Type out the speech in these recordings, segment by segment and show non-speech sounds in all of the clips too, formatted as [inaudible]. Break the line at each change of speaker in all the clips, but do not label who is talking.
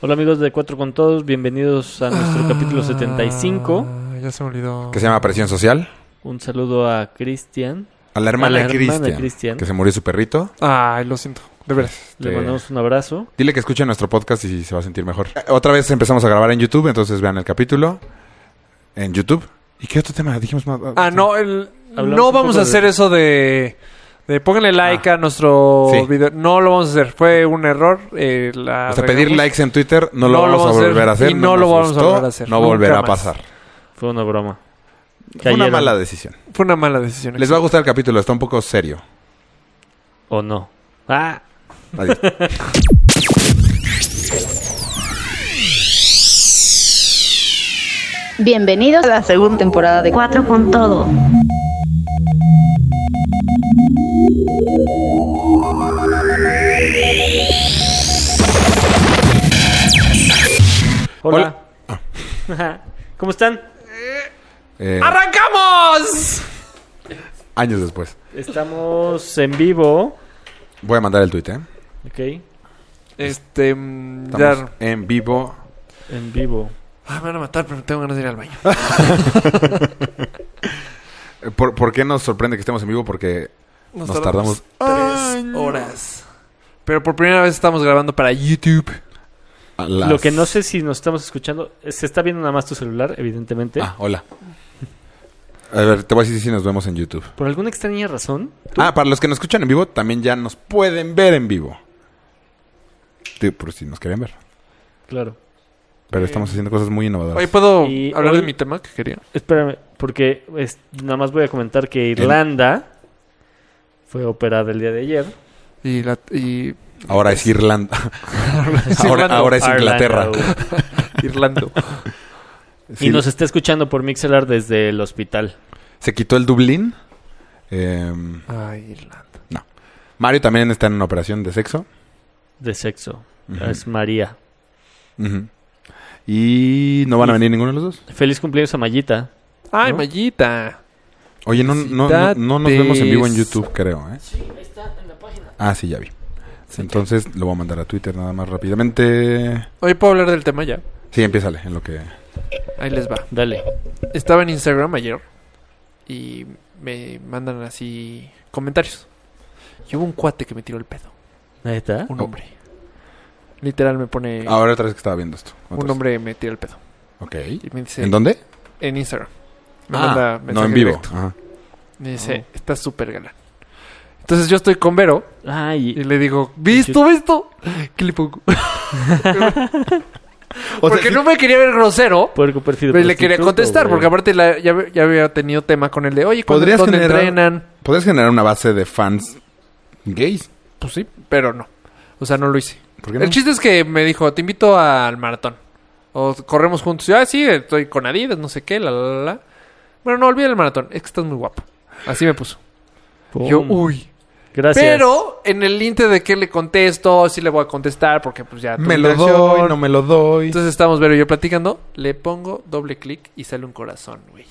Hola amigos de Cuatro con Todos, bienvenidos a nuestro
Ah.
capítulo 75.
Ah, Ya se me olvidó.
Que se llama Presión Social.
Un saludo a Cristian.
A la hermana,
A la
de
hermana
Cristian,
Cristian.
Que se murió su perrito.
Ay, lo siento. De veras.
Le
Sí.
mandamos un abrazo.
Dile que escuche nuestro podcast y se va a sentir mejor. Eh, Otra vez empezamos a grabar en YouTube, entonces vean el capítulo en YouTube. ¿Y qué otro tema? Dijimos más.
Ah, no, el-
Hablamos
no
un
vamos
poco
a hacer
de- Ah.
eso de, de pónganle like a nuestro
Sí.
video. No lo vamos a hacer. Fue un error. eh, la
O sea, pedir
regamos.
likes en Twitter no lo, vamos, a volver a hacer.
y no
nos
lo vamos a
gustó,
volver a hacer.
No
Nunca
volverá a
más.
pasar.
Fue una broma.
Fue una
Cayeron.
mala decisión.
Fue una mala decisión.
Les va a gustar el capítulo, está un poco serio.
¿O no? Ah,
[laughs]
Adiós.
Bienvenidos a la segunda temporada de Cuatro con Todo.
hola. Ah. [laughs] ¿Cómo están?
Eh,
¡Arrancamos!
años después.
Estamos en vivo.
Voy a mandar el tweet, ¿eh?
Ok,
Este. mm,
Estamos
ya-
en vivo.
en vivo.
Ah, me van a matar, pero tengo ganas de ir al baño.
Eh, ¿Por, por qué nos sorprende que estemos en vivo? Porque nos, tardamos.
tres horas. Pero por primera vez estamos grabando para YouTube.
a las-
Lo que no sé si nos estamos escuchando, se está viendo nada más tu celular, evidentemente.
Ah, hola. A ver, te voy a decir si nos vemos en YouTube.
Por alguna extraña razón,
Ah, para los que nos escuchan en vivo, también ya nos pueden ver en vivo. Sí, por si nos quieren ver.
claro.
Pero estamos haciendo cosas muy innovadoras.
Hoy puedo
Y
hablar
hoy-
de mi tema que quería.
Espérame, porque es- nada más voy a comentar que Irlanda fue operada el día de ayer.
Y, la,
[laughs]
y
pues,
Ahora es Irlanda. [laughs] ahora,
Irlanda.
ahora es
Irlanda,
Inglaterra.
güey.
Irlando.
Sí,
Y nos está escuchando por Mixelar desde el hospital.
Se quitó el Dublín. Eh,
Ay, Irlanda.
Mario también está en una operación de sexo.
de sexo.
Ujú.
Es María.
Ujú. ¿Y no van a
Y-
venir ninguno de los dos?
Feliz cumpleaños a Mayita.
Ay,
¿No?
Mallita.
Oye, no, no, no, no nos vemos en vivo en YouTube, creo, ¿eh?
Sí, está en la página.
Ah, sí, ya vi. Entonces lo voy a mandar a Twitter nada más rápidamente.
Hoy puedo hablar del tema ya.
Sí, empiézale en lo que...
Ahí les va.
Dale.
Estaba en Instagram ayer y me mandan así comentarios. Y hubo un cuate que me tiró el pedo.
Ahí está.
Un
Oh.
hombre. Literal me pone...
Ahora otra vez que estaba viendo esto. Otra
un
vez.
hombre me tira el pedo.
Ok.
Y me dice...
¿En dónde?
En Instagram. Me
Ah,
manda
no,
mensaje
en vivo. Oh.
directo.
Ajá.
Me dice, está súper galán. Entonces yo estoy con Vero y
Ay,
le digo, ¿visto, visto? ¿Qué le pongo? Porque no me quería ver grosero.
puerco perfido.
Pero Pues le quería
prostituto,
contestar,
güey.
porque aparte la- ya, ya había tenido tema con el de, oye, ¿cuándo,
Podrías
¿dónde
generar-
entrenan?
¿Podrías generar una base de fans gays?
Pues sí, pero no. O sea, no lo hice.
¿Por qué no?
El chiste es que me dijo, te invito al maratón. O corremos juntos. Y, ah, sí, estoy con Adidas, no sé qué, la, la, la, la. Bueno, no, olvida el maratón. Es que estás muy guapo. Así me puso.
Pum.
Yo, uy.
Gracias.
Pero en el linte de qué le contesto, sí le voy a contestar, porque pues ya... tuve
Me lo
interacción.
doy, no me lo doy.
Entonces estamos Vero y yo platicando, le pongo doble clic y sale un corazón, güey.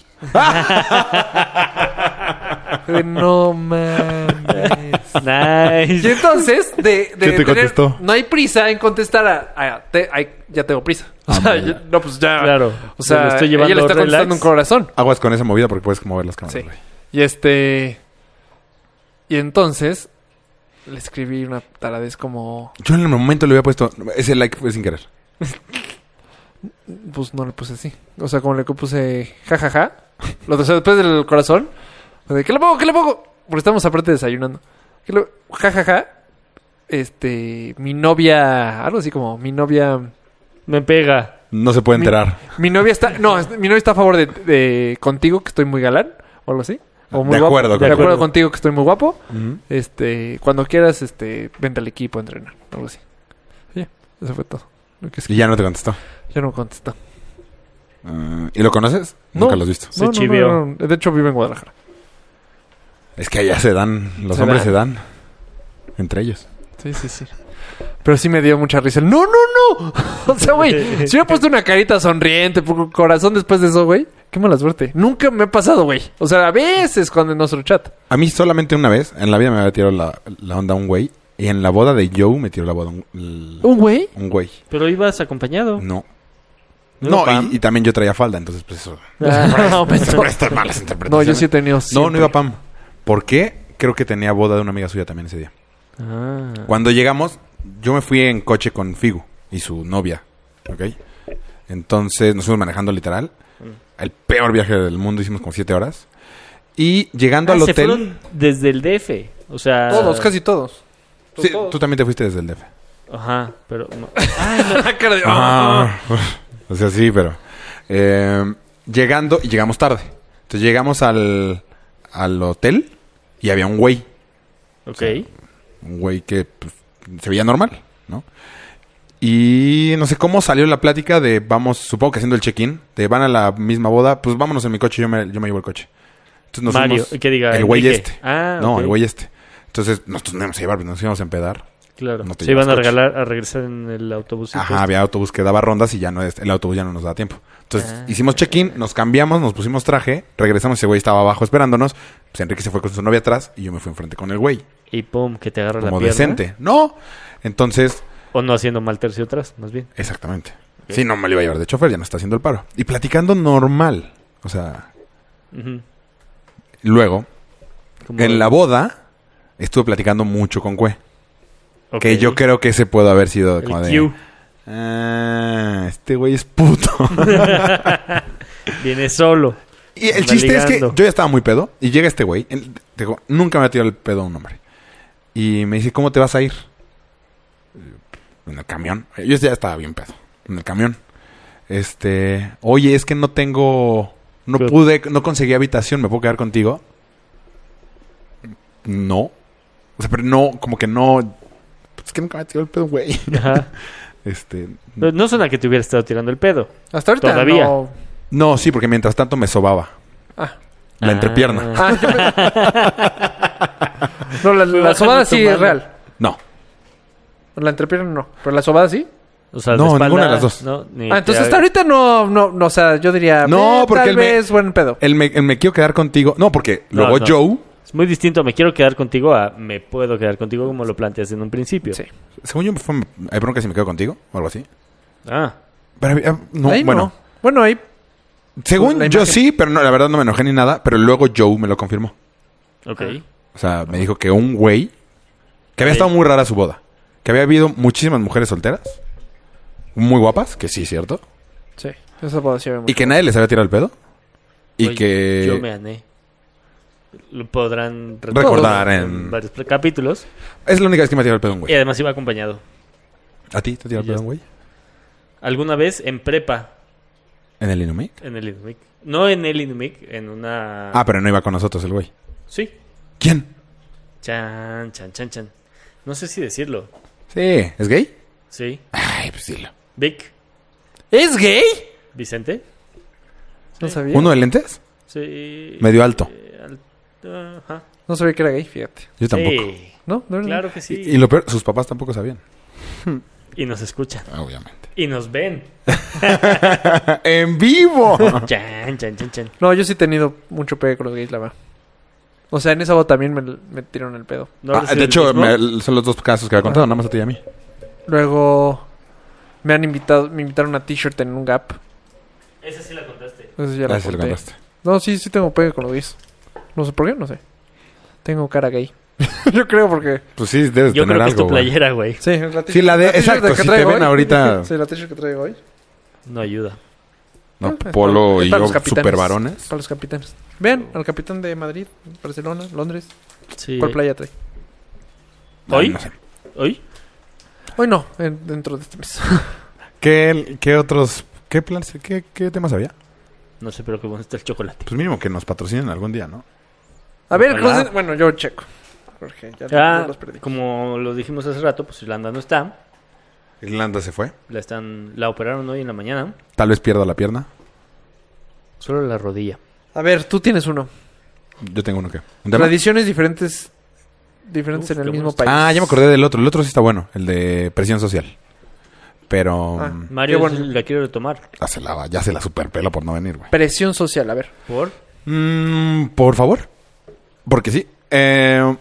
De,
[laughs]
no mames. Y
[laughs] Nice.
entonces, de, de
¿Qué te
tener-
contestó?
no hay prisa en contestar a, a- te- ay, ya tengo prisa. [laughs] O sea,
Ah,
ya- no, pues ya.
Claro.
O sea,
Me lo estoy llevando
ella le está
relax.
contestando un corazón.
Aguas con esa movida porque puedes mover las cámaras.
Sí.
güey.
Y este. Y entonces, le escribí una taradez como.
Yo en el momento le había puesto... Ese like fue sin querer.
Pues no le puse así. O sea, como le puse jajaja. Lo de- o sea, después del corazón. fue de, ¿Qué le pongo? ¿Qué le pongo? Porque estamos aparte desayunando. ¿Qué le- Ja, ja, ja. Este, mi novia, algo así como, mi novia,
Me pega.
No se puede
Mi-
enterar.
mi novia está, no, es- mi novia está a favor de, de contigo que estoy muy galán, o algo así. O muy
De
guapo.
acuerdo,
de
de
acuerdo.
acuerdo.
contigo que estoy muy guapo.
Ujú.
Este, cuando quieras, este, vente al equipo a entrenar, algo así. Y Ya, eso fue todo. Lo que es-
Y ya no te contestó.
ya no contestó.
Ah, ¿Y lo conoces?
No.
Nunca lo has visto.
Se chivió.
no. De hecho, vive en Guadalajara.
Es que allá se dan, los
Se dan.
hombres se dan. Entre ellos.
Sí, sí, sí. Pero sí me dio mucha risa. El, No, no, [laughs] no. O sea, güey, si hubiera puesto una carita sonriente, por corazón después de eso, güey, qué mala suerte. Nunca me ha pasado, güey. O sea, a veces cuando en nuestro chat.
A mí solamente una vez en la vida me había tirado la, la onda un güey Y en la boda de Joe me tiró la boda un, l-
¿Un güey?
un güey.
Pero ibas
Uh.
acompañado.
No.
¿No,
No,
Pam?
y, y también yo traía falda, entonces pues
[laughs]
eso.
Ah, no,
Esto
pensó.
es malas
No,
interpretaciones.
yo sí he tenido.
No, no
siempre.
iba Pam. ¿Por qué? Creo que tenía boda de una amiga suya también ese día.
Ah.
Cuando llegamos, yo me fui en coche con Figu y su novia, ¿ok? Entonces nos fuimos manejando literal. El peor viaje del mundo, hicimos como siete horas. Y llegando
Ah,
al
se
hotel...
fueron desde el DF. O sea.
Ah.
Todos, casi todos.
Sí, tú también te fuiste desde el DF.
Ajá, pero. no.
La cara de-
Ah, [laughs] o sea, sí, pero... eh, llegando, y llegamos tarde. Entonces llegamos al, al hotel y había un güey.
[laughs]
Ok.
un güey que pues, se veía normal, ¿no? Y no sé cómo salió la plática de vamos, supongo que haciendo el check-in, de van a la misma boda, pues vámonos en mi coche, yo me, yo me llevo el coche. Entonces nos
Mario,
fuimos-
que diga,
el güey
Enrique.
este.
Ah,
no,
ok.
el güey este. Entonces nos teníamos que llevar, pues, nos íbamos a empedar.
Claro.
No te
se iban a
llevas coche.
regalar, a regresar en el autobús. pues,
Ajá, había autobús que daba rondas y ya no es, el autobús ya no nos da tiempo. Entonces
Ah.
hicimos check-in, nos cambiamos, nos pusimos traje, regresamos, ese güey estaba abajo esperándonos, pues Enrique se fue con su novia atrás y yo me fui enfrente con el güey,
Y pum, que te agarra la
como
pierna.
decente. No, entonces
O no haciendo mal tercio atrás, más bien.
Exactamente. Sí, no me lo iba a llevar de chofer, ya no está haciendo el paro. Y platicando normal. O sea,
Ujú.
luego,
Como-
en la boda, estuve platicando mucho con Cue.
Ok.
Que yo creo que ese pudo haber sido
El
como
Q.
de. "Ah, este güey es puto.
Viene solo.
y el
Anda
chiste es
ligando.
que yo ya estaba muy pedo y llega este güey. él- digo, nunca me ha tirado el pedo a un hombre. Y me dice, ¿cómo te vas a ir? En el camión. Yo ya estaba bien pedo. En el camión. Este. Oye, es que no tengo. No
Claro.
pude, no conseguí habitación, ¿me puedo quedar contigo? No. O sea, pero no, como que no. Pues Es que nunca me ha tirado el pedo, güey. [laughs]
Ajá.
Este.
No, no suena que te hubiera estado tirando el pedo.
Hasta ahorita
Todavía.
no.
No, sí, porque mientras tanto me sobaba.
Ah.
La entrepierna.
Ah,
[laughs]
No, la, la
bajando
sobada
tu
sí es
mano.
real.
No.
La entrepierna no. Pero la sobada sí.
o sea,
No,
de espalda,
ninguna de las dos.
no, ni
Ah, entonces
te-
hasta ahorita no, no, no, o sea, yo diría.
No,
eh,
porque
tal
él me- Eh,
vez buen pedo.
El me, el me quiero quedar contigo. No, porque
No,
luego
no.
Joe,
Es muy distinto. Me quiero quedar contigo a me puedo quedar contigo como lo planteas en un principio.
Sí.
según yo, fue, hay bronca si me quedo contigo o algo así.
Ah,
Pero, eh, no,
Ahí no.
bueno.
Bueno, ahí.
Según
La
yo
imagen.
sí, pero no, la verdad no me enojé ni nada. Pero luego Joe me lo confirmó.
ok.
O sea, me dijo que un güey que había
Sí.
estado muy rara su boda, que había habido muchísimas mujeres solteras, muy guapas, que sí, cierto,
Sí. Esa puedo decir.
y que nadie les había tirado el pedo y
Oye,
que
Yo me ané. Lo podrán
Recordar en- Pues.
varios pre- capítulos.
es la única vez que me ha tirado el pedo un
Y
güey.
además iba acompañado.
¿A ti te ha tirado el
Ya
pedo un güey?
Alguna vez en prepa,
En el Inumic.
en el Inumic. No en el Inumic, en una.
Ah, pero no iba con nosotros el güey.
Sí.
¿Quién?
Chan, chan, chan, chan. No sé si decirlo.
Sí, ¿es gay?
Sí.
Ay, pues dilo.
Vic,
¿Es gay?
Vicente.
No sabía.
¿Uno de lentes?
Sí.
Medio alto.
Eh, al- Ajá.
No sabía que era gay, fíjate.
Yo tampoco.
Sí,
¿No? ¿De verdad?
claro que sí.
Y lo peor, sus papás tampoco sabían.
y nos escuchan.
Ah, Obviamente.
Y nos ven.
[laughs] ¡En [laughs] vivo! Ah,
Chan, chan, chan, chan.
No, yo sí he tenido mucho pedo con los gays, la verdad. O sea, en esa boda también me, me tiraron el pedo.
¿No Oh,
Ah,
habrá sido
de
el
hecho,
mismo?
me- son los dos casos que había contado, nada más a ti y a mí.
Luego me han invitado, me invitaron a t-shirt en un gap.
Esa sí la contaste.
Eso ya lo
Gracias, lo
conté.
contaste.
No, sí, sí tengo pedo con los gays. No sé por qué, no sé. Tengo cara gay. [laughs] yo creo porque...
Pues sí, debes
Yo
tener
creo que es
algo.
tu
güey.
playera, güey.
Sí, es la t-shirt
Sí, la de.
t-shirt
exacto,
que
si te
traigo
ven
hoy. [laughs]
ahorita.
Sí, la t-shirt que traigo hoy.
No ayuda.
No,
Ah,
Polo
es
y
para
yo,
los capitanes.
super varones.
Para los capitanes. Vean, al capitán de Madrid, Barcelona, Londres.
Sí.
¿Cuál playa trae?
¿Hoy?
No sé.
¿Hoy?
Hoy no, en- dentro de este mes.
¿Qué, qué otros. ¿Qué planes? Qué, qué temas había?
No sé, pero qué bueno está el chocolate.
Pues mínimo que nos patrocinen algún día, ¿no?
A ver,
Ojalá.
José- bueno, yo checo. Porque ya,
Ya,
ya los perdí.
Ah, como lo dijimos hace rato, pues Irlanda no está.
Irlanda se fue.
La están, la operaron hoy en la mañana.
Tal vez pierda la pierna.
Solo la rodilla.
A ver, tú tienes uno.
Yo tengo uno que. ¿Un tema?
Tradiciones diferentes diferentes
Uf,
en el
qué
mismo
bueno
país.
Ah, ya me acordé del otro. El otro sí está bueno. El de presión social. Pero.
Ah.
mm,
Mario
Qué bueno.
la quiero retomar.
ya se la, ya se la superpela por no venir, güey.
Presión social, a ver.
¿Por?
Mm, por favor. Porque sí. Eh,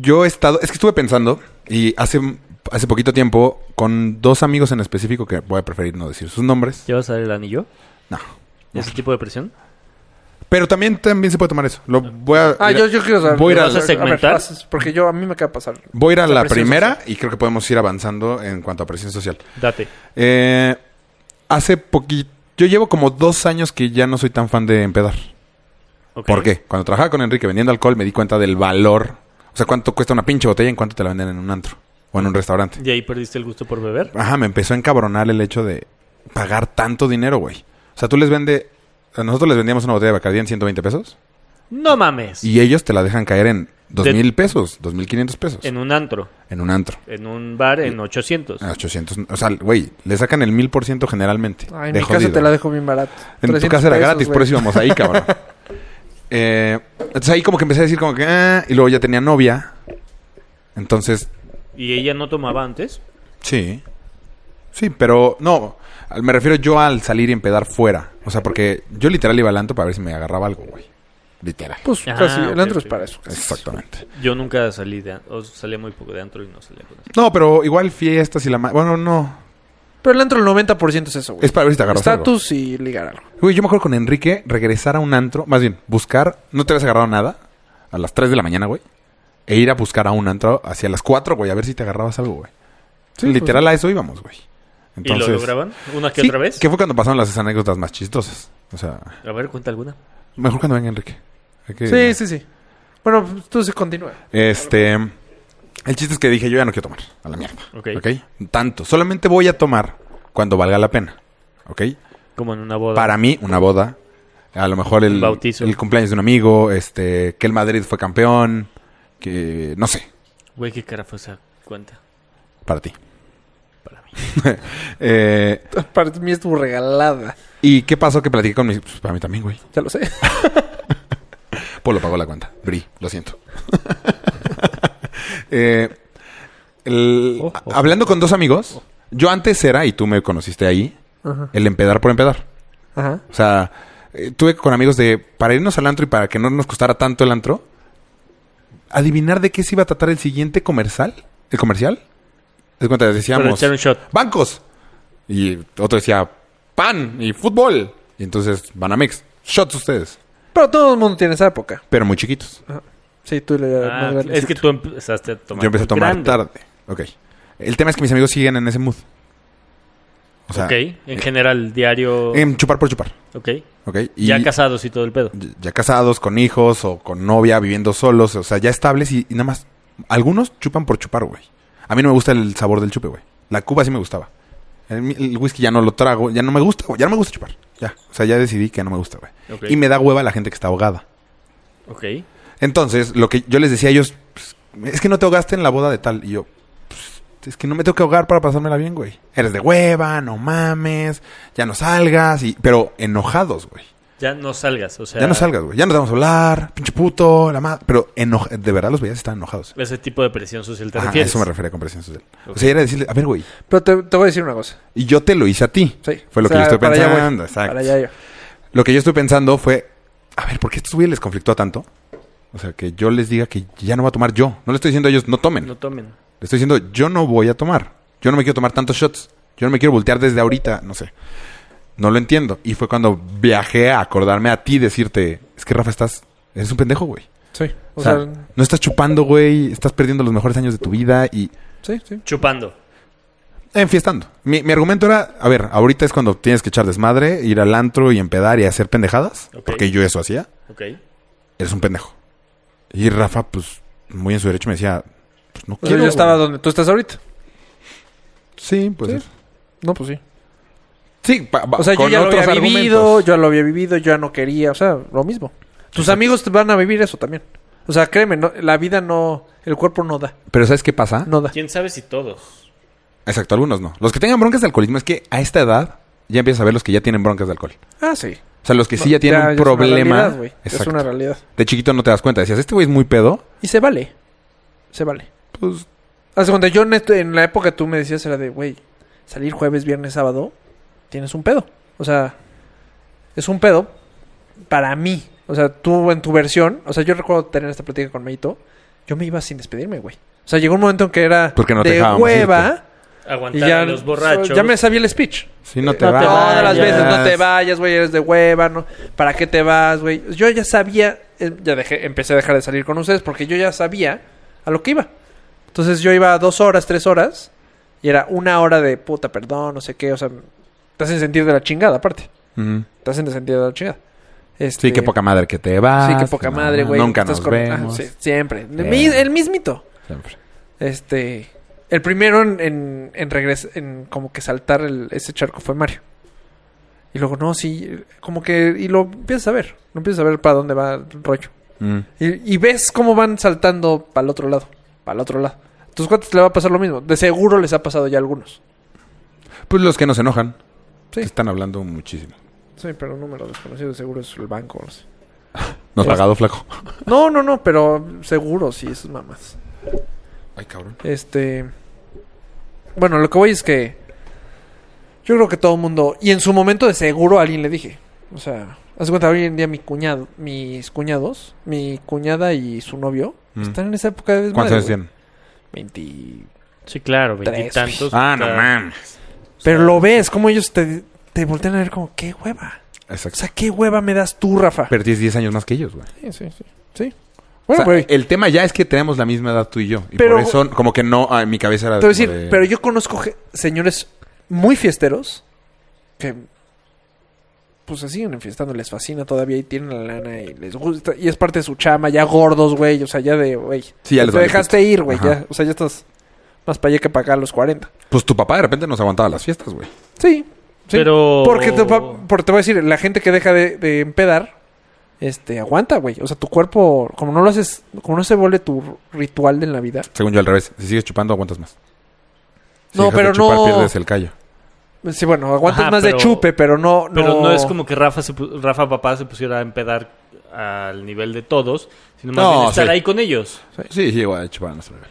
yo he estado, es que estuve pensando y hace, hace poquito tiempo con dos amigos en específico que voy a preferir no decir sus nombres.
¿Llevas el anillo?
No.
¿Ese tipo de presión?
Pero también, también se puede tomar eso. Lo voy a,
Ah, yo, yo quiero saber.
Voy a ir
¿Vas a
a,
segmentar?
haces, porque yo a mí me acaba de pasar.
voy a ir a la
presión
primera y creo que podemos ir avanzando en cuanto a presión social.
Date.
Eh, hace poquito, yo llevo como dos años que ya no soy tan fan de empedar.
Ok.
¿Por qué? Cuando trabajaba con Enrique vendiendo alcohol me di cuenta del valor. O sea, cuánto cuesta una pinche botella y en cuánto te la venden en un antro o en un restaurante.
¿Y ahí perdiste el gusto por beber?
Ajá, me empezó a encabronar el hecho de pagar tanto dinero, güey. O sea, tú les vende... A nosotros les vendíamos una botella de Bacardí en 120 pesos
No mames.
y ellos te la dejan caer en
De-
2,000 pesos, 2,500 pesos en,
En un antro,
un antro.
en un bar, en 800.
A 800... O sea, güey, le sacan el 1,000% generalmente.
Ay, en
de
mi casa
jodido.
te la dejo bien barato.
En tu
300
casa era
pesos,
gratis,
güey.
por eso íbamos
[laughs]
ahí, cabrón. Eh, entonces ahí como que empecé a decir como que... "Ah", y luego ya tenía novia. Entonces,
¿Y ella no tomaba antes?
sí. Sí, pero no. al- Me refiero yo al salir y empedar fuera. O sea, porque yo literal iba al antro para ver si me agarraba algo, güey. Literal.
Pues
Ah,
casi,
ok,
el antro
ok.
es para eso.
Exactamente.
Yo nunca salí de antro, o salía muy poco de antro y no salía con eso.
No, pero igual fiestas y la... ma- Bueno, no.
Pero el antro el 90% es eso, güey.
Es para ver si te agarras algo.
Estatus y ligar algo.
Güey, yo me acuerdo con Enrique regresar a un antro, más bien, buscar, no te habías agarrado nada, a las 3 de la mañana, güey, e ir a buscar a un antro hacia las 4, güey, a ver si te agarrabas algo, güey. Literal a eso íbamos, güey.
pues ¿Y lo lograban? ¿Una que
sí,
otra vez?
Que fue cuando pasaron las anécdotas más chistosas. O sea,
A ver, cuenta alguna.
mejor cuando venga Enrique. Hay que-
Sí, sí, sí. Bueno, pues, tú se continúa. [laughs]
Este, el chiste es que dije, yo ya no quiero tomar, a la mierda.
Ok.
¿Ok? Tanto, solamente voy a tomar cuando valga la pena, ¿ok?
Como en una boda.
Para mí, una boda. A lo mejor el,
Un bautizo.
el cumpleaños de un amigo, este, que el Madrid fue campeón, que no sé,
Güey, qué cara fue esa cuenta.
para ti.
Para mí.
[laughs] Eh,
Para mí estuvo regalada.
¿Y qué pasó que platiqué con mis... pues, para mí también, güey.
Ya lo sé.
Polo pagó la cuenta. Bri, lo siento. [laughs] Eh, el-
Ojo.
a- hablando con dos amigos, yo antes era, y tú me conociste ahí,
Ajá.
el empedar por empedar.
Ajá.
O sea, eh, tuve con amigos de para irnos al antro y para que no nos costara tanto el antro, adivinar de qué se iba a tratar el siguiente comercial, el comercial. Es cuenta,
Pero
decíamos
echar un shot.
bancos y otro decía pan y fútbol y entonces Banamex, shots ustedes,
Pero todo el mundo tiene esa época.
pero muy chiquitos.
Sí, tú le
Ah,
más grande.
es que tú empezaste a tomar.
Yo empecé a tomar
pues, grande.
tarde. Ok. El tema es que mis amigos siguen en ese mood. O sea, eh. Em,
ok, en general, diario.
en chupar por chupar.
ok.
Ok. Y-
Ya casados y todo el pedo.
ya- ya casados, con hijos o con novia, viviendo solos, o sea, ya estables y, y nada más. Algunos chupan por chupar, güey. A mí no me gusta el sabor del chupe, güey. La cuba sí me gustaba. El, el whisky ya no lo trago, ya no me gusta, güey. Ya no me gusta chupar. Ya. O sea, ya decidí que no me gusta, güey.
Ok.
Y me da hueva la gente que está ahogada.
Ok.
Entonces, lo que yo les decía a ellos, pues, es que no te ahogaste en la boda de tal. Y yo, pues, es que no me tengo que ahogar para pasármela bien, güey. Eres de hueva, no mames, ya no salgas. Y, pero enojados, güey.
Ya no salgas, o sea.
Ya no salgas, güey. Ya nos vamos a hablar. Pinche puto, la madre. Pero eno- de verdad los veías estaban enojados.
Ese tipo de presión social te
Ajá, a
refieres.
eso me refería con presión social.
Ok.
O sea, era decirle, a ver, güey.
Pero te, te voy a decir una cosa.
Y yo te lo hice a ti.
Sí.
Fue lo
O sea,
que yo estoy
para allá voy.
pensando. exacto.
Para allá yo.
Lo que yo estoy pensando fue, a ver, ¿por qué a estos güeyes les conflictó tanto? O sea, que yo les diga que ya no va a tomar yo. No le estoy diciendo a ellos, no tomen.
No tomen.
Le estoy diciendo, yo no voy a tomar. Yo no me quiero tomar tantos shots. Yo no me quiero voltear desde ahorita. No sé. No lo entiendo. Y fue cuando viajé a acordarme a ti decirte, es que Rafa, estás... Eres un pendejo, güey.
Sí. O,
O sea,
sea,
no estás chupando, güey. Estás perdiendo los mejores años de tu vida y
sí, sí.
Chupando.
enfiestando. Mi, mi argumento era, a ver, ahorita es cuando tienes que echar desmadre, ir al antro y empedar y hacer pendejadas.
Ok.
Porque yo eso hacía.
Ok.
Eres un pendejo. Y Rafa, pues, muy en su derecho me decía, pues no
O sea,
quiero.
yo estaba
güey.
donde tú estás ahorita.
Sí, pues.
Sí. No, pues sí.
Sí, pa- pa-
O sea, yo
con
ya lo
otros
había vivido,
argumentos.
yo ya lo había vivido, yo ya no quería. O sea, lo mismo. Tus amigos te van a vivir eso también. O sea, créeme, no- la vida no... El cuerpo no da.
Pero ¿sabes qué pasa?
No da.
¿Quién sabe si todos?
Exacto, algunos no. Los que tengan broncas de alcoholismo es que a esta edad ya empiezas a ver los que ya tienen broncas de alcohol.
Ah, sí.
O sea, los que sí ya tienen un
es una
problema.
realidad, güey. es
Exacto.
una realidad.
De chiquito no te das cuenta. Decías, este güey es muy pedo.
Y se vale. Se vale.
Pues
Hace cuando yo en, este- en la época tú me decías era de, güey, salir jueves, viernes, sábado, tienes un pedo. O sea, es un pedo para mí. O sea, tú en tu versión, o sea, yo recuerdo tener esta plática con Meito yo me iba sin despedirme, güey. O sea, llegó un momento en que era
Porque no te
de
dejábamos irte.
hueva y
Aguantar
ya,
a los borrachos.
ya me sabía el speech.
Sí, no te
No te
Eh,
vayas.
Todas las veces, no te
vas.
vayas, güey, eres de hueva, ¿no? ¿Para qué te vas, güey? Yo ya sabía, eh, ya dejé, empecé a dejar de salir con ustedes porque yo ya sabía a lo que iba. Entonces yo iba dos horas, tres horas, y era una hora de puta, perdón, no sé qué, o sea, te hacen sentir de la chingada, aparte.
Ujú.
Te hacen sentir de la chingada. Este,
Sí, qué poca madre que te vas.
Sí, qué poca
No,
madre, güey.
Nunca
estás
nos
con- ah,
vemos. Eh.
sí, siempre. Mi- El mismito.
Siempre.
Este. El primero en, en, en regres- en como que saltar el- ese charco fue Mario. Y luego, no, sí, como que. Y lo empiezas a ver. Lo empiezas a ver para dónde va el rollo.
Mm.
Y, y ves cómo van saltando para el otro lado. Para el otro lado. A tus cuates le va a pasar lo mismo. De seguro les ha pasado ya a algunos.
Pues los que nos enojan.
Sí.
Te están hablando muchísimo.
Sí, pero número desconocido, seguro es el banco. No, sé.
Nos
Pues-
pagado flaco.
no, no, no, pero seguro sí, esos mamás.
Ay, cabrón.
Este. Bueno, lo que voy es que. Yo creo que todo el mundo. Y en su momento de seguro a alguien le dije. O sea, haz de cuenta, hoy en día mi cuñado, mis cuñados, mi cuñada y su novio
Mm.
están en esa época de
[laughs] ¿Cuántos
desmadre,
años
güey.
tienen?
20.
Sí, claro, veintitantos.
Ah, no
Pues,
está-
mames.
Pero lo ves, como ellos te, te voltean a ver como, qué hueva. O
Exacto.
sea, qué hueva me das tú, Rafa.
Pero tienes 10 años más que ellos, güey.
Sí, sí, sí. Sí.
O
Bueno,
sea,
güey.
el tema ya es que tenemos la misma edad tú y yo. Y
Pero-
por eso, como que no, ah, en mi cabeza era.
Te voy a
como
decir,
de-
pero yo conozco ge- señores muy fiesteros que pues se siguen enfiestando, les fascina todavía y tienen la lana y les gusta y es parte de su chama, ya gordos, güey, o sea, ya de, güey.
Sí, ya les
te
vale
dejaste ir, güey,
Ajá.
ya, o sea, ya estás más para allá que para acá a los 40.
Pues tu papá de repente nos aguantaba las fiestas, güey.
Sí. sí.
Pero-
porque te, porque te voy a decir, la gente que deja de, de empedar este aguanta, güey, o sea, tu cuerpo como no lo haces, como no se vuelve tu ritual de la vida.
Según yo, al revés. Si sigues chupando, aguantas más. Si
No,
dejas de
pero
chupar,
no-
Pierdes el callo.
Sí, bueno, aguantas
Ajá,
más
pero-
de chupe, pero no, no
Pero no es como que Rafa, se pu- Rafa papá se pusiera a empedar al nivel de todos, sino más
No,
bien estar
sí.
ahí con ellos.
Sí, sí, igual, chupar a nuestro nivel.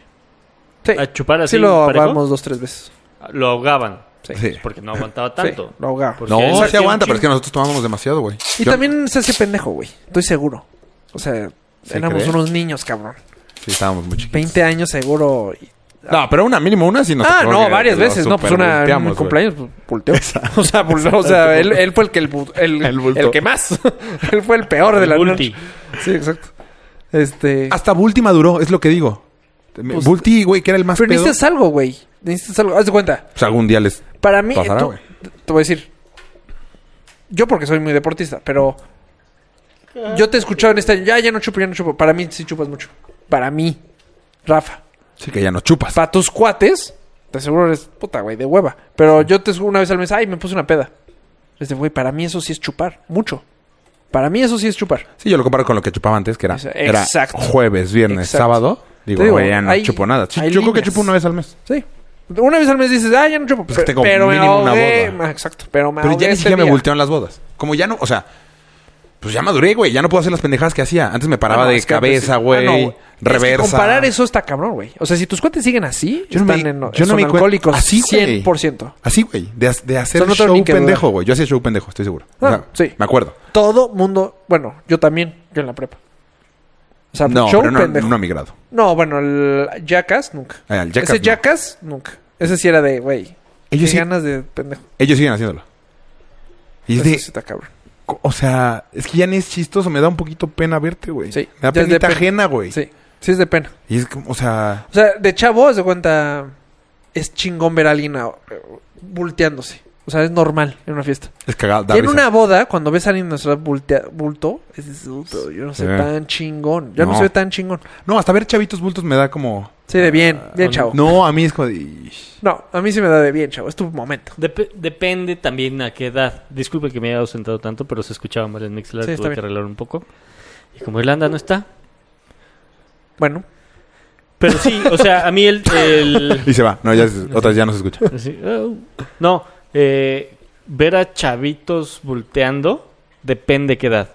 Sí.
A chupar así.
Sí lo
parejo,
ahogamos dos, tres veces.
Lo ahogaban.
Sí.
Sí.
Porque no aguantaba
Sí,
tanto.
lo ahogamos.
Porque ahí
No, se
hacía un
aguanta, pero es que
chingo.
nosotros tomábamos demasiado, güey.
Y
Yo-
también se hace pendejo, güey. Estoy seguro. O sea,
¿Sí
éramos
crees?
unos niños, cabrón.
Sí, estábamos muy chiquitos.
20 años seguro. y-
No, pero una, mínimo una sí nos
ah,
tocó
no,
que
varias
lo
veces, ¿no? Pues una en
supervolteamos,
mi
güey.
cumpleaños, pues, volteó. [laughs] O sea, volteó, o sea él, él fue el que el, bu- el,
[laughs] El bulto.
el que más. [laughs] él fue el peor de la
El
noche.
multi.
Sí, exacto. Este.
Hasta Bulti maduró, es lo que digo. Me-
Pues-
Bulti, güey, que era el más
Pero
pedo.
necesitas algo, güey. Necesitas algo. Haz de cuenta.
Pues algún día les...
Para mí,
Pasará,
tú-
güey.
te voy a decir. Yo porque soy muy deportista, pero yo te he escuchado en este año. Ya, ya no chupo, ya no chupo. Para mí sí chupas mucho. Para mí, Rafa.
Sí, que ya no chupas.
Para tus cuates, te seguro eres puta, güey, de hueva. Pero yo te una vez al mes, ay, me puse una peda. Les digo, güey, para mí eso sí es chupar, mucho. Para mí eso sí es chupar.
Sí, yo lo comparo con lo que chupaba antes, que era,
Esa-
era
exacto.
jueves, viernes,
Exacto.
sábado. Digo,
Te digo,
güey, ya no
hay-
chupo nada. Sí,
hay
yo creo que
líneas.
chupo una vez al mes.
Sí. Una vez al mes dices, ah, ya no chupo.
Pues que
pe-
tengo
pero me
mínimo una
ahogué.
boda.
Ah, Exacto, pero me
Pero
ahogué
ya ni
este
siquiera me
día.
voltearon las bodas. Como ya no, o sea, pues ya maduré, güey. Ya no puedo hacer las pendejadas que hacía. Antes me paraba
Ah, no,
de
es que antes
cabeza,
sí. Ah, no,
güey.
Es que
reversa.
comparar eso está cabrón, güey. O sea, si tus cuates siguen así,
Yo no me
están
di-
en,
yo
son
no me di cuen-
alcohólicos
así, güey.
100%.
Así, güey. De, ha- de hacer
O sea, no tengo ni
show
que
pendejo, güey. Yo hacía show pendejo, estoy seguro. O
Ah,
sea,
sí.
Me acuerdo.
Todo mundo, bueno, yo también, yo en la prepa. O sea,
No,
show
pero no,
pendejo.
no a
No,
mi grado.
bueno, el Jackass nunca.
Ah, el Jackass,
Ese
no.
Jackass nunca. Ese sí era de, güey.
Ellos
Ellos
sí-
ganas de pendejo.
Ellos siguen haciéndolo. Y es
Eso
de,
sí está cabrón.
co- o sea, es que ya ni es chistoso, me da un poquito pena verte, güey.
Sí.
Me da
Ya es de
penita
pena.
ajena, güey.
Sí, sí es de pena.
Y es como, o sea,
O sea, de chavo, haz de cuenta, es chingón ver a alguien ah, volteándose. O sea, es normal en una fiesta.
es cagado. da
Y en
risa.
una boda, cuando ves a alguien en nuestro bultea- bulto, es de, "Puto, yo no soy
Sí. Eh.
tan chingón. Yo no.
No.
soy tan chingón.
No, hasta ver chavitos bultos me da como.
Sí, de bien, bien chavo. No.
No, Ah, a mí es como. de, "Ish".
a mí sí me da de bien chavo. Es tu momento.
Dep- depende también a qué edad. Disculpe que me haya ausentado tanto, pero se escuchaba mal en Mixler.
Sí, está
tuve que
bien.
arreglar un poco. Y como Irlanda no está.
Bueno,
Pero sí, o sea, a mí el. el-
[laughs]
Y se va. No, ya, se- otra vez ya no se escucha.
así, "Oh". No, eh, ver a chavitos volteando depende qué edad.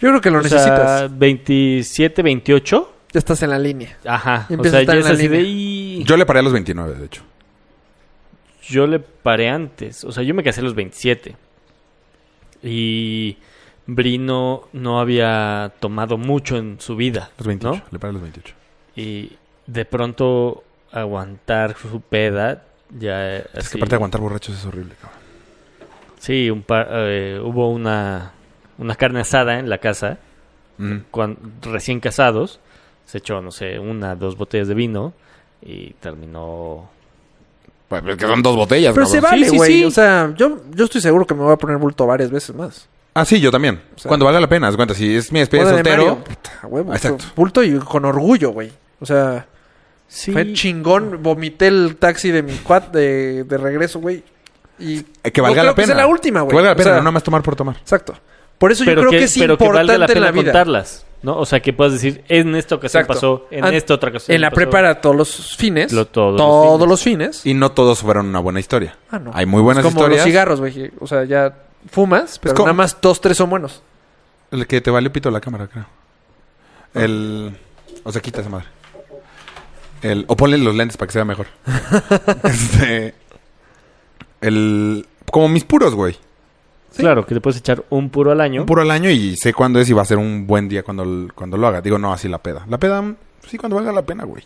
yo creo que lo
O sea,
necesitas.
27, 28.
Ya estás en la línea.
Ajá.
Y
O
empieza
sea,
a estar
ya
en
es
la
así de.
línea.
"Y- Yo...
Yo le paré a los 29, de hecho.
le paré antes. O sea, yo me casé a los 27. Y. Brino no había tomado mucho en su vida.
Los 28.
¿no?
Le paré a los 28.
Y de pronto aguantar su peda, ya...
Es que
así-
aparte de aguantar borrachos es horrible, cabrón.
Sí, un par- eh, hubo una, una carne asada en la casa,
Mm.
Ujú.
cuan- recién casados, se echó, no sé, una, dos botellas de vino y terminó...
Pues, es que son dos botellas,
Pero se
cabrón.
vale,
Sí, sí,
güey.
sí.
O sea, yo, yo estoy seguro que me voy a poner bulto varias veces más.
Ah, sí, yo también.
sea-
Cuando vale la pena, haz cuenta, si es mi despedida de
Boda de
soltero,
Mario, puta, a huevo,
Exacto.
Bulto y con orgullo, güey. O sea,
Sí,
fue chingón. Vomité el taxi de mi quad de, de regreso, güey. Y
eh, que valga
no creo
la
que
pena.
sea la última, güey.
Que valga la
O
pena,
sea,
no nada más tomar por tomar.
Exacto. Por eso yo creo que, es
pero
importante
valga
en la vida.
contarlas, ¿no? O sea, que puedas decir, en esta ocasión
Exacto.
pasó, en
An-
esta otra ocasión
En la
pasó.
prepara todos los fines.
Lo- todos los
todos
fines.
los fines.
Y no todos fueron una buena historia.
Ah, no.
Hay muy buenas
es como los
historias.
cigarros, güey. O sea, ya fumas, pero
como-
nada más dos, tres son buenos.
El que te valió pito la cámara, creo. El. O sea, quita esa madre. El, o ponle los lentes para que se vea [laughs] mejor. este. El. Como mis puros, güey.
Claro, que te puedes echar un puro al año.
Un puro al año y sé cuándo es y va a ser un buen día cuando, l- cuando lo haga. Digo, no, así la peda. La peda, mm, sí, cuando valga la pena, güey.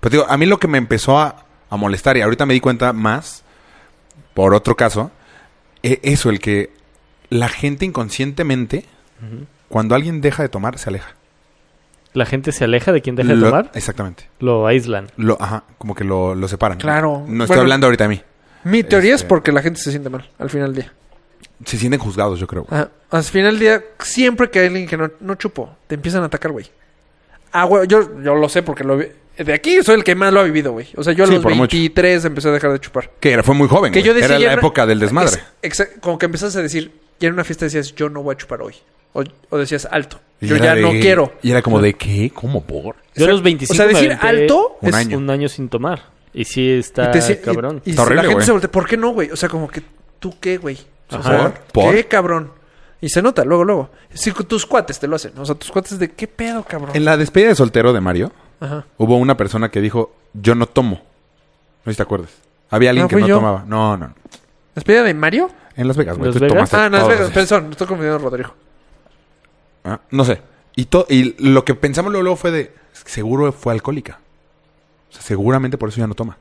Pero digo, a mí lo que me empezó a, a molestar y ahorita me di cuenta más, por otro caso, e- eso, el que la gente inconscientemente,
Ujú.
cuando alguien deja de tomar, se aleja.
La gente se aleja de quien deja de
Lo-
tomar,
Exactamente.
lo aíslan.
Lo, ajá, como que lo, lo separan.
Claro.
No estoy
Bueno.
hablando ahorita de mí.
Mi teoría
Este-
es porque la gente se siente mal al final del día.
Se sienten juzgados, yo creo. güey.
Ajá. Al final del día, siempre que hay alguien que no, no chupó, te empiezan a atacar, güey. Ah, güey, yo, yo lo sé porque lo vi- De aquí soy el que más lo ha vivido, güey. O sea, yo a
Sí,
los
por mucho.
23 empecé a dejar de chupar.
Que era, fue muy joven.
Que
güey.
yo decía...
era
ya
la
no-
época del desmadre.
Ex- exa- como que empezas a decir, ya en una fiesta decías, yo no voy a chupar hoy. O, o decías, alto.
Y
Yo
era
ya
de-
no quiero.
Y era como de, ¿qué? ¿Cómo por?
Yo a los
Exacto.
25
O sea,
me
decir
aventé
alto
Un
es
año.
un año sin tomar. Y sí está
y te si-
Ah, cabrón.
Y, y
Está
si
horrible,
la gente
güey.
se voltea, ¿por qué no, güey? O sea, como que, ¿tú qué, güey? O
Ajá.
sea,
¿Por? ¿Por?
¿Qué, cabrón? Y se nota luego, luego. Es decir, tus cuates te lo hacen. O sea, tus cuates de, ¿qué pedo, cabrón?
En la despedida de soltero de Mario,
Ajá.
hubo una persona que dijo, yo no tomo. No sé si te acuerdas. Había alguien
No,
que
fui
no
yo.
tomaba. No, no. no.
¿Despedida de Mario?
Ah, En Las Vegas, güey.
¿Las
Tú
Vegas?
tomaste
Ah, no, es
todos
Vegas.
los días.
Perdón, me estoy confundiendo a Rodrigo.
Ah, no sé. Y, to- y lo que pensamos luego, luego fue de, seguro fue alcohólica. O sea, seguramente por eso ya no toma.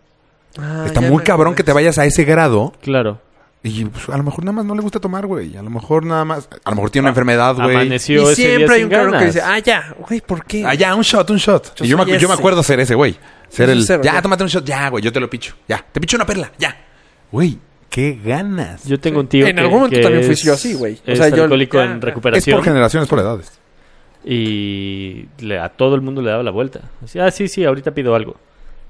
Ah,
Está muy cabrón que te vayas a ese grado
Claro.
y pues, a lo mejor nada más no le gusta tomar, güey. A lo mejor nada más... A lo mejor tiene una enfermedad, güey.
Amaneció
Y
ese día
siempre hay
sin
un cabrón
ganas.
que dice, ah, ya, güey, ¿por qué?
Ah, ya, un shot, un shot.
Yo
y yo, me,
soy
acu- yo me
ese.
acuerdo ser ese, güey. Ser
Yo
el.
soy cero,
ya,
yo.
tómate un shot, ya, güey, yo te lo picho. Ya, te picho una perla, ya. Güey, qué ganas.
Yo tengo un tío
En
que-
algún momento
que
también fui
es-
yo así, güey. O
es
sea, yo-
alcohólico
ya, ya.
en
Es
es por
recuperación
generaciones, por edades.
y le- a todo el mundo le daba la vuelta. Decía, ah, sí, sí, ahorita pido algo.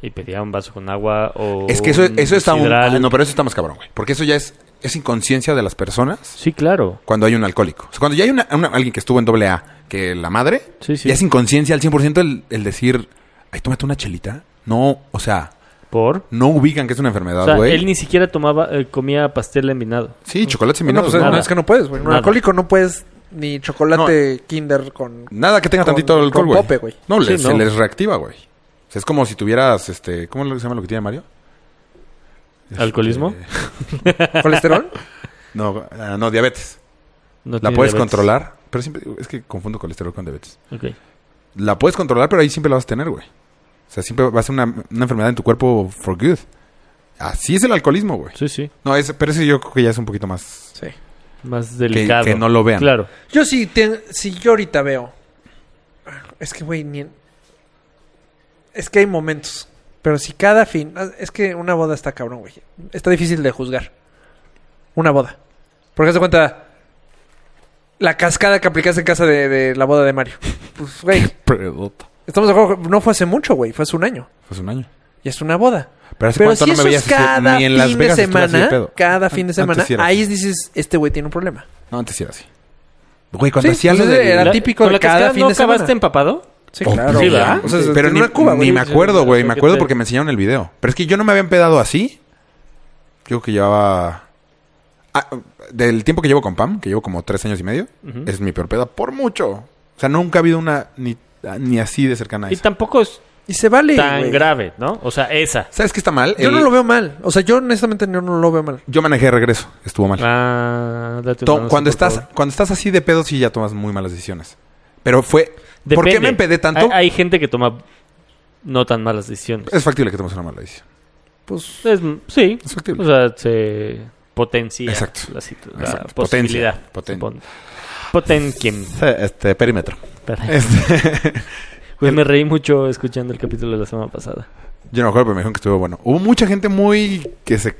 Y pedía un vaso con agua o
es que eso,
un
eso está un-
sidral.
ah, no, pero eso está más cabrón, güey. Porque eso ya es, es inconsciencia de las personas
Sí, claro.
cuando hay un alcohólico. O sea, cuando ya hay una- una- alguien que estuvo en doble A que la madre,
Sí, sí.
ya es inconsciencia al 100% el, el decir, ay, tómate una chelita. No, o sea,
Por...
no ubican que es una
O
enfermedad,
sea,
Ah, güey.
él ni siquiera tomaba, eh, comía pastel envinado.
Sí, chocolate sin
No,
vinagre,
pues,
nada.
no, es que no puedes, güey. Un
Nada.
alcohólico no puedes ni chocolate kinder con...
Nada que tenga
Con-
tantito alcohol,
con
güey.
pope, güey.
No,
Sí,
les-
no.
se les reactiva, güey. O sea, es como si tuvieras, este... ¿Cómo se llama lo que tiene Mario? Este,
¿Alcoholismo?
¿Colesterol?
[laughs] No, ah, no, diabetes.
No
la
tiene
puedes
diabetes.
controlar, pero siempre... Es que confundo colesterol con diabetes.
Ok.
La puedes controlar, pero ahí siempre la vas a tener, güey. O sea, siempre va a ser una, una enfermedad en tu cuerpo for good. Así es el alcoholismo, güey.
Sí, sí.
No, es, pero ese yo creo que ya es un poquito más...
Sí.
Más
que
delicado.
no lo vean.
Claro.
Yo sí, ten- si yo ahorita veo. Es que, güey, ni. en- Es que hay momentos. Pero si cada fin. ah, Es que una boda está cabrón, güey. Está difícil de juzgar. Una boda. Porque haz de cuenta. La cascada que aplicaste en casa de, de la boda de Mario. Pues, güey.
Predota.
Estamos de acuerdo. que No fue hace mucho, güey. Fue hace un año.
Fue hace un año.
Y es una boda.
Pero, hace
Pero
cuánto
si
no me
eso es
veías así-
cada
ni
fin
en Las
de
Vegas estuve así de
semana.
pedo.
cada fin de
Antes
semana.
sí era
Ahí
así.
dices, este güey tiene un problema.
No, antes sí era así. Güey, cuando
Sí,
hacía lo
entonces
de...
era
La-
típico
¿Con
de
la
cada
cascada
fin
no
de semana.
acabaste empapado?
Sí,
Oh,
claro.
sí,
güey.
¿verdad?
O sea,
Sí,
se-
pero
en
ni,
una Cuba,
ni
güey.
me
Sí,
acuerdo,
sí,
güey.
sí,
Me
sí,
acuerdo
sí.
porque me enseñaron el video. Pero es que yo no me había empedado así. Yo creo que llevaba... Ah, del tiempo que llevo con Pam, que llevo como tres años y medio,
Ujú.
es mi peor peda por mucho. O sea, nunca ha habido una ni, ni así de cercana a
Y
esa.
tampoco es
Y se vale.
tan
güey.
grave, ¿no? O sea, esa.
¿Sabes qué está mal?
Yo
El-
no lo veo mal. O sea, yo honestamente yo no lo veo mal.
Yo manejé de regreso. Estuvo mal.
Ah, date
To-
una, no sé,
cuando,
por
estás,
favor.
cuando estás así de pedo, sí ya tomas muy malas decisiones. Pero fue... ¿Por qué
Depende.
me empedé tanto?
Hay, hay gente que toma no tan malas decisiones.
Es factible que tomemos una mala decisión.
Pues
Es- sí,
Es
o
factible.
sea, se potencia
Exacto.
la, situ- la
Exacto.
posibilidad.
Poten-
supon- Potenquiem.
Este, perímetro.
Espera.
Este,
[laughs]
[laughs]
Güey, me reí mucho escuchando el capítulo de la semana pasada.
yo no me acuerdo, pero me dijeron que estuvo bueno. Hubo mucha gente muy que se,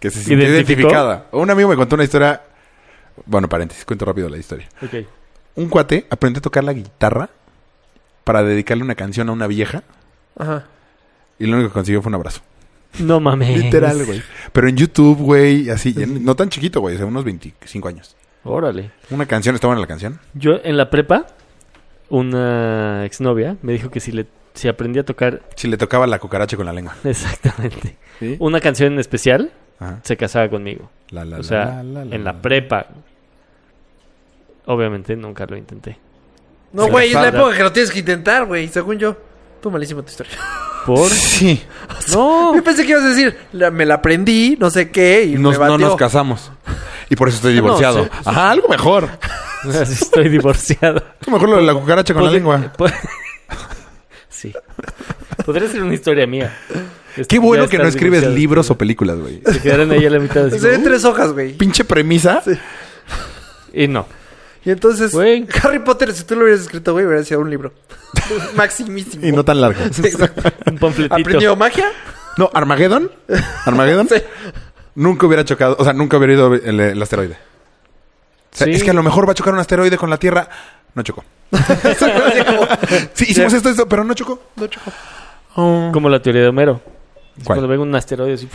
que se sintió
¿Identificó?
identificada. Un amigo me contó una historia. Bueno, paréntesis, cuento rápido la historia.
Ok.
Un cuate aprendió a tocar la guitarra para dedicarle una canción a una vieja
Ajá.
y lo único que consiguió fue
[laughs]
un abrazo.
No mames.
Literal, güey. Pero en YouTube, güey, así. y en- no tan chiquito, güey, o sea, unos 25 años.
Órale.
Una canción, estaba en la canción.
Yo en la prepa, una exnovia me dijo que si le si aprendía a tocar [laughs]
Si le tocaba la cucaracha con la lengua.
exactamente
¿Sí?
una canción en especial,
Ajá.
se casaba conmigo.
La, la,
O
la,
sea,
la, la, la,
en la
la.
prepa. Obviamente nunca lo intenté.
No,
Se
güey, es
la
la
sabe.
época que lo tienes que intentar, güey, según yo. Tú malísima tu historia.
[laughs]
Por
Sí.
no. [laughs]
Yo pensé que ibas a decir, la- me la aprendí, no sé qué, y
Nos-
me
no
batió.
nos casamos. Y por eso estoy divorciado.
sí,
Ajá, algo mejor.
Estoy divorciado.
Algo mejor lo de la cucaracha con la
Podri-
lengua.
[laughs] po- sí. Podría ser una historia mía. Este,
Qué bueno que no escribes
libros
libros o películas, güey.
Se quedaron ahí a la mitad. así
Se ven
como,
tres hojas, güey.
[laughs] Pinche premisa.
Y no.
Y entonces,
Güey.
Harry Potter, si tú lo hubieras escrito, güey, hubiera sido un libro. [laughs] Maximísimo.
Y no tan largo.
Exacto.
Un panfletito.
¿Aprendió magia?
No, Armageddon. Armageddon.
Sí.
Nunca hubiera chocado. O sea, nunca hubiera ido el, el asteroide. O sea,
Sí.
Es que a lo mejor va a chocar un asteroide con la Tierra. No chocó. [laughs]
Así como,
Sí, hicimos esto, esto, pero no chocó.
no chocó.
Como la teoría de Homero. Es
¿Cuál?
Cuando venga un asteroide así,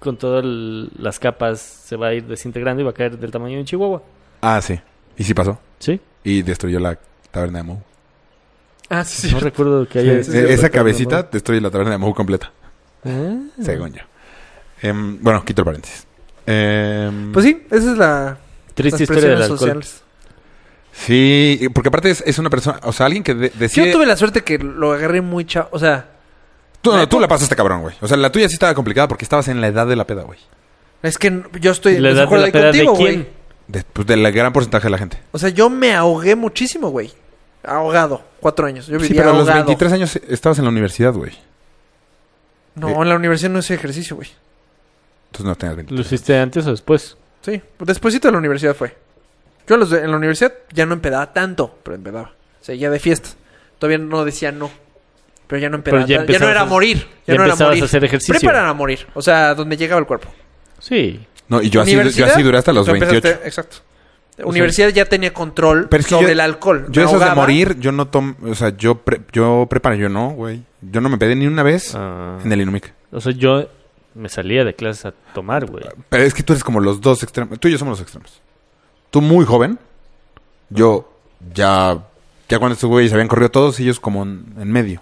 con todas el- las capas, se va a ir desintegrando y va a caer del tamaño de un chihuahua.
Ah, sí. Y sí pasó.
¿Sí?
Y destruyó la taberna de Moe.
Ah, sí, sí.
No recuerdo que haya...
Eh, esa cabecita destruye la taberna de Moe completa. ¿Eh? Según yo. Em, bueno, quito el paréntesis. Em,
Pues sí, esa es la
Triste
las
historia del
presiones
alcohol.
sociales.
Sí, porque aparte es, es una persona, o sea, alguien que de- decide...
Yo tuve la suerte que lo agarré muy chavo. O sea,
tú, no, tú la pasaste cabrón, güey. O sea, la tuya sí estaba complicada porque estabas en la edad de la peda, güey.
es que yo estoy en
¿La edad de
desacuerdo
la
ahí
peda de
contigo,
quién?
güey.
De, pues, del gran porcentaje de la gente.
O sea, yo me ahogué muchísimo, güey. Ahogado. Cuatro años. Yo vivía
Sí, pero a los
ahogado.
23 años estabas en la universidad, güey.
No,
Eh.
en la universidad no hice ejercicio, güey.
Entonces no tenías 23.
¿Lo hiciste antes o después?
Sí, despuésito de la universidad fue. Yo a los de- en la universidad ya no empedaba tanto, pero empedaba. O sea, ya de fiesta. Todavía no decía no. Pero ya no empedaba.
Pero ya
tanto. ya no
empezabas
era
a-
morir. Ya,
ya
no era
empezabas
morir.
a hacer ejercicio.
Preparar a morir. O sea, donde llegaba el cuerpo.
Sí.
No, y yo así, yo
Universidad,
así duré hasta los
tú
28.
empezaste- exacto. Universidad ya tenía control
Pero es que
sobre
yo-
el alcohol.
Yo
Me
eso de
ahogaba.
morir, yo no tomo... O sea, yo, pre- yo preparo, yo no, güey. Yo no me pedí ni una vez
Ah.
en el Inumic.
O sea, yo me salía de clases a tomar, güey.
Pero es que tú eres como los dos extremos. Tú y yo somos los extremos. Tú muy joven. Yo ya... Ya cuando estos güeyes habían corrido todos, ellos como en, en medio.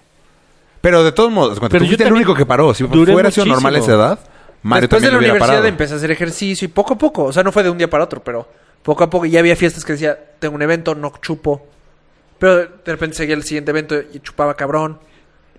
Pero de todos modos, cuando
Pero
tú
yo
fuiste el
también
único que paró. Si
duré
fuera sido normal a esa
muchísimo.
edad, Mario
Después de
también
la
hubiera
universidad
parado.
empecé a hacer ejercicio y poco a poco. O sea, no fue de un día para otro, pero poco a poco. Y ya había fiestas que decía, tengo un evento, no chupo. Pero de repente seguía el siguiente evento y chupaba cabrón.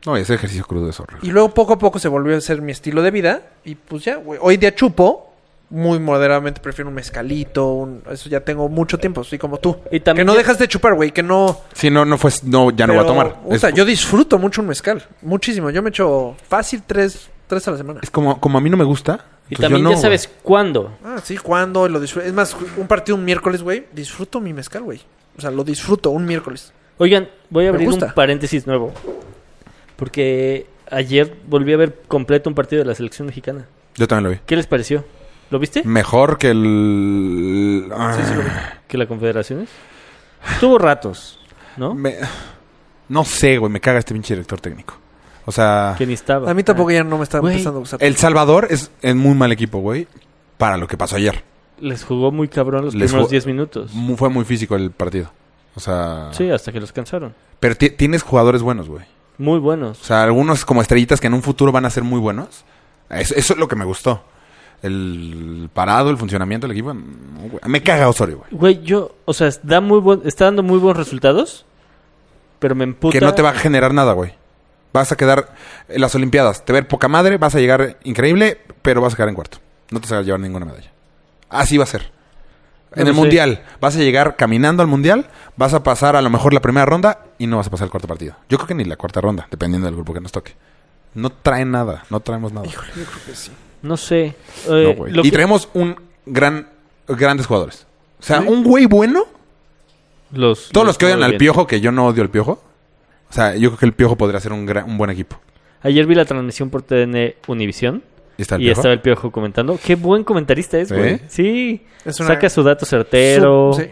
No, ese ejercicio crudo es horrible.
Y luego poco a poco se volvió a ser mi estilo de vida. Y pues ya, güey. Hoy día chupo. Muy moderadamente prefiero un mezcalito. un- Eso ya tengo mucho tiempo. Soy como tú.
Y también
que no
ya-
dejas de chupar, güey. Que no...
Sí, no, no fue... No, ya no
Pero,
voy a tomar.
puta,
Es-
yo disfruto mucho un mezcal. Muchísimo. Yo me echo fácil tres, tres a la semana.
Es como, como a mí no me gusta.
Y
entonces
también
Pues yo no,
ya sabes cuándo.
Ah, sí, cuando lo disfruto. Es más, un partido un miércoles, güey. Disfruto mi mezcal, güey. O sea, lo disfruto un miércoles.
Oigan, voy a
Me
abrir un
gusta.
paréntesis nuevo. Porque ayer volví a ver completo un partido de la selección mexicana.
güey. Yo también lo vi.
¿Qué les pareció? ¿Lo viste?
Mm. Mejor que el... ah,
¿Que la Confederaciones? Tuvo ratos, ¿no?
Me- No sé, güey. Me caga este pinche director técnico. O sea...
Que ni estaba. Ah,
A mí tampoco ya no me está
Güey,
empezando a gustar.
El Salvador es en muy mal equipo, güey. Para lo que pasó ayer.
Les jugó muy cabrón los
Les
primeros
jugó-
10 minutos.
Mu- fue muy físico el partido. O sea.
Sí, hasta que los cansaron.
Pero ti- tienes jugadores buenos, güey.
Muy
O
buenos.
sea, algunos como estrellitas que en un futuro van a ser muy buenos. Eso, eso es lo que me gustó. El parado, el funcionamiento del equipo. no, güey. Me caga Osorio, güey.
Güey, yo, o sea, da muy buen- está dando muy buenos resultados, pero me emputa.
Que no te va a generar nada, güey. Vas a quedar en las Olimpiadas. Te ver poca madre, vas a llegar increíble, pero vas a quedar en cuarto. No te vas a llevar ninguna medalla. Así va a ser. En
No
el
sé.
mundial, vas a llegar caminando al mundial, vas a pasar a lo mejor la primera ronda y no vas a pasar el cuarto partido. Yo creo que ni la cuarta ronda, dependiendo del grupo que nos toque. No trae nada, no traemos nada.
No sé.
No,
Eh,
güey.
lo
y
que-
traemos un gran grandes jugadores. O sea,
Sí.
un güey bueno,
los,
todos los que odian al
bien.
piojo, que yo no odio al piojo. O sea, yo creo que el piojo podría ser un, gran- un buen equipo.
Ayer vi la transmisión por TN Univisión
Y está el
y
piojo.
estaba el piojo comentando. Qué buen comentarista es, güey.
¿Eh?
Sí.
Es una-
Saca su dato certero.
Sí.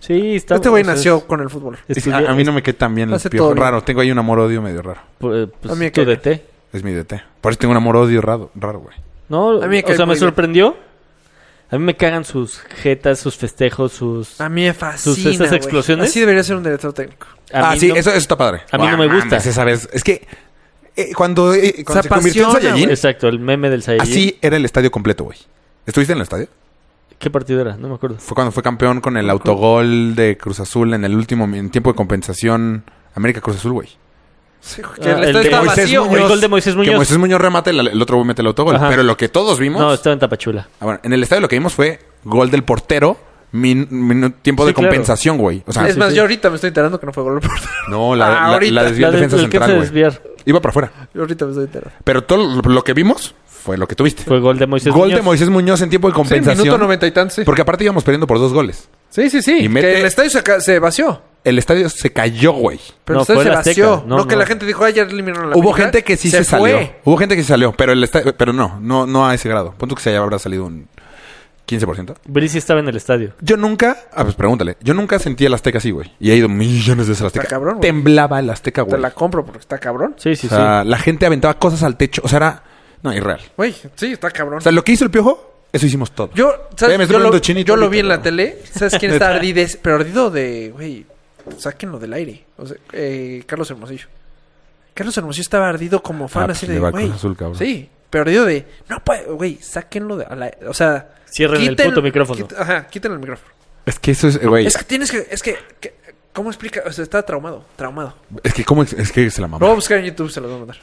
Sí, está
Este güey
o sea,
nació con el fútbol.
es-
Es que
estudia-
a, a mí no me cae tan bien el
Hace
piojo.
todo bien.
Raro, tengo ahí un amor-odio medio raro.
eh, pues,
a mí me
tu
cae-
DT.
Es mi DT. Por eso tengo un amor-odio raro, raro, güey.
No,
A mí me
o
cae
sea, me
muy bien.
sorprendió. A mí me cagan sus jetas, sus festejos, sus...
A mí me fascina.
¿Sus- esas
güey.
explosiones?
Así debería ser un director técnico.
A
ah,
mí
sí,
no-
eso, eso está padre.
a mí no me
Guau,
gusta.
mames, esa vez- es que eh, cuando, eh, cuando
Se
se, convirtió en
apasiona,
Saiyajin,
güey.
Exacto, el meme del Saiyajin.
así era el estadio completo, güey. ¿Estuviste en el estadio?
¿Qué partido era? No me acuerdo.
Fue cuando fue campeón con el autogol de Cruz Azul en el último mi- en tiempo de compensación América Cruz Azul, güey.
Sí, güey,
Ah,
que el
el
estadio
de
estaba
Moisés
vacío,
Muñoz.
güey.
El gol de Moisés
Que
Muñoz.
Moisés Muñoz remate, el, el otro güey mete el autogol.
Ajá.
Pero lo que todos vimos...
No, estaba en Tapachula.
Ah, bueno, en el estadio lo que vimos fue gol del portero, min- minu- tiempo
Sí,
de
claro.
compensación, güey. O sea,
Es
Ah, sí,
más,
sí.
yo ahorita me estoy enterando que no fue gol por
no, la,
Ah,
la-
ahorita.
la desvió
La
el
de-
defensa
el que
central,
se
güey.
desviar
Iba para afuera.
[laughs] Yo ahorita me estoy enterando.
Pero todo lo- lo que vimos fue lo que tuviste.
fue gol de Moisés
gol
Muñoz.
de Moisés Muñoz en tiempo de
Sí,
compensación.
minuto noventa y tantos. Sí.
Porque aparte íbamos perdiendo por dos goles.
sí, sí, sí.
Y mete-
Que el estadio se, ca- se vació.
El estadio se cayó, güey.
Pero
No,
el estadio
fue
se
el Azteca.
vació. No,
No,
que
no.
la gente dijo, ay, ya eliminaron a la
Hubo
América".
gente que sí se, salió. Hubo gente que se salió, pero el estadio, pero no, no, no a ese grado. Punto que se habrá salido un 15%.
Brisi estaba en el estadio.
Yo nunca, ah, pues pregúntale, yo nunca sentí el Azteca así, güey. Y he ido millones de veces al Azteca.
Está cabrón, güey.
Temblaba el Azteca,
Te
güey.
la compro porque está cabrón.
Sí, sí,
o sea, la gente aventaba cosas al techo. O sea, era. No, irreal.
Güey, sí, está cabrón.
O sea, lo que hizo el piojo, eso hicimos todo.
Yo, ¿sabes?
Eh, me estoy
yo, lo,
poniendo chinito
yo lo
ahorita,
vi en la
¿no?
tele. ¿Sabes
[laughs]
quién está ardides? Pero ardido de, güey, sáquenlo del aire. O sea, eh, Carlos Hermosillo. Carlos Hermosillo estaba ardido como fan,
Ah, pues,
así
le
de,
va a Cruz
güey.
Azul, cabrón.
Sí, pero ardido de, no puede, güey, sáquenlo de. a la- o sea,
Cierren el puto micrófono.
quita- ajá, quiten el micrófono.
Es que eso es, eh, güey.
Es que tienes que, es que, que- ¿cómo explica? O sea, está traumado, traumado.
Es que, ¿cómo es, es que se la mamó?
Lo voy a buscar en YouTube, se los voy a mandar.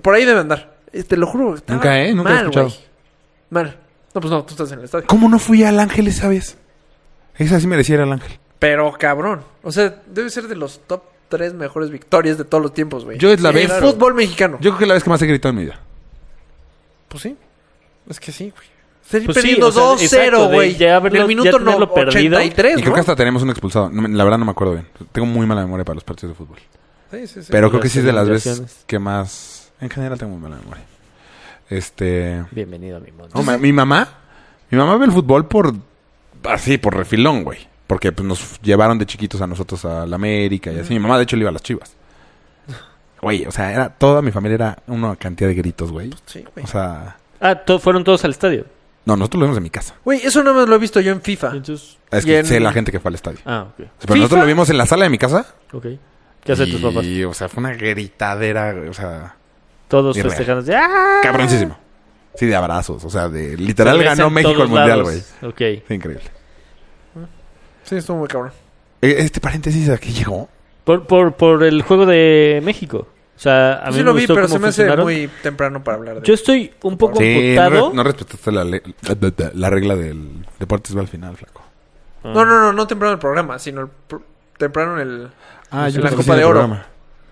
Por ahí debe andar. Eh, Te lo juro. estaba
Nunca, ¿eh? Nunca he
mal,
escuchado.
güey. Mal. No, pues no, tú estás en el estadio.
¿Cómo no fui al ángel esa vez? Esa sí merecía ir al ángel.
Pero cabrón. O sea, debe ser de los top tres mejores victorias de todos los tiempos, güey.
Yo es la
En
vez-
el fútbol mexicano.
Yo creo que es la vez que más he gritado en mi vida.
Pues sí. Es que sí, güey. Ser
Pues sí,
perdido
o sea,
2-0,
exacto, de
güey.
ya haberlo-
en el minuto
ya tenerlo
no-
perdido.
83,
Y creo
¿no?
que hasta tenemos un expulsado. No me- la verdad no me acuerdo bien. Tengo muy mala memoria para los partidos de fútbol.
Sí, sí, sí.
Pero creo que sí es de las veces
celebraciones.
que más... En general tengo muy mala memoria. Este...
Bienvenido a mi mundo.
no, ma- mi mamá... Mi mamá ve el fútbol por... Así, por refilón, güey. Porque pues, nos llevaron de chiquitos a nosotros a la América y así. Mi mamá, de hecho, le iba a las chivas. Güey, o sea, era... Toda mi familia era una cantidad de gritos, güey.
Sí, Pues, güey.
O sea...
Ah, to- fueron todos al estadio.
No, nosotros lo vimos en mi casa.
Güey, eso nada más lo he visto yo en
Ah.
FIFA.
Entonces,
Es
Y
que
en-
sé la gente que fue al estadio.
ah, ok.
Pero nosotros
¿FIFA?
lo vimos en la sala de mi casa
ok. ¿Qué hacen tus papás?
Y, o sea, fue una gritadera, güey, o sea,
Todos
Irreal.
festejando. ¡Ah!
cabroncísimo. Sí, de abrazos, o sea, de literal
Se besan
ganó México el
todos
mundial,
lados.
güey.
Ok.
Fue increíble.
Sí, estuvo muy cabrón.
Eh, Este paréntesis aquí llegó.
Por, por, por el juego de México. O sea, a mí
sí
me
lo vi,
gustó
pero
cómo
se me hace
funcionaron.
muy temprano para hablar de
Yo estoy un poco
Sí, no,
amputado.
re- no respetaste la, le- la- la regla del deportes va al final, flaco.
No, no, no, no temprano en el programa, sino el pro- temprano en el...
Ah,
yo pensé que sí en el programa.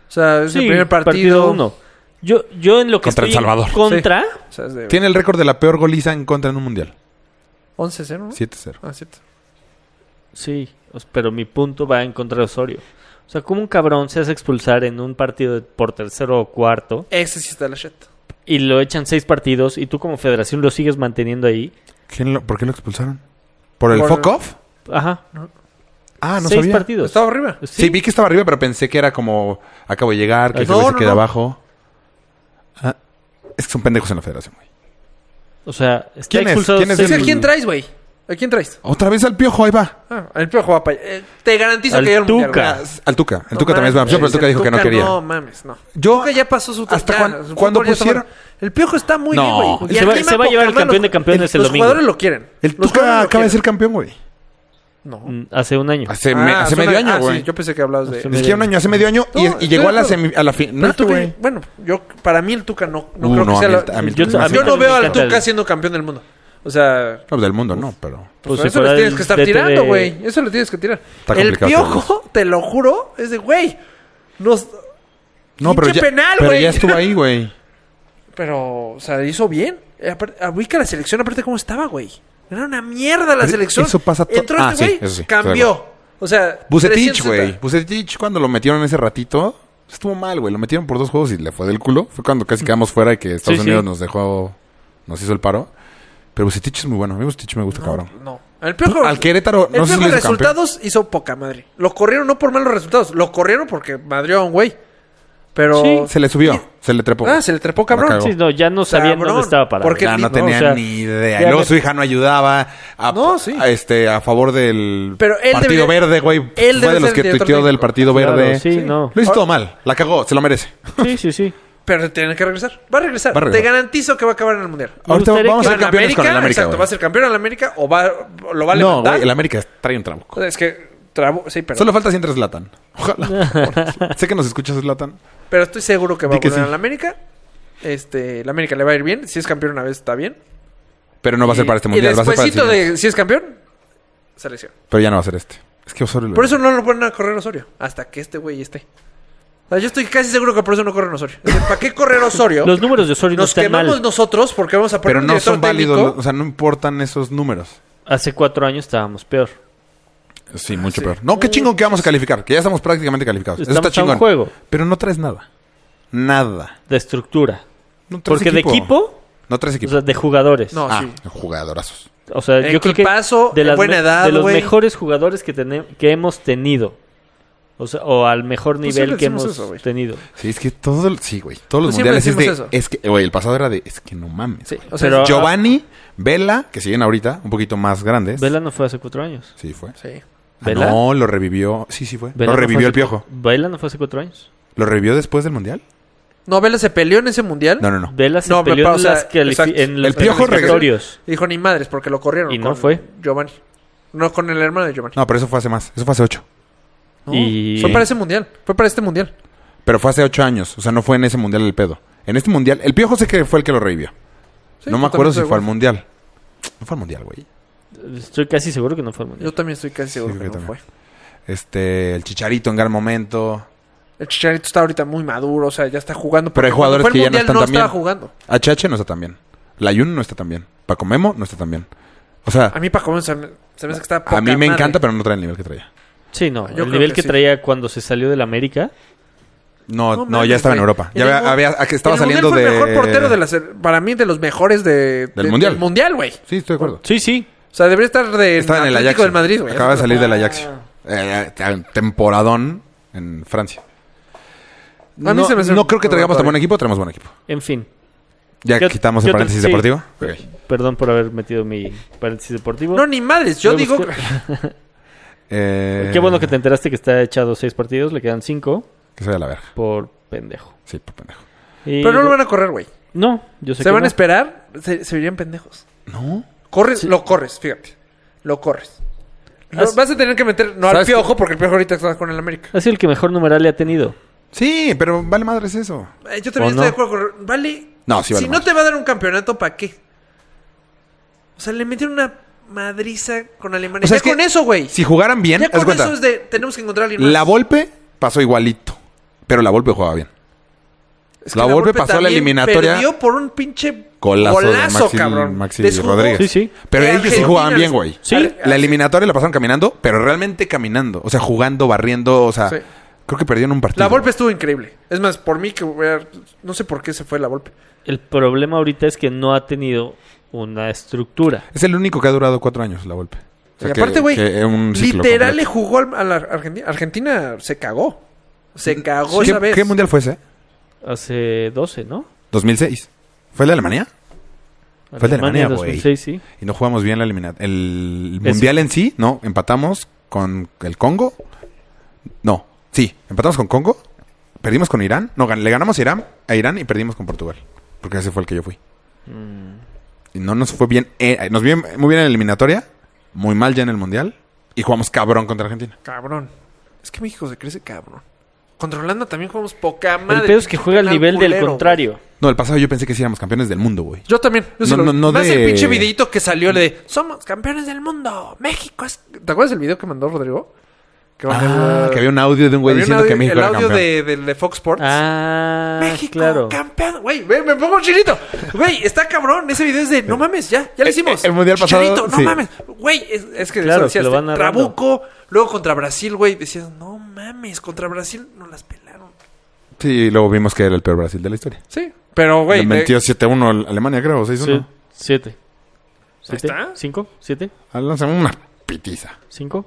O sea, es
Sí,
el primer partido.
uno. Yo, yo en lo que
Contra El
estoy en
Salvador.
contra,
O sea, es de
Tiene el récord de la peor goliza en contra en un mundial.
11-0, ¿no?
7-0.
Ah, cierto.
sí. os- pero mi punto va en contra de Osorio. O sea, como un cabrón se hace expulsar en un partido de- por tercero o cuarto
Ese sí está la shit.
y lo echan seis partidos y tú como federación lo sigues manteniendo ahí.
¿Quién lo- ¿Por qué lo expulsaron? ¿Por el
Por-
fuck off?
Ajá.
Ah, no
seis
sabía.
partidos.
Estaba arriba.
Sí. vi que estaba arriba, pero pensé que era como acabo de llegar, que
No,
ese güey se
no,
queda
no.
abajo. Ah, es que son pendejos en la federación, güey.
O sea, está
¿Quién es?
expulsado
¿Quién es
seis-
Es que,
el-
¿a quién traes, güey? ¿A quién traes?
Otra vez al piojo, ahí va.
Ah, el piojo va para allá. Eh, te garantizo
Al
que ya el mundial,
Tuca.
güey.
Al Tuca. El
No
Tuca también es una
mames,
opción, pero el Tuca dijo que no quería.
No mames, no.
Yo-
Tuca ya pasó su
hasta
ya,
cuan-
su
cuando
fútbol ya está
pusieron-
mal. El piojo está muy
No.
bien, güey.
Se
Y el
va-
clima
se va a llevar el
poca madre,
campeón
los-
de campeones el
los
domingo.
jugadores lo quieren.
El
Los
Tuca
jugadores lo
acaba de ser
quieren.
campeón, güey.
No.
Mm, Hace un año.
Hace,
Ah,
me- hace
una-
medio
ah,
año,
sí,
güey.
yo pensé que hablabas de...
Hace
Ni siquiera un año, hace medio año. y-
No,
y,
estoy
llegó a la,
de acuerdo.
semi- a la
Pero
final,
el Tuca-
güey.
bueno, yo, para mí el Tuca no, no
Uh,
creo
no,
que sea
a mí el-
la-
a mí el
yo,
Tuca se me
yo
hace
no
muy
veo al
encantador.
Tuca siendo campeón del mundo. O sea,
No, del mundo no, pero...
Pues
pues
si
eso les
fuera
tienes
el
que estar
DT de-
tirando, güey. Eso lo tienes que tirar.
Está
El
complicado
piojo, [laughs] te lo juro, es de, güey. Nos...
No, pero
Pinche
ya,
penal,
pero
güey.
ya estuvo
[laughs]
ahí, güey.
Pero, o sea, hizo bien. Eh, apar- A Wicca la selección, aparte, ¿cómo estaba, güey? Era una mierda la
Pero
selección.
eso pasa to-
Entró
Ah,
este
sí,
güey,
eso sí, estoy
cambió. O sea,
Bucetich,
360.
güey. Bucetich, cuando lo metieron ese ratito, estuvo mal, güey. Lo metieron por dos juegos y le fue del culo. Fue cuando
Mm.
casi quedamos fuera y que Estados
Sí, sí.
Unidos nos dejó, nos hizo el paro. Pero Bucetich es muy bueno. A mí Bucetich me gusta, cabrón.
No. El Piojo.
Al Querétaro,
el
no sé si
Piojo
lo
en
hizo campeón.
resultados hizo poca madre. Lo corrieron no por malos resultados, lo corrieron porque madrió a un güey. Pero.
Se le subió, se le trepó.
Ah, se le trepó cabrón.
cagó.
Sí, no, ya no sabían
Cabrón,
dónde estaba parado.
porque-
Ya
Sí,
no
no,
tenía
o sea,
ni idea. Y
ya
luego
me-
su hija no ayudaba. A,
No, sí.
a este, a favor del
Pero él
Partido
debería-
Verde, güey. Fue
él debe
de los
ser
que
el director
tuiteó del
técnico.
Partido
Claro,
Verde.
sí, no.
Lo hizo todo mal. La cagó, se lo merece.
Sí, sí, sí.
Pero tienen que regresar. Va a regresar.
Va a regresar.
Te garantizo que va a acabar en el mundial.
Me
Ahorita
gustaría
vamos a
que
ser
en
campeones con el América.
Exacto,
güey.
va a ser campeón en América o va, lo va a
No,
levantar.
güey, el América trae un trabuco.
Es que trabo, sí, pero,
Solo falta si entra Zlatan.
[laughs]
Ojalá. sé que nos escuchas, Zlatan.
pero estoy seguro que va
Di
a
que
volver
sí.
al América. Este, la América le va a ir bien. Si es campeón una vez está bien.
Pero no va a ser para este mundial,
y
va a ser para el
despuésito
siguiente.
de si es campeón selección.
Pero ya no va a ser este. Es que Osorio...
Por eso no lo ponen a correr Osorio hasta que este güey esté. O sea, yo estoy casi seguro que por eso no corren Osorio. O sea, ¿Para qué correr Osorio?
[laughs] Los números de Osorio no
Nos
están
quemamos
mal.
nosotros porque vamos a poner
Pero
un
no
director
son válidos,
técnico.
o sea, no importan esos números.
Hace cuatro años estábamos peor.
Sí, mucho
sí.
peor. No, qué chingón que vamos a calificar, que ya estamos prácticamente calificados. Eso
Estamos
está
a un
chingón.
juego
Pero no traes nada. Nada.
de estructura.
No traes
Porque de equipo,
No traes
o
equipo.
sea, de jugadores.
No,
ah,
sí.
jugadorazos.
O sea, yo creo que
Equipazo,
de, las
buena
me-
edad,
de los
güey.
mejores jugadores que, tenem- que hemos tenido. O, sea, o al mejor
Pues
nivel
sí le
que
decimos
hemos
eso, güey.
tenido.
Sí, es que todo... el- Sí, güey. Todos
Pues
los
siempre
mundiales es de...
decimos eso.
Es que... Güey, el pasado era de... Es que no mames.
Sí,
güey.
o sea,
Pero-
Giovanni, Vela, que siguen ahorita, un poquito más grandes.
Vela no fue hace cuatro años.
Sí, fue.
sí.
Ah,
¿Vela?
no, lo revivió. Sí, sí fue.
Vela no
lo
fue
revivió el
hace-
piojo.
Vela no fue hace cuatro años.
¿Lo revivió después del mundial?
No, Vela se peleó en ese mundial.
No, no, no.
Vela se
No, pero
peleó
pa- o
en,
sea,
las califi-
exacto.
en los
El Piojo regresó.
clasificatorios.
Dijo ni madres porque lo corrieron.
Y no
con
fue.
Giovanni. No con el hermano de Giovanni.
No, pero eso fue hace más. Eso fue hace ocho.
No,
Y-
Fue para ese mundial. Fue para este mundial.
Pero fue hace ocho años. O sea, no fue en ese mundial el pedo. En este mundial, el piojo sé que fue el que lo revivió.
Sí,
no me
yo también
acuerdo si
estoy
fue al
igual.
mundial. No fue al mundial, güey.
Estoy casi seguro que no fue al mundial.
Yo también estoy casi seguro
Sí,
que
yo
no
también.
fue.
Este, el chicharito en gran momento.
El Chicharito está ahorita muy maduro, o sea, ya está jugando.
Pero hay
porque
jugadores
cuando
que
fue
ya
el
no están
mundial,
tan bien.
estaba jugando.
HH no está tan bien. Layun no está tan bien. Paco Memo no está tan bien. O sea,
A mí Paco Memo se me, se me hace que está
a mí me encanta, pero no trae el nivel que traía.
Sí, no.
Yo
el
creo
nivel
que
que
sí.
traía cuando se salió del América.
No, no,
No mames,
ya estaba en
güey.
Europa. Ya
En el
había,
mu-
había- que estaba
El mundial
saliendo
fue
de.
el mejor portero de la se- para mí de los mejores de, de-
mundial.
güey.
Sí, estoy de acuerdo.
Sí, sí.
O sea, debería estar de
Estaba en el
Atlético del
Ajax.
Madrid, güey.
Acaba de salir del Ajax.
Ah.
Eh, eh, temporadón en Francia.
A mí
no,
se me hace
no creo que
un-
traigamos tan
todavía.
buen equipo, traemos buen equipo.
En fin.
Ya
Yo-
quitamos el
yo
paréntesis
tam- sí.
deportivo. Ok.
Perdón por haber metido mi paréntesis deportivo.
No, ni madres. Yo
Voy a
digo...
buscar-
Eh,
Qué bueno que te enteraste que está echado seis partidos. Le quedan cinco
Que se vea la verga.
por pendejo.
Sí, por pendejo.
Y-
Pero no lo van a correr, güey.
No, yo sé
Se
que
van
no.
a esperar, se, se verían pendejos.
No.
Corres, lo corres, fíjate. Lo corres. Lo-
Haz-
vas a tener que meter, no al
¿Sabes qué?
piojo, porque el piojo ahorita está con el América.
Ha sido el que mejor numeral le ha tenido.
Sí, pero vale madres eso.
Eh, yo
¿O
también estoy
no?
de acuerdo con. Vale.
No, sí vale
Si no
madre.
te va a dar un campeonato, ¿para qué? O sea, le metieron una madriza con Alemania.
O sea,
ya
es que
con eso, güey.
Si jugaran bien,
ya
haz
con
cuenta,
eso es de. Tenemos que encontrar a alguien más.
la Volpe pasó igualito. Pero la Volpe jugaba bien.
Es
la Volpe pasó a la
también
eliminatoria.
Perdió por un pinche
Golazo, de
golazo,
Maxi-
cabrón.
Maxi
Desjugó.
Rodríguez.
Sí, sí.
Pero
Eh,
ellos sí
Argentina
jugaban bien,
les-
güey.
Sí.
Ar-
La eliminatoria la pasaron caminando, pero realmente caminando. O sea, jugando, barriendo, o sea...
Sí.
Creo que perdieron un partido.
La Volpe estuvo increíble. Es más, por mí que hubiera- no sé por qué se fue la Volpe.
El problema ahorita es que no ha tenido una estructura.
Es el único que ha durado cuatro años, la Volpe. O sea,
y
que-
aparte, güey,
que es un ciclo
literal le
completo.
jugó al- a la Argentina. Argentina se cagó. Se cagó esa
Mm, ¿Qué,
vez.
¿Qué mundial fue ese?
Hace 12, ¿no?
2006. ¿Fue el de Alemania? Fue el de Alemania, güey.
2006, sí.
Y no jugamos bien la eliminatoria. El
Ese.
mundial en sí, no. Empatamos con el Congo. No, sí. Empatamos con Congo. Perdimos con Irán. No, gan- le ganamos a Irán, a Irán y perdimos con Portugal. Porque ese fue el que yo fui.
Mm.
Y no nos fue bien. eh, nos bien muy bien en la eliminatoria. Muy mal ya en el mundial. Y jugamos cabrón contra Argentina.
Cabrón. Es que México se crece cabrón. Controlando también jugamos poca madre.
El pedo es que juega al
Tan
nivel del
culero,
contrario.
No, el pasado yo pensé que sí éramos campeones del mundo, güey.
Yo también. Yo sí
No,
lo-
no, no
Más
de-
el pinche videito que salió le de Somos campeones del mundo. México es. ¿Te acuerdas el video que mandó Rodrigo? Que,
Ah, que había un audio de un güey
había
diciendo
audio-
que México
El
era
audio
campeón.
de, del de Fox Sports.
Ah,
México,
claro.
campeón. Güey, ve, me pongo chinito. Güey, está cabrón. Ese video es de no mames, ya, ya lo
Eh,
hicimos.
eh, el mundial pasado,
Chicharito, no
sí.
mames. Güey, es, es que
Claro,
eso decías,
que lo van
de
narrando.
Trabuco, luego contra Brasil, güey. Decías, no mames, contra Brasil no las pelaron.
Sí, y luego vimos que era el peor Brasil de la historia.
Sí, pero güey. eh,
Le
de-
metió 7-1 a Alemania, creo, o 6-1.
Sí, siete. ¿Siete?
está.
¿Cinco? ¿Siete?
Ah, lanzan una pitiza.
¿Cinco?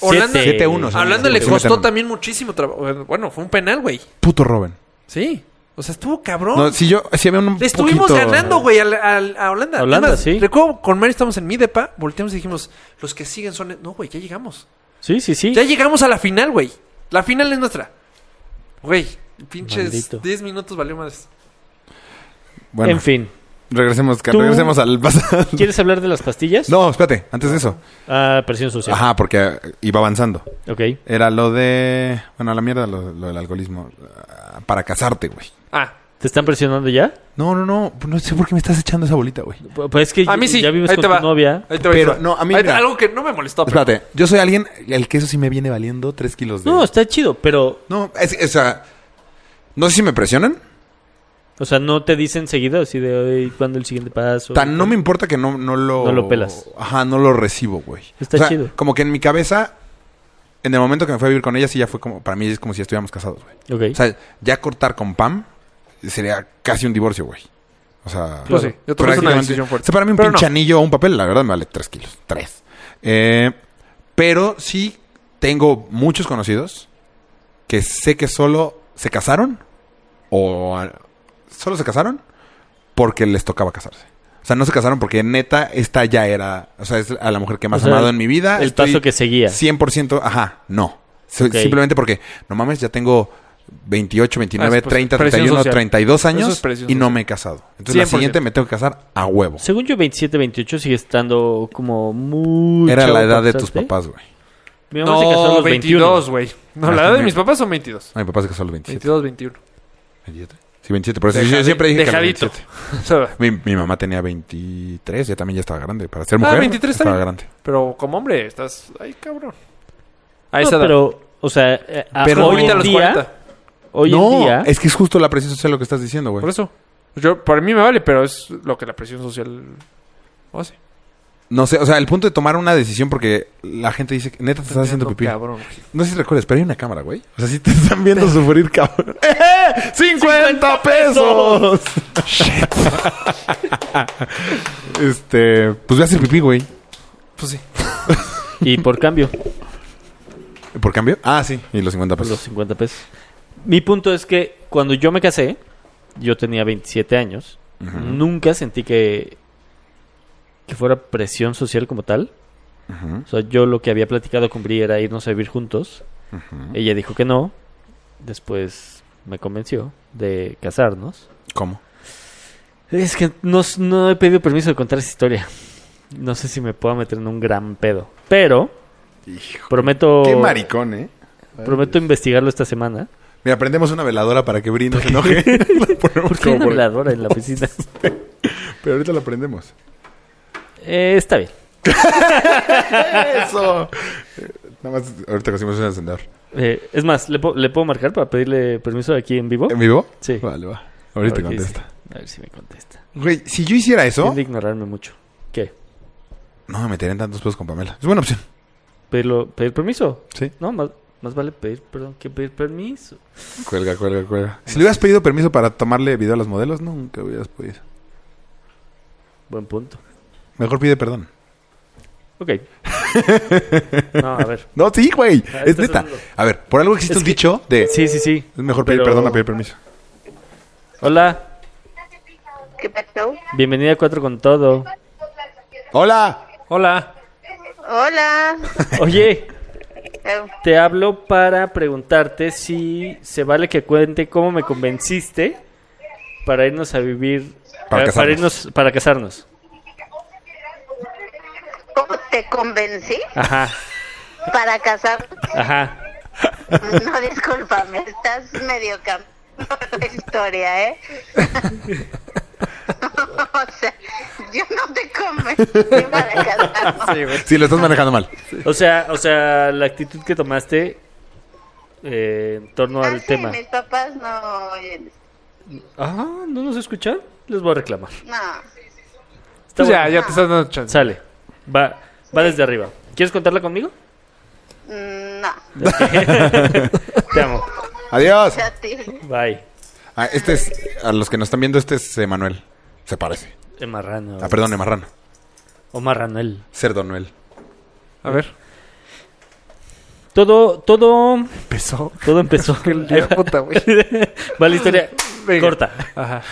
Holanda-
Siete.
7-1.
Hablando,
Sí,
le
sí,
costó
meten-
también muchísimo trabajo. Bueno, fue un penal, güey.
Puto Robin.
Sí. O sea, estuvo cabrón.
No, si yo, si había un
Le estuvimos
poquito-
ganando, güey, al- al- a, Holanda.
A Holanda,
Además,
sí.
Recuerdo, con Mary estamos en Midepa, volteamos y dijimos, los que siguen son... No, güey, ya llegamos.
Sí, sí, sí.
Ya llegamos a la final, güey. La final es nuestra. Güey, pinches
Maldito.
10 minutos valió más.
Bueno,
En fin.
regresemos, que
Tú-
regresemos al [laughs] pasado.
¿Quieres hablar de las pastillas?
No, espérate, antes de eso.
Ah, presión sucia.
Ajá, porque eh, iba avanzando.
Ok.
Era lo de. Bueno, a la mierda, lo, lo del alcoholismo. Ah, Para casarte, güey.
Ah,
¿Te están presionando ya?
No, no, no. No sé por qué me estás echando esa bolita, güey.
P- Pues es que
a mí
ya-
sí.
ya vives
ahí
con
te
tu
va.
novia.
Ahí te va, ahí
Pero,
te va.
no, a mí
Ahí-
mira.
Algo que no me molestó. pero-
Espérate, yo soy alguien el que eso sí me viene valiendo tres kilos de.
No, está chido, pero...
No, es, o sea. No sé si me presionan.
O sea, no te dicen seguido así de hoy, cuándo el siguiente paso.
Tan no me importa que no, no lo.
No lo pelas.
Ajá, no lo recibo, güey.
Está chido.
Como que en mi cabeza. En el momento que me fui a vivir con ella, sí ya fue como. Para mí es como si estuviéramos casados, güey.
Ok.
O sea, ya cortar con Pam sería casi un divorcio, güey. O sea,
Pues sí, yo tomé una
prácticamente-
decisión fuerte.
O sea, para mí un
Pero
pinche
no.
anillo o un papel, la verdad, me vale tres kilos. Tres. Eh, pero sí tengo muchos conocidos que sé que solo se casaron o a- solo se casaron porque les tocaba casarse. O sea, no se casaron porque neta esta ya era, o sea, es a la mujer que más
O sea,
he amado en mi vida.
el
Estoy-
paso que seguía.
100%, ajá, no. So-
Ok.
Simplemente porque, no mames, ya tengo 28, 29,
Ah, pues,
30,
presión
31,
social.
32 años
Eso es presión
y no
social.
me he casado. Entonces la
100%.
siguiente me tengo que casar a huevo.
Según yo, 27, 28 sigue estando como muy...
Era
chavo
la edad
para
de tus
casarte.
papás, güey.
Mi mamá se casó a
No,
los
22, güey. No,
Ah,
la edad de
sí.
mis papás son 22.
Ay, mi papá se casó a los 27.
22, 21.
27. Pues Sí, 27. Por eso yo
Dejadi-
siempre dije que a los
dejadito.
27.
[laughs] O sea,
Mi, mi mamá tenía 23, ya también ya estaba grande. Para ser
Ah,
mujer,
23
estaba
también.
grande.
pero como hombre, estás... Ay, cabrón. A
No,
esa edad.
pero, o sea, eh, a-
Pero
hoy
ahorita a
en
los
día...
40.
Hoy
no,
en día...
es que es justo la precisión social lo que estás diciendo,
Por
güey.
eso. Yo, para mí me vale, pero es lo que la presión social Oh, hace.
No sé, o sea, el punto de tomar una decisión porque la gente dice, que neta, te estás haciendo pipí.
Cabrón, güey.
No sé si recuerdas, pero hay una cámara, güey. O sea, sí te están viendo sufrir, cabrón.
[laughs]
¡Eh! ¡50 pesos!
[laughs]
este. Pues voy a hacer pipí, güey.
Pues sí.
Y por cambio,
¿Por cambio? Ah, sí. Y los 50
por los
pesos.
50 pesos. Mi punto es que cuando yo me casé, yo tenía 27 años,
Ujú.
nunca sentí que, que fuera presión social como tal.
Ujú,
O sea, yo lo que había platicado con Bri era irnos a vivir juntos.
ujú.
Ella dijo que no. Después me convenció de casarnos.
¿Cómo?
Es que no, s- no he pedido permiso de contar esa historia. No sé si me puedo meter en un gran pedo. Pero prometo,
Qué maricón, ¿eh?
prometo investigarlo esta semana.
Mira, prendemos una veladora para que Bri no [laughs] se enoje. La ponemos
¿Por qué hay
como
una
por-
veladora en la oficina?
Pero ahorita la prendemos.
Eh, está bien.
Eso. Eh, Nada más, ahorita conseguimos un encendedor.
Eh, es más, ¿le, po- le puedo marcar para pedirle permiso aquí en vivo?
¿En vivo?
Sí.
Vale, va. Ahorita
Ok,
contesta.
sí. A ver si me contesta.
Güey, si yo hiciera eso,
Tiende a ignorarme mucho. ¿Qué?
no me metería en tantos pesos con Pamela. Es buena opción.
¿Pedirlo, ¿Pedir permiso?
Sí.
No, más, más vale pedir perdón que pedir permiso.
Cuelga, cuelga, cuelga. Si le hubieras pedido permiso para tomarle video a los modelos, nunca hubieras podido.
Buen punto.
Mejor pide perdón. [laughs]
Ok. no, a ver.
No, sí, güey.
Ah,
Es
estás
neta.
hablando.
A ver, por algo existe
Es
un
que-
dicho de...
Sí, sí, sí.
Es mejor pedir
Pero-
perdón a pedir permiso.
Hola,
¿Qué pasó?
bienvenida a Cuatro con Todo.
¡Hola!
Hola.
Hola.
Oye,
Eh,
te hablo para preguntarte si se vale que cuente cómo me convenciste para irnos a vivir...
Para
eh,
casarnos.
irnos, para casarnos.
¿Cómo te convencí
Ajá,
para casar?
ajá.
No, discúlpame, estás medio cam... la historia, ¿eh? [laughs] o sea, yo no te convencí para casarnos.
Sí, lo estás manejando mal.
O sea, o sea, la actitud que tomaste eh, en torno
Ah,
al
sí,
tema.
mis papás no oyen.
Ah, ¿no nos Pues escuchan? Les voy a reclamar.
No.
Está
Pues ya,
bueno.
ya te estás dando chance.
Sale. Va, va desde arriba. ¿Quieres contarla [laughs] conmigo?
Mm, No.
Te amo.
Adiós.
A ti.
Bye.
Ah, este es, a los que nos están viendo, este es eh, Manuel. Se parece.
Eh, Marrano.
Ah, perdón, Marrano.
O Marranuel.
Cerdo Noel.
A ver.
Todo, todo,
Empezó.
todo [laughs] empezó. Ahí
Ya,
va.
puta,
[laughs]
güey.
va la historia
Venga.
corta.
Ajá.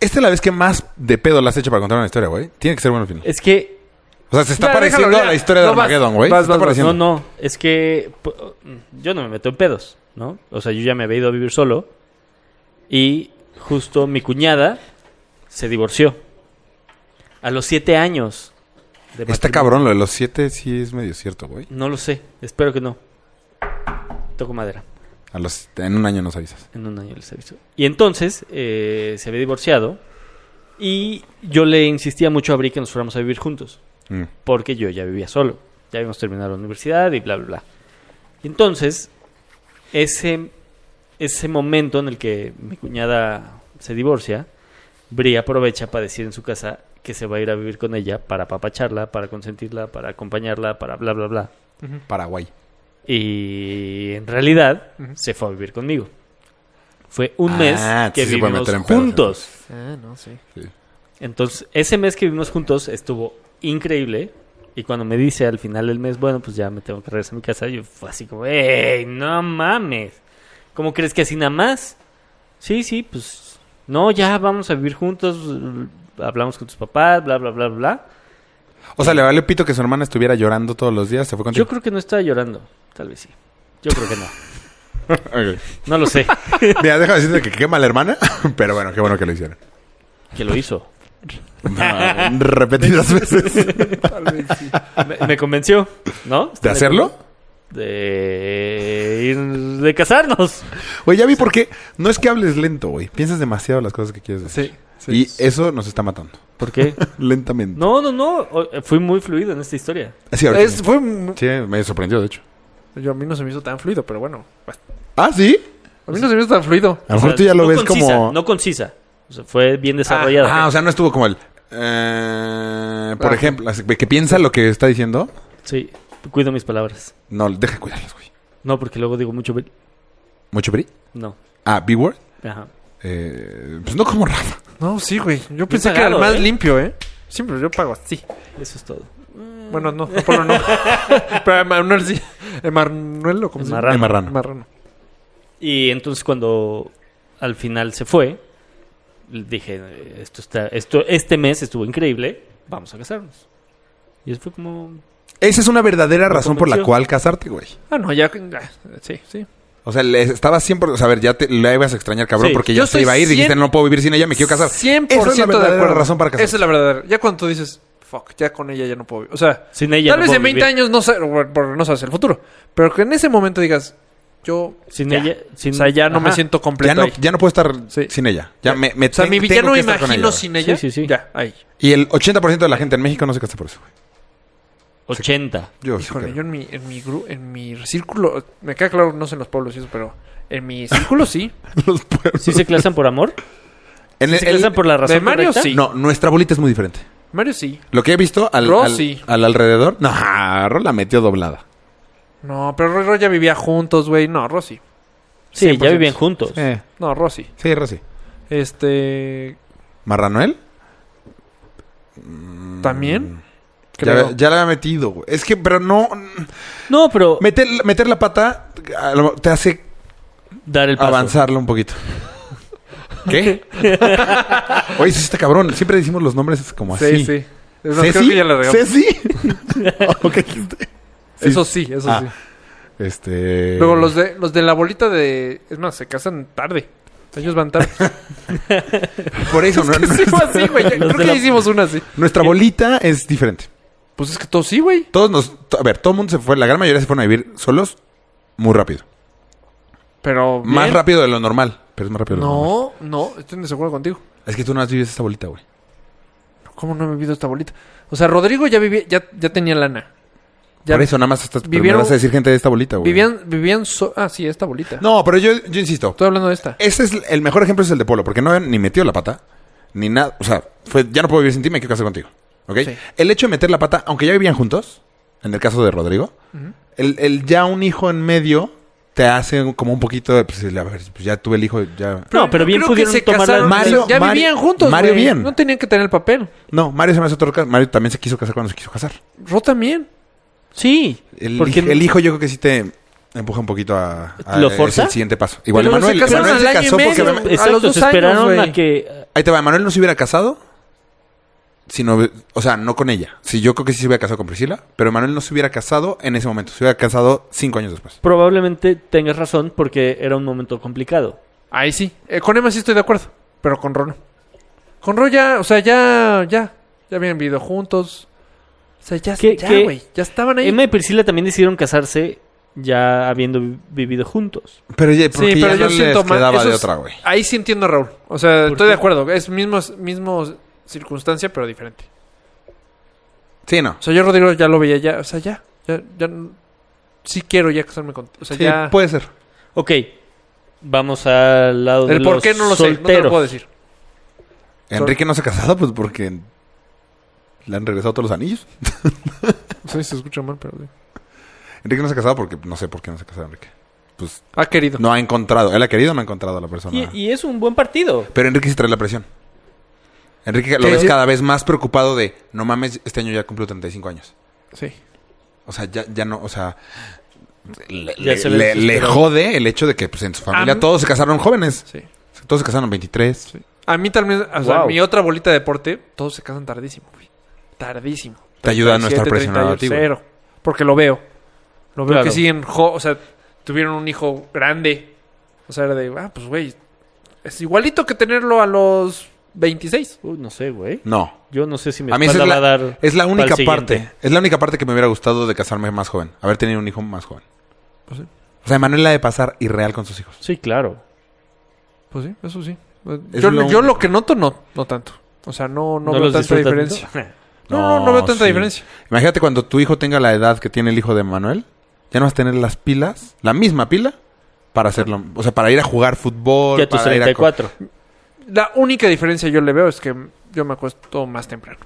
Esta es la vez que más de pedo la has hecho para contar una historia, güey. Tiene que ser bueno al final.
Es que,
O sea, se está
Ya,
pareciendo
déjalo,
a
ya.
la historia de
No, vas,
Armageddon, güey.
vas,
Se está
vas, vas.
pareciendo.
no, no, es que po- yo no me meto en pedos, ¿no? O sea, yo ya me había ido a vivir solo y justo mi cuñada se divorció a los siete años. de
Está
matrimonio.
cabrón, lo de los siete sí es medio cierto, güey.
No lo sé, espero que no. Toco madera.
A los, en un año nos avisas.
En un año les aviso. Y entonces eh, se había divorciado y yo le insistía mucho a Bri que nos fuéramos a vivir juntos,
Mm.
porque yo ya vivía solo, ya habíamos terminado la universidad y bla, bla, bla. Y entonces, ese, ese momento en el que mi cuñada se divorcia, Bri aprovecha para decir en su casa que se va a ir a vivir con ella para papacharla, para consentirla, para acompañarla, para bla, bla, bla.
Paraguay.
Y en realidad
Ujú.
se fue a vivir conmigo. Fue un
Ah,
mes que
sí se puede
vivimos
meter en pedos,
juntos.
Ah, no, sí.
Entonces, ese mes que vivimos juntos estuvo increíble. Y cuando me dice al final del mes, bueno, pues ya me tengo que regresar a mi casa, yo fue así como, ¡ey, no mames! ¿Cómo crees que así nada más? Sí, sí, pues, no, ya vamos a vivir juntos, hablamos con tus papás, bla, bla, bla, bla.
O sea, le vale pito que su hermana estuviera llorando todos los días. Se fue
Yo
contigo.
creo que no estaba llorando, tal vez sí. Yo creo que no,
Ok.
no lo sé,
Mira, déjame decirte que quema la hermana. Pero bueno, qué bueno que lo hicieron.
que lo hizo.
Repetidas veces.
Tal vez sí.
Me, me convenció, ¿no?
¿De hacerlo?
De ir de casarnos.
Oye, ya vi por qué. No es que hables lento, güey. Piensas demasiado las cosas que quieres decir.
Sí. sí.
Y eh, eso nos está matando.
¿Por qué?
[laughs] Lentamente.
No, no, no. o- eh, Fui muy fluido en esta historia.
Así ahorita.
Es- fue, un-
Sí, me sorprendió, de hecho.
yo, a mí no se me hizo tan fluido, pero bueno.
¿Ah, sí?
A mí no se me hizo tan fluido.
A lo mejor
O sea,
tú ya lo
no
ves
concisa,
como...
No concisa. O sea, fue bien desarrollada.
Ah, o sea, no estuvo como el... eh, por
Ah.
ejemplo, así que piensa lo que está diciendo.
Sí, cuido mis palabras.
No, deja de cuidarlas, güey.
No, porque luego digo mucho. bri-
¿Mucho bri?
No.
Ah, B-Word.
Ajá.
Eh, pues no como Rafa.
No, sí, güey. Yo pensé que era el
pagado,
más
¿eh?
limpio, ¿eh? Sí, pero yo pago así.
Eso es todo.
Bueno, no,
[laughs]
Polo no. pero Manuel sí. Emanuel o como se llama.
Marrano.
El marrano.
Marrano.
Y entonces cuando al final se fue, dije, "Eh, esto está, esto, este mes estuvo increíble, vamos a casarnos. Y eso fue como,
Esa es una verdadera
Me
razón por la
convenció.
cual casarte, güey.
Ah, no, ya. ya, sí, sí.
O sea, le estaba siempre... O sea, a ver, ya te la ibas a extrañar, cabrón,
Sí.
porque
Yo
ya se
estoy
iba a ir. Dijiste,
cien-
no puedo vivir sin ella, me quiero casar.
100%
Esa es la
de
verdadera
acuerdo.
razón para casarse.
Esa es la verdadera. Ya cuando tú dices, fuck, ya con ella ya no puedo vivir. O sea,
sin ella
tal
no
vez
puedo
en 20
vivir.
años no, sé, por- por- no sabes el futuro. Pero que en ese momento digas, yo.
Sin
ya.
ella, sin,
o sea, ya no me
Ajá.
siento
Ya
completo.
no,
ahí.
ya no puedo estar
Sí.
sin ella. Ya me, me
o sea,
ten-
mi
tengo
villano
que
me
estar con
imagino
ella,
sin ella.
Sí, sí, sí.
Ya, ahí.
güey. Y el 80% de la gente en México no se casa por eso, güey.
80.
Yo sí
Híjole,
creo. [laughs]
yo en mi, en mi gru- en mi círculo, me queda claro, no sé en los pueblos y eso, pero en mi círculo sí.
Los pueblos.
¿Sí se clasan por amor?
En el-
¿Sí se
el-
clasan por la razón
de Mario
correcta?
sí.
No, nuestra bolita es muy diferente.
Mario sí.
Lo que he visto al,
Ro,
al-
sí.
al alrededor, [laughs] no, Ro la metió doblada.
No, pero Roy y Roy ya vivía juntos, güey. No, Rosy.
Sí, ya
100%.
vivían juntos.
Eh,
No, Rosy.
sí, Ro sí.
Este.
¿Marranuel?
¿También?
Ya,
Creo.
Mm, ya la había metido, güey. Es que, pero no.
No, pero
Meter, meter la pata a lo- te hace
dar el paso.
avanzarlo
[laughs]
un poquito. ¿Qué? Oye, sí, está cabrón. Siempre decimos los nombres como
sí,
así.
sí. Es más, creo
¿Ceci?
que ya la regamos. [laughs]
¿Ceci? ¿O qué dijiste? Sí.
Eso sí, eso
Ah.
sí.
Este.
Luego los de, los de la bolita de. Es más, se casan tarde. Ellos van tarde.
Por eso, no-
sí, fue así, güey. Ya-
Los
Creo
de
que
la-
hicimos una así.
nuestra bolita es diferente.
Pues es que todo sí, güey.
Todos nos. to- A ver, todo el mundo se fue. La gran mayoría se fueron a vivir solos muy rápido.
Pero.
Más
bien.
rápido de lo normal. pero es más rápido. de lo normal.
No, no, estoy en desacuerdo contigo.
Es que tú no has vivido esa bolita, güey.
¿Cómo no he vivido esta bolita? O sea, Rodrigo ya vivía, ya, ya tenía lana. Ya
Por eso nada más estás, pero me
vivieron-
vas a decir gente de esta bolita, güey.
Vivían, vivían so- ah, sí, esta bolita.
No, Eh, pero yo, yo insisto.
Estoy hablando de esta.
Ese es el mejor ejemplo es el de Polo, porque no ni metió la pata, ni nada. O sea, fue, ya no puedo vivir sin ti, me quiero casar contigo. ¿Ok?
Sí.
El hecho de meter la pata, aunque ya vivían juntos, en el caso de Rodrigo, el, el ya un hijo en medio te hace como un poquito de, pues, a ver, pues ya tuve el hijo, ya...
No, pero bien
Creo que
pudieron
se
tomar la
casaron,
Mario-
ya
Mario-
vivían juntos.
Mario
güey.
bien.
No tenían que tener el papel.
No, Mario se me hace otro caso. Mario también se quiso casar cuando se quiso casar.
Ro también.
Sí.
El,
porque
hij- el hijo yo creo que sí te empuja un poquito a... a-
¿Lo
es
forza?
el siguiente paso. Igual
Pero se
Emanuel.
casaron
Emanuel
al año
se
y
casó porque...
medio.
Emanuel-
Exacto,
los dos
se esperaron
años, güey.
a que...
Ahí te va, Emanuel no se hubiera casado, sino, o sea, no con ella. Sí, yo creo que sí se hubiera casado con Priscila, pero Emanuel no se hubiera casado en ese momento, se hubiera casado cinco años después.
Probablemente tengas razón porque era un momento complicado.
Ahí sí. Eh, con Emma sí estoy de acuerdo, pero con Ro no. Con Ro ya, o sea, ya, ya. Ya habían vivido juntos. O sea, ya,
¿Qué-
ya,
qué?
güey. Ya estaban ahí.
Emma y Priscila también decidieron casarse ya habiendo vi- vivido juntos.
Pero oye, porque
sí, pero
ya
yo
no
siento
les
más.
quedaba
eso
de
es-
otra, güey.
Ahí sí entiendo a Raúl. O sea,
¿Por
estoy de
qué?
acuerdo. Es mismo, mismo circunstancia, pero diferente.
Sí, no.
O sea, yo Rodrigo ya lo veía ya. O sea, ya. Ya, ya n- sí quiero ya casarme con. O sea,
Sí, pues,
ya.
puede ser.
Ok, vamos al lado de
el por
los
qué no lo sé. No te lo
solteros.
puedo decir.
Enrique no se ha casado, pues porque le han regresado todos los anillos.
No sé si se escucha mal, pero. sí.
Enrique no se ha casado porque no sé por qué no se ha casado Enrique. Pues
Ha querido.
no ha encontrado, él ha querido, no ha encontrado a la persona.
Y, y es un buen partido.
Pero Enrique sí trae la presión. Enrique lo
¿Qué?
ves cada vez más preocupado de, no mames, este año ya cumplió 35 años.
Sí.
O sea, ya, ya no, o sea, le,
Ya se
le-
ve
le
desesperado.
jode el hecho de que pues, en su familia
Am-
todos se casaron jóvenes.
Sí.
Todos se casaron 23.
Sí. A mí también, o sea,
Wow.
mi otra bolita de deporte, todos se casan tardísimo, güey. Tardísimo.
Te ayuda a no estar
37,
presionado a ti,
38,
güey.
cero. Porque lo veo. Lo veo
Claro.
que siguen, jo- o sea, tuvieron un hijo grande. O sea, era de, ah, pues güey, es igualito que tenerlo a los 26.
Uy, no sé, güey.
No.
Yo no sé si mi
A mí esa
espalda
es
va a
la,
dar...
es la
para el
única
siguiente.
parte. Es la única parte que me hubiera gustado de casarme más joven. Haber tenido un hijo más joven.
Pues sí.
O sea, Manuel la de pasar irreal con sus hijos.
Sí, claro.
Pues sí, eso sí.
Es
Yo yo
lo
lo,
único.
que noto, no, no tanto. O sea, no, no, veo
los
tanta
disfrutas
diferencia.
tanto?
[laughs] No, no, no veo tanta
sí.
diferencia.
Imagínate cuando tu hijo tenga la edad que tiene el hijo de Manuel, ya no vas a tener las pilas, la misma pila, para hacerlo. O sea, para ir a jugar fútbol.
Ya tus
para ir a co-
34.
La única diferencia yo le veo es que yo me acuesto más temprano.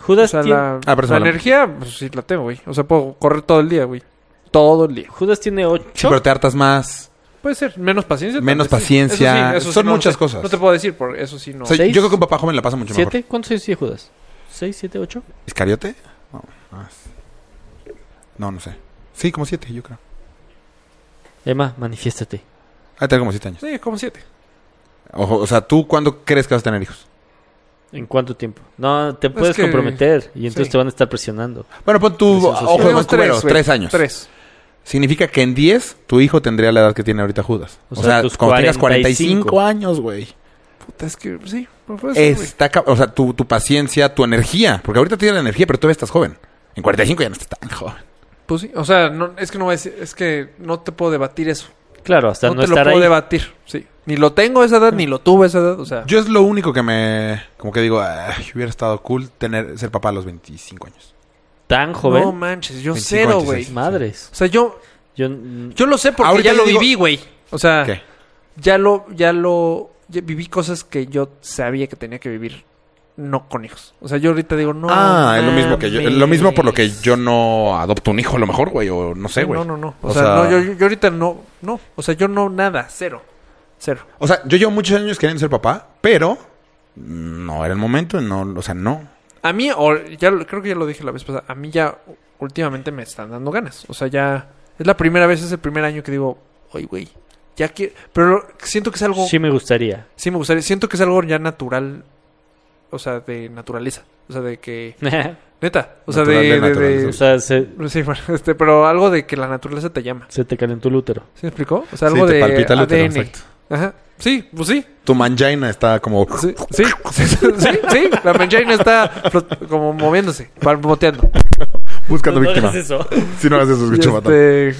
O
Judas,
sea,
tiene,
la,
Ah, pero eso
la
vale.
energía, pues sí la tengo, güey. O sea, puedo correr todo el día, güey. Todo el día.
Judas tiene 8.
Sí, pero te hartas más.
Puede ser menos paciencia. tal
Menos
vez, sí. Eso
paciencia.
sí, eso sí,
Son
no lo
muchas
sé.
cosas.
No te puedo decir, porque eso sí no.
O sea,
¿Seis?
yo creo que un papá joven la pasa mucho mejor.
¿Siete? ¿Cuántos años tiene Judas? ¿Seis, siete, ocho?
¿Iscariote? No, más. no, no sé. Sí, como siete, yo creo.
Emma, manifiéstate.
Ah, tengo como siete años.
Sí, como siete.
Ojo, o sea, ¿tú cuándo crees que vas a tener hijos?
¿En cuánto tiempo? No, te puedes
que-
comprometer y entonces
sí.
te van a estar presionando.
Bueno, pon tu
Presión social.
ojo de
Tenemos
buen cubero, tres,
güey.
años.
Tres.
Significa que en diez tu hijo tendría la edad que tiene ahorita Judas.
O
O,
sea,
sea,
tus
cuando tengas
45.
45 años, güey.
Puta, es que sí. no puede ser, güey.
Está, ca- o sea, tu, tu paciencia, tu energía. Porque ahorita tienes la energía, pero todavía estás joven. En 45 ya no estás tan joven.
Pues sí. O sea, no, es que no voy a decir, es que no te puedo debatir eso.
Claro, hasta no,
no, te lo
estar
puedo
ahí.
debatir. Sí. Ni lo tengo a esa edad, ni lo tuve a esa edad. O sea,
Yo es lo único que me... Como que digo, "Ay, hubiera estado cool tener ser papá a los 25 años.
Tan
no
joven.
manches, yo
25,
cero, güey.
26.
O
Madres.
sea, yo,
Yo, mm,
yo lo sé porque
Ahorita
ya lo
yo digo-
viví, güey. O sea,
¿Qué?
ya lo, ya lo, ya viví cosas que yo sabía que tenía que vivir, no con hijos. O sea, yo ahorita digo, no.
Ah, es lo mismo que yo.
mames.
Lo mismo por lo que yo no adopto un hijo, a lo mejor, güey. O no sé,
Sí,
güey.
No, no, no. O,
O
sea,
sea-
no, yo, yo ahorita no, no. O sea, yo no nada, cero. Cero.
O sea, yo llevo muchos años queriendo ser papá, pero no era el momento. No, o sea, no.
A mí, o ya lo- creo que ya lo dije la vez pasada, a mí ya últimamente me están dando ganas. O sea, ya es la primera vez, es el primer año que digo, oye, güey, ya que... Pero lo- siento que es algo...
sí me gustaría. [laughs]
sí, me gustaría. Siento que es algo ya natural. O sea, de naturaleza. O sea, de que...
o
Neta. O sea,
Natural de
de... de-
naturaleza.
de-
sea, se,
sí, [laughs] bueno, este, pero algo de que la naturaleza te llama.
se te calentó el útero.
¿Sí me explicó? O sea, algo
Sí, te
de
palpita el útero,
ADN.
exacto.
Ajá. Sí, pues sí.
Tu mangina está como.
[laughs] Sí, sí, sí, sí, la manchaina está flot- como moviéndose, palmoteando.
Buscando
No, no
víctima.
hagas
[laughs]
eso.
Si no haces eso,
Y,
escucho fatal.
este,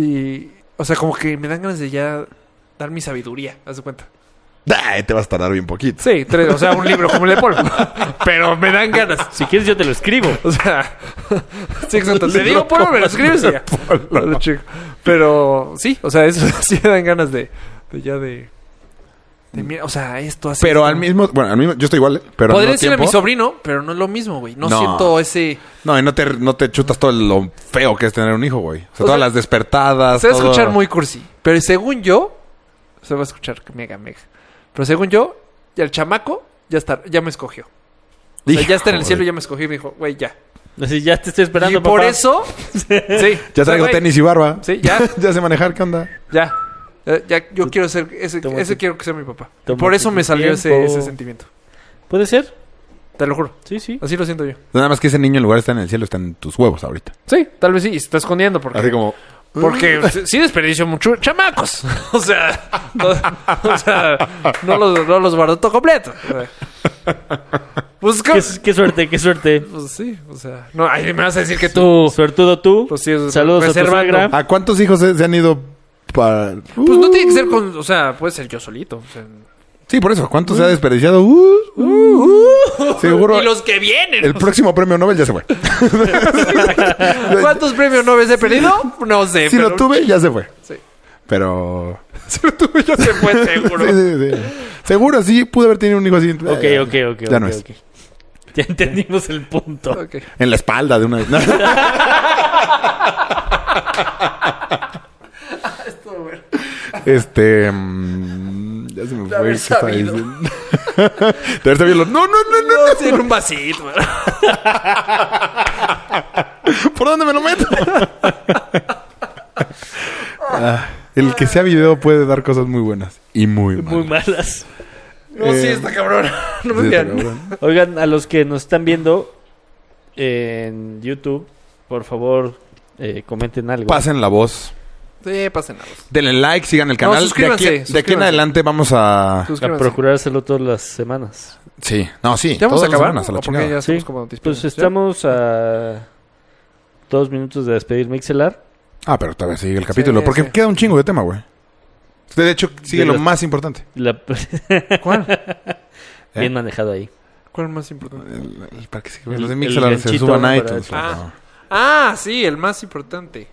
y, o sea, como que me dan ganas de ya dar mi sabiduría, haz de cuenta.
¡Ah! Te vas a tardar bien poquito.
Sí, tres, o sea, un libro como el de Paul. [laughs] Pero me dan ganas.
Si quieres, yo te lo escribo.
O sea, [laughs] sí, exacto. Te
Libro
digo Paul,
como
me lo
el
escribes y
de
ya.
Paul.
Lo chico. Pero sí, o sea, eso [laughs] sí me dan ganas de, de ya de, de mira, O sea, esto hace.
Pero
esto.
al mismo... Bueno, al mismo... Yo estoy igual, ¿eh? pero
Podría
al mismo
decirle a mi
tiempo-
sobrino, pero no es lo mismo, güey. No,
No.
siento ese.
No, y no te, no te chutas todo lo feo que es tener un hijo, güey. O sea, todas
sea,
las despertadas.
Se va a
todo-
escuchar muy cursi. Pero según yo, se va a escuchar mega, mega. Pero según yo, ya el chamaco ya está, ya me escogió. O sea, ya está en el
Híjole.
cielo, ya me escogió y me dijo, güey, ya.
Así, ya te estoy
Y
esperando,
por
papá.
eso, sí.
Ya traigo
güey,
tenis y barba.
Sí, ya.
[laughs] ya sé manejar, ¿qué onda?
Ya. Ya, ya, yo quiero ser, ese,
tómate-
ese quiero que sea mi papá. Y
tómate
Por eso
tu
me salió ese,
tiempo.
ese sentimiento.
[laughs] ¿Puede ser?
Te lo juro.
Sí, sí.
Así lo siento yo.
Nada más que ese niño en lugar de estar en el cielo, está en tus huevos ahorita.
Sí, tal vez sí. Y se está escondiendo porque
Así como...
[laughs]
Porque sí- sí desperdicio mucho chamacos. [laughs] O sea, no, o sea, no los, no los guardo todo completo. Pues,
Qué,
¿qué?
qué suerte, qué suerte.
Pues sí, o sea, no, ay, me vas a decir que [laughs] tú.
Suertudo tú.
Pues sí, es-
Saludos a tu
reservando.
suegra.
¿A cuántos hijos se, se han ido para...? uh?
Pues no tiene que ser con, o sea, puede ser yo solito. o sea.
Sí, por eso. ¿Cuántos se ha desperdiciado? Uh, uh, uh. Seguro
[laughs] Y los que vienen.
el próximo premio Nobel ya se fue.
¿Cuántos premios Nobel he perdido? No sé.
si
pero
lo tuve, ya se fue.
Sí.
Pero...
[laughs] Si lo tuve, ya se fue pues, seguro.
Sí, sí, sí. Seguro, sí, pude haber tenido un hijo así. Eh,
Ok, ok, ok.
Ya no
ok,
es.
ok. Ya entendimos el punto.
Ok.
En la espalda de una... [laughs] No. Este. mm, ya se me fue.
haber
¿qué estaba
sabido.
diciendo? [laughs] De haber sabido. No, no, no, no.
No, sí, en un vasito.
¿Por dónde me lo meto? [laughs] Ah, el que sea video puede dar cosas muy buenas y muy malas.
Muy malas.
No, sí, está cabrón. [laughs] No me
Eh, Sí, está
digan.
cabrón.
Oigan, a los que nos están viendo en YouTube, por favor, eh, comenten algo.
Pasen la voz.
Sí, pasen la voz.
Denle like, sigan el
No,
canal. de, aquí,
suscríbanse,
de aquí en
suscríbanse.
adelante vamos a.
a
Suscríbanse.
procurar hacerlo todas las semanas.
Sí, no, sí.
¿Ya vamos a
todas las
acabar?
semanas, a la
¿O por qué
chingada.
ya somos
Sí.
como
Pues
dispersos? ¿Ya?
estamos a dos minutos de despedir Mixelar.
Ah, pero todavía sigue el capítulo.
Sí,
porque
sí.
queda un chingo de tema, güey. De hecho, sigue
De
lo
los-
más importante.
La- [laughs]
¿Cuál?
¿Eh?
Bien manejado ahí.
¿Cuál es más importante?
El, el- para que se-
El-
los de
el
Mixlr se
ganchito
suban a
para-
iTunes.
Ah.
por favor.
Ah, sí, el más importante.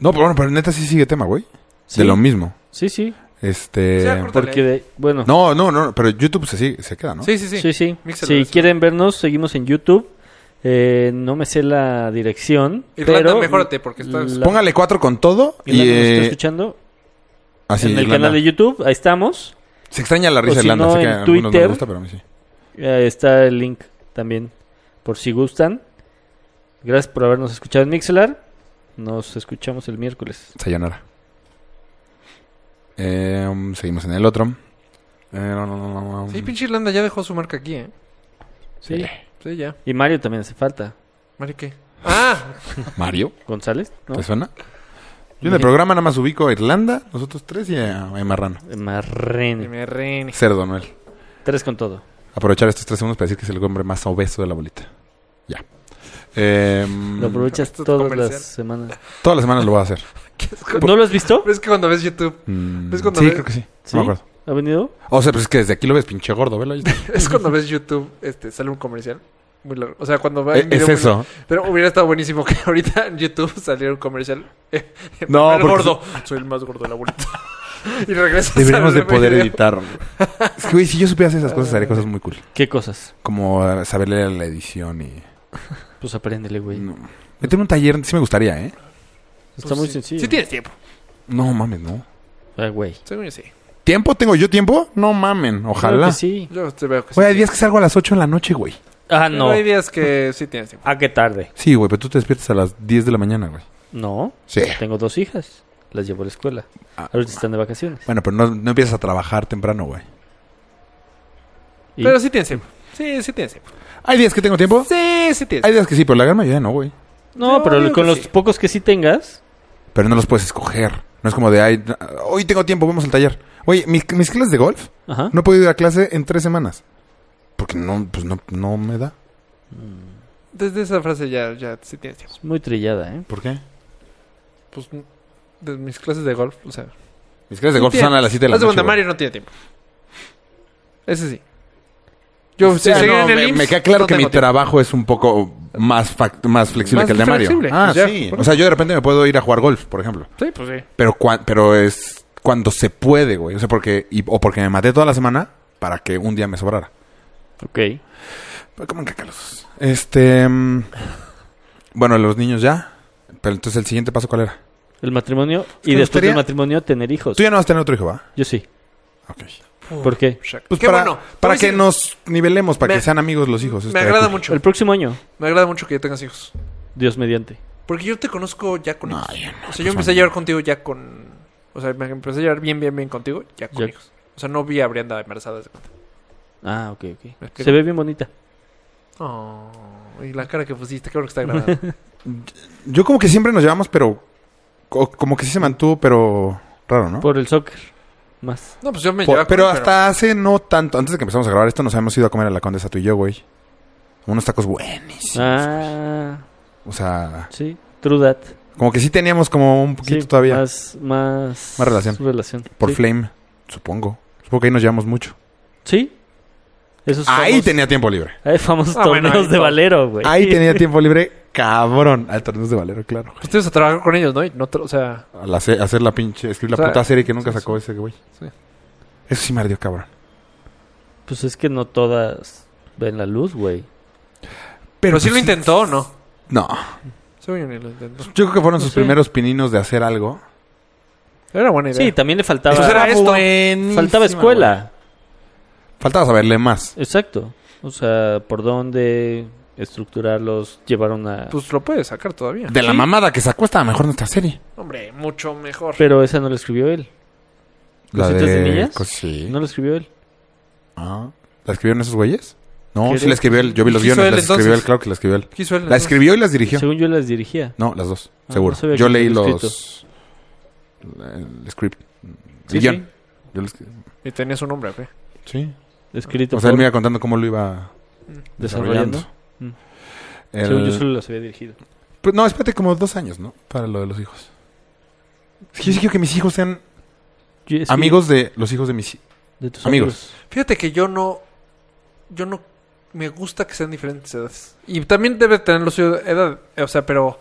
No, pero bueno, pero neta sí sigue tema, güey.
Sí,
De lo mismo.
sí, sí.
Este.
Ya, corta.
Porque, de- bueno,
No, no, no, pero YouTube se sigue, se queda, ¿no?
Sí, sí, sí.
sí, sí.
Mixelar,
Si
sí.
quieren vernos, seguimos en YouTube. Eh, no me sé la dirección.
Irlanda,
pero
mejórate, porque estás-
la-
Póngale cuatro con todo y
Irlanda nos está
eh,
escuchando.
así
en el
Irlanda.
canal de YouTube, ahí estamos.
Se extraña la risa
O si
Irlanda,
no,
sé que
en
a algunos no les
Twitter.
gusta, pero a mí sí.
Eh, está el link también, por si gustan. Gracias por habernos escuchado en Mixelar. Nos escuchamos el miércoles.
Sayonara. Eh, seguimos en el otro. Eh, no, no, no, no, no.
Sí, pinche Irlanda ya dejó su marca aquí, ¿eh?
Sí.
Sí, ya.
Y Mario también hace falta.
¿Mari qué?
[laughs]
Ah,
Mario,
González, ¿no?
¿te suena? Yo en el programa nada más ubico a Irlanda, nosotros tres y a, a Marrano.
que
Marrene.
me reine.
Cerdo, Noel.
Tres con todo.
Aprovechar estos tres segundos para decir que es el hombre más obeso de la bolita. Ya. Eh,
Lo aprovechas
Mm. Esto es
todas
comercial.
las
[laughs]
semanas.
todas las semanas lo voy a hacer.
¿No lo has visto?
Es que cuando ves YouTube, [laughs]
Mm,
¿Ves
sí,
cuando ves?
creo que sí.
¿Sí?
No me acuerdo.
¿Ha venido?
O sea, pues es que desde aquí lo ves pinche gordo, velo. ahí está.
es cuando ves YouTube, este, sale un comercial. Muy largo. O sea, cuando va
Eh,
un video
es
muy
eso.
largo. Pero hubiera estado buenísimo que [laughs] ahorita en YouTube saliera un comercial.
No,
el
porque-
gordo. Soy el más gordo de la bolita. [laughs] y regresas
Deberíamos
al [laughs]
de poder
video.
editar. Es que, güey, si yo supieras esas cosas, haría cosas muy cool.
¿Qué cosas?
Como eh, saber leer la edición y...
Pues apréndele, güey.
No. Meterme un taller sí me gustaría, ¿eh?
Está
Pues
muy
sí.
sencillo.
Sí tienes tiempo.
No mames, no.
Ah, güey.
Según yo sí.
¿Tiempo? ¿Tengo yo tiempo? No mamen,
Claro
ojalá.
que sí.
Yo te veo que sí.
Güey, hay días que salgo a las 8 de la noche, güey.
Ah,
Pero
no.
Hay días que sí tienes tiempo.
Ah, qué tarde.
Sí, güey, pero tú te despiertas a las 10 de la mañana, güey.
No.
Sí.
Tengo dos hijas. Las llevo a la escuela.
Ah,
Ahorita están de vacaciones.
Bueno, pero no, no empiezas a trabajar temprano, güey.
Y-
Pero sí tienes tiempo. Sí, sí tienes tiempo.
¿Hay días que tengo tiempo?
Sí, sí tienes
Hay días que sí, pero la gran mayoría no, güey.
No,
Yo
pero
digo
con
que
los
sí.
pocos que sí tengas,
Pero no los puedes escoger. No es como de, ay, hoy tengo tiempo, vamos al taller. Oye, mis, mis clases de golf,
ajá.
no he podido ir a clase en tres semanas. Porque no, pues no, no me da.
Desde esa frase ya, ya sí tienes tiempo.
Es muy trillada, ¿eh?
¿Por qué?
Pues de mis clases de golf, o sea,
Mis clases de golf
Tiene-
son a las 7 de la
Haz
noche.
cuenta,
güey.
Mario no tiene tiempo. Ese sí. Yo
O sea,
si seguir
Pues, no,
en el
me,
IMSS,
me queda claro
no
que mi
tengo tiempo.
trabajo es un poco más, fac- más flexible
Más
que el de Mario.
flexible,
Ah,
pues ya.
sí. O sea, yo de repente me puedo ir a jugar golf, por ejemplo.
Sí, pues sí.
Pero, cua- pero es cuando se puede, güey. O sea, porque... y- o porque me maté toda la semana para que un día me sobrara.
Ok.
Pero coman cacalos. Este... mm, bueno, los niños ya. Pero entonces, ¿el siguiente paso cuál era?
El matrimonio y después
me gustaría-
del matrimonio tener hijos.
Tú ya no vas a tener otro hijo, ¿va?
Yo sí.
Ok.
¿Por qué?
Pues
Qué
para,
bueno.
para
Te voy a
que
decir-
nos nivelemos, para
Me-
que sean amigos los hijos.
Me
Estaría
agrada
cool.
mucho.
El próximo año,
Me agrada mucho que ya tengas hijos.
Dios mediante.
Porque yo te conozco ya con hijos.
yo no,
o sea,
pues,
yo empecé
no.
a llevar contigo ya con... O sea, me empecé a llevar bien, bien, bien contigo ya con
Ya.
hijos. O sea, no vi a Brianda embarazada. haz de cuenta.
Ah, ok, ok.
explico.
Se ve bien bonita.
Oh, y la cara que pusiste, creo que está grabada.
[laughs] Yo como que siempre nos llevamos, pero... co- como que sí se mantuvo, pero... Raro, ¿no?
Por el soccer. Más.
No, pues yo Pues, me
Por-
llevaba con
pero
él,
hasta hace no tanto, antes de que empezamos a grabar esto, nos habíamos ido a comer a la Condesa tú y yo, güey. Unos tacos buenísimos.
ah,
O sea,
sí. True that.
como que sí teníamos como un poquito
Sí,
todavía
Más, más.
Más relación. por
sí.
Flame, supongo. Supongo que ahí nos llevamos mucho.
Sí.
Pues,
Esos
Ahí
famosos-
tenía tiempo libre.
eh, famosos
Ah, bueno,
torneos
ahí
de
todo.
Valero, güey.
Ahí tenía tiempo libre, cabrón. Al torneos de Valero, claro.
Pues tienes a trabajar con ellos, ¿no? Y no te- o sea,
güey. Al hacer, hacer la pinche, escribir la
O sea,
puta serie que nunca
sí,
sacó ese güey.
Sí.
Eso sí me ardió, cabrón.
Pues es que no todas ven la luz, güey.
pero, sí
pues
lo intentó, ¿o ¿no?
No.
Según yo ni lo intentó.
Pues, Yo creo que fueron sus
Sí.
primeros pininos de hacer algo.
Era buena idea.
Sí, también le faltaba.
Pues era esto.
buenísima,
faltaba escuela.
güey. Faltaba saberle más.
Exacto. O sea, por dónde estructurarlos, llevar una...
Pues lo puedes sacar todavía.
De la mamada que sacó estaba mejor nuestra serie.
Hombre, mucho mejor.
Pero esa no la escribió él.
La
¿Cositas de
de...
millas?
cos- sí.
No la escribió él.
Ah. ¿La escribieron esos güeyes? No,
¿Qué
sí la
eres?
escribió él. Yo vi los
¿Quién hizo
guiones,
él,
la escribió
entonces?
él, claro que la escribió él.
¿Qué hizo él?
La escribió y las dirigió.
Según yo las dirigía.
No, las dos,
Ah,
seguro.
no sabía
yo
que
leí
lo había
los... El script.
Sí,
el guión. Yo lo escribí.
Y tenía su nombre, ¿qué?
Sí.
Escrito
O sea, él
por-
me iba contando cómo lo iba
desarrollando.
desarrollando.
Mm.
El-
Según yo solo las había dirigido.
Pues, no, espérate como dos años, ¿no? Para lo de los hijos. Es que yo sí quiero que mis hijos sean
Yo- es que-
amigos de los hijos de mis... hi-
de tus
amigos.
Fíjate que yo no. Yo no. Me gusta que sean diferentes edades. Y también debe tener los suyo edad. eh, O sea, pero.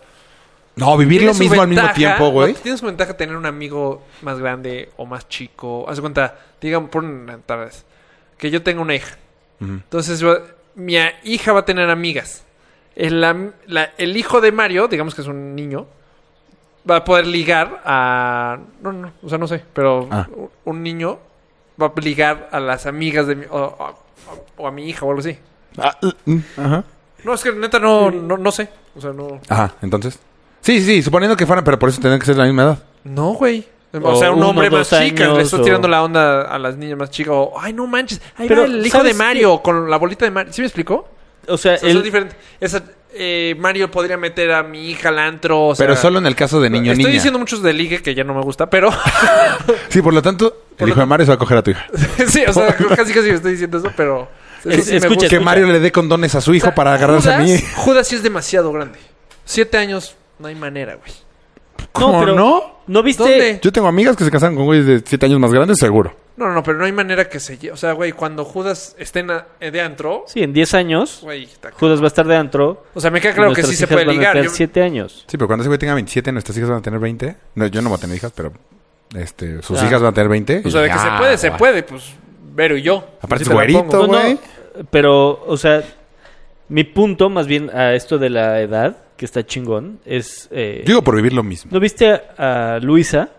No, vivir lo
tiene su
mismo al mismo
ventaja,
tiempo,
no, [laughs]
güey.
Tiene su ventaja tener un amigo más grande o más chico. Haz de cuenta, digan, por una- tal vez. Que yo tengo una hija.
Ujú.
Entonces, va- mi a- hija va a tener amigas. El, am- la- el hijo de Mario, digamos que es un niño, va a poder ligar a. No, no, o sea, no sé, pero
Ah.
un, un niño va a ligar a las amigas de mi. O, o- o a mi hija o algo así.
Ah,
uh,
mm, mm, Ajá.
No, es que neta no, no, no sé. O sea, no.
Ajá, entonces. Sí, sí, sí, suponiendo que fueran, pero por eso tendrían que ser de la misma edad.
No, güey. O,
O
sea, un
uno,
hombre
dos
más chica.
años,
Le estás
o-
tirando la onda a las niñas más chicas. O, ay, no manches. Ahí
Pero,
va el hijo de
¿sabes
Mario con la bolita de Mario. ¿Sí me explicó?
O sea,
O sea,
él-
son diferentes. Esa, eh, Mario podría meter a mi hija al antro. o sea,
pero solo en el caso de niño
Estoy
niña.
diciendo muchos de ligue que ya no me gusta, pero. [laughs]
Sí, por lo tanto, el hijo de Mario se va a coger a tu hija.
sí, o sea, casi casi estoy diciendo eso, pero.
Es-
me
escucha,
gusta.
Que Mario le dé condones a su hijo para agarrarse
Judas,
a mí.
Judas sí es demasiado grande. Siete años, no hay manera, güey.
¿Cómo
pero-
no?
¿No viste?
¿Dónde?
Yo tengo amigas que se casaron con güeyes de 7 años más grandes, seguro.
No, no, no, pero no hay manera que se. lle- O sea, güey, cuando Judas esté en a- de antro,
Sí, en 10 años,
güey, está
Judas va a estar de antro.
O sea, me queda
y
claro que
nuestras
sí se
hijas
puede
van a
ligar.
tener
Yo-
7 años.
Sí, pero cuando ese güey tenga 27, nuestras hijas van a tener 20. No, yo no voy a tener hijas, pero este, sus
Ah.
hijas van a tener 20.
o sea, de que
Ah,
se puede, se
guau.
puede, pues Vero y yo.
Aparte
Así
es
te la
güerito,
pongo.
No, no,
güey.
pero, o sea, mi punto más bien a esto de la edad, que está chingón, es... eh,
Digo por vivir lo mismo.
¿No viste a, a Luisa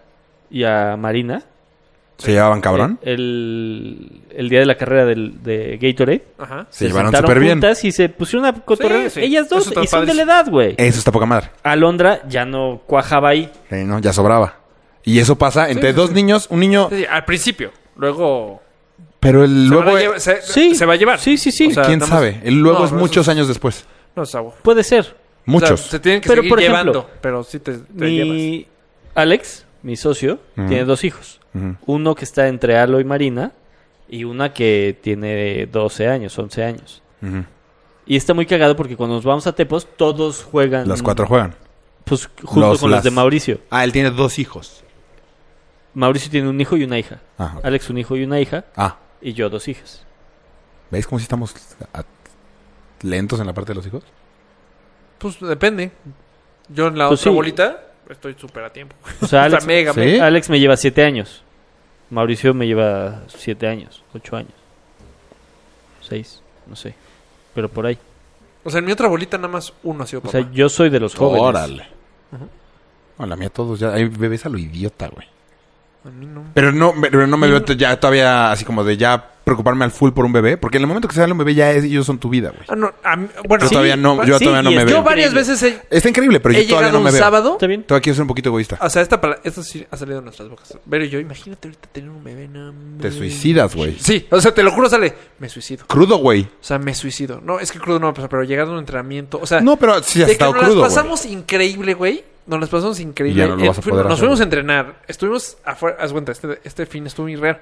y a Marina? Eh,
¿Se llevaban cabrón?
Eh,
El, el día de la carrera del, de Gatorade.
Ajá.
Se, llevaron
sentaron
súper bien.
juntas y se pusieron a cotorrear.
Sí, sí.
Ellas
Eso
dos
está
y son de la
padrísimo.
edad, güey.
Eso está poca madre.
Alondra ya no cuajaba ahí.
Eh, no, ya sobraba. Y eso pasa entre dos niños, un niño,
Sí, al principio. Luego.
pero el
se van
luego
a llevar- se,
Sí.
se va a llevar.
Sí, sí, sí.
O sea,
quién
nada más-
sabe, el luego
No,
es
pero
muchos
eso
aguas. años después.
No, es agua.
Puede ser.
Muchos.
O sea, se tienen que
Pero,
seguir
por ejemplo,
llevando. Pero sí te, te llevas.
Mi Alex, mi socio,
Ujú.
tiene dos hijos.
Ujú.
Uno que está entre Alo y Marina y una que tiene 12 años, 11 años.
Ujú.
Y está muy cagado porque cuando nos vamos a Tepos todos juegan
Las cuatro juegan.
pues junto
Los-
con
las.
los de Mauricio.
Ah, él tiene dos hijos.
Mauricio tiene un hijo y una hija.
Ah, ok.
Alex un hijo y una hija.
Ah,
Y yo dos hijas.
¿veis cómo si estamos a- lentos en la parte de los hijos?
Pues depende. Yo en la
Pues
otra
sí.
bolita estoy súper a tiempo. [laughs]
O sea, Alex,
o sea, mega,
¿sí?
mega.
Alex me lleva siete años. Mauricio me lleva siete años, ocho años. Seis, no sé. Pero por ahí.
O sea, en mi otra bolita nada más uno ha sido
O
papá.
sea, yo soy de los jóvenes.
Órale. No, la mía todos ya. Hay bebés a lo idiota, güey.
A mí no.
Pero no, pero no me veo t- ya todavía así como de ya preocuparme al full por un bebé. Porque en el momento que sale un bebé ya es- ellos son tu vida, güey.
Ah, no. a mí- bueno,
Yo
sí,
todavía no,
pa-
yo
sí,
todavía no
y
me
es
yo
veo.
va-
varias
Increíble.
veces he,
Está increíble, pero
he
yo todavía
llegado
no me
un
veo. Ah,
sábado.
¿Está bien?
Todavía quiero ser un poquito egoísta.
O sea, esta pala- esto sí ha salido de nuestras bocas. Pero yo, imagínate ahorita tener un bebé. no,
Te
me-
suicidas, güey.
Sí, o sea, te lo juro, sale. Me suicido.
Crudo, güey.
O sea, me suicido. No, es que crudo no va a pasar, pero llegar a un entrenamiento. O sea,
No, pero sí
de
has
que
estado
nos
crudo,
las
güey.
pasamos increíble, güey. Nos las pasamos increíble.
Y ya no lo
Eh,
vas a
fu-
poder
nos
hacer,
fuimos a
güey.
entrenar. Estuvimos afuera. Haz cuenta, este, este fin estuvo muy real.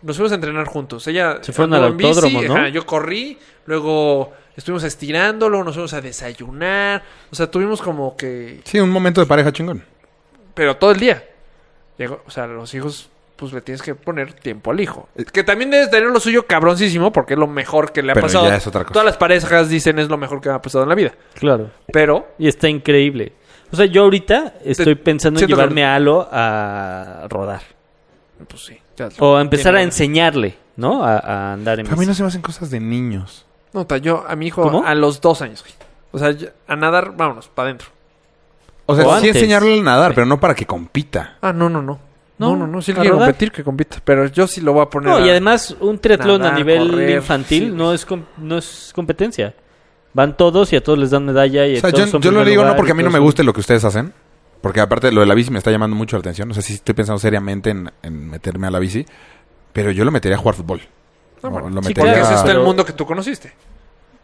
Nos fuimos a entrenar juntos. Ella
Se fueron
andó
al
en bici,
autódromo, ¿no?
ajá, yo corrí, luego estuvimos estirando, luego nos fuimos a desayunar. O sea, tuvimos como que
Sí, un momento de pareja chingón.
pero todo el día. Llegó- o sea, los hijos, pues le tienes que poner tiempo al hijo.
Eh.
Que también debes tener lo suyo cabroncísimo porque es lo mejor que le ha
Pero
pasado.
ya es otra cosa.
Todas las parejas dicen es lo mejor que me ha pasado en la vida.
Claro.
Pero,
Y está increíble. O sea, yo ahorita estoy pensando en
siento que-
llevarme a Alo a rodar.
pues sí. ya lo-
O a empezar
tiene
a
una-
enseñarle, ¿no? A, a andar en
Pero a mí
bici.
no se me hacen cosas de niños.
No, ta, yo a mi hijo
¿Cómo?
a los dos años. güey. O sea, yo- a nadar, vámonos, para adentro.
O sea,
O
sí
antes.
enseñarle a nadar, pero no para que compita.
Ah, no, no, no. No,
No,
no, no. Si él
a
quiere
rodar.
competir, que compita. Pero yo sí lo voy a poner.
No, y
a-
además un triatlón
Nadar,
a nivel
correr,
infantil
sí, pues.
no,
güey.
es com- no es competencia. Van todos y a todos les dan medalla. Y
O sea,
todos
yo,
son
yo lo
primer
digo no
lugar y
porque a mí no
todos
me
son-
guste lo que ustedes hacen. Porque aparte lo de la bici me está llamando mucho la atención. O sea, sí estoy pensando seriamente en, en meterme a la bici. Pero yo lo metería a jugar fútbol.
No,
O
bueno,
lo
sí,
metería-
Porque
Ya.
ese es el
Pero-
mundo que tú conociste.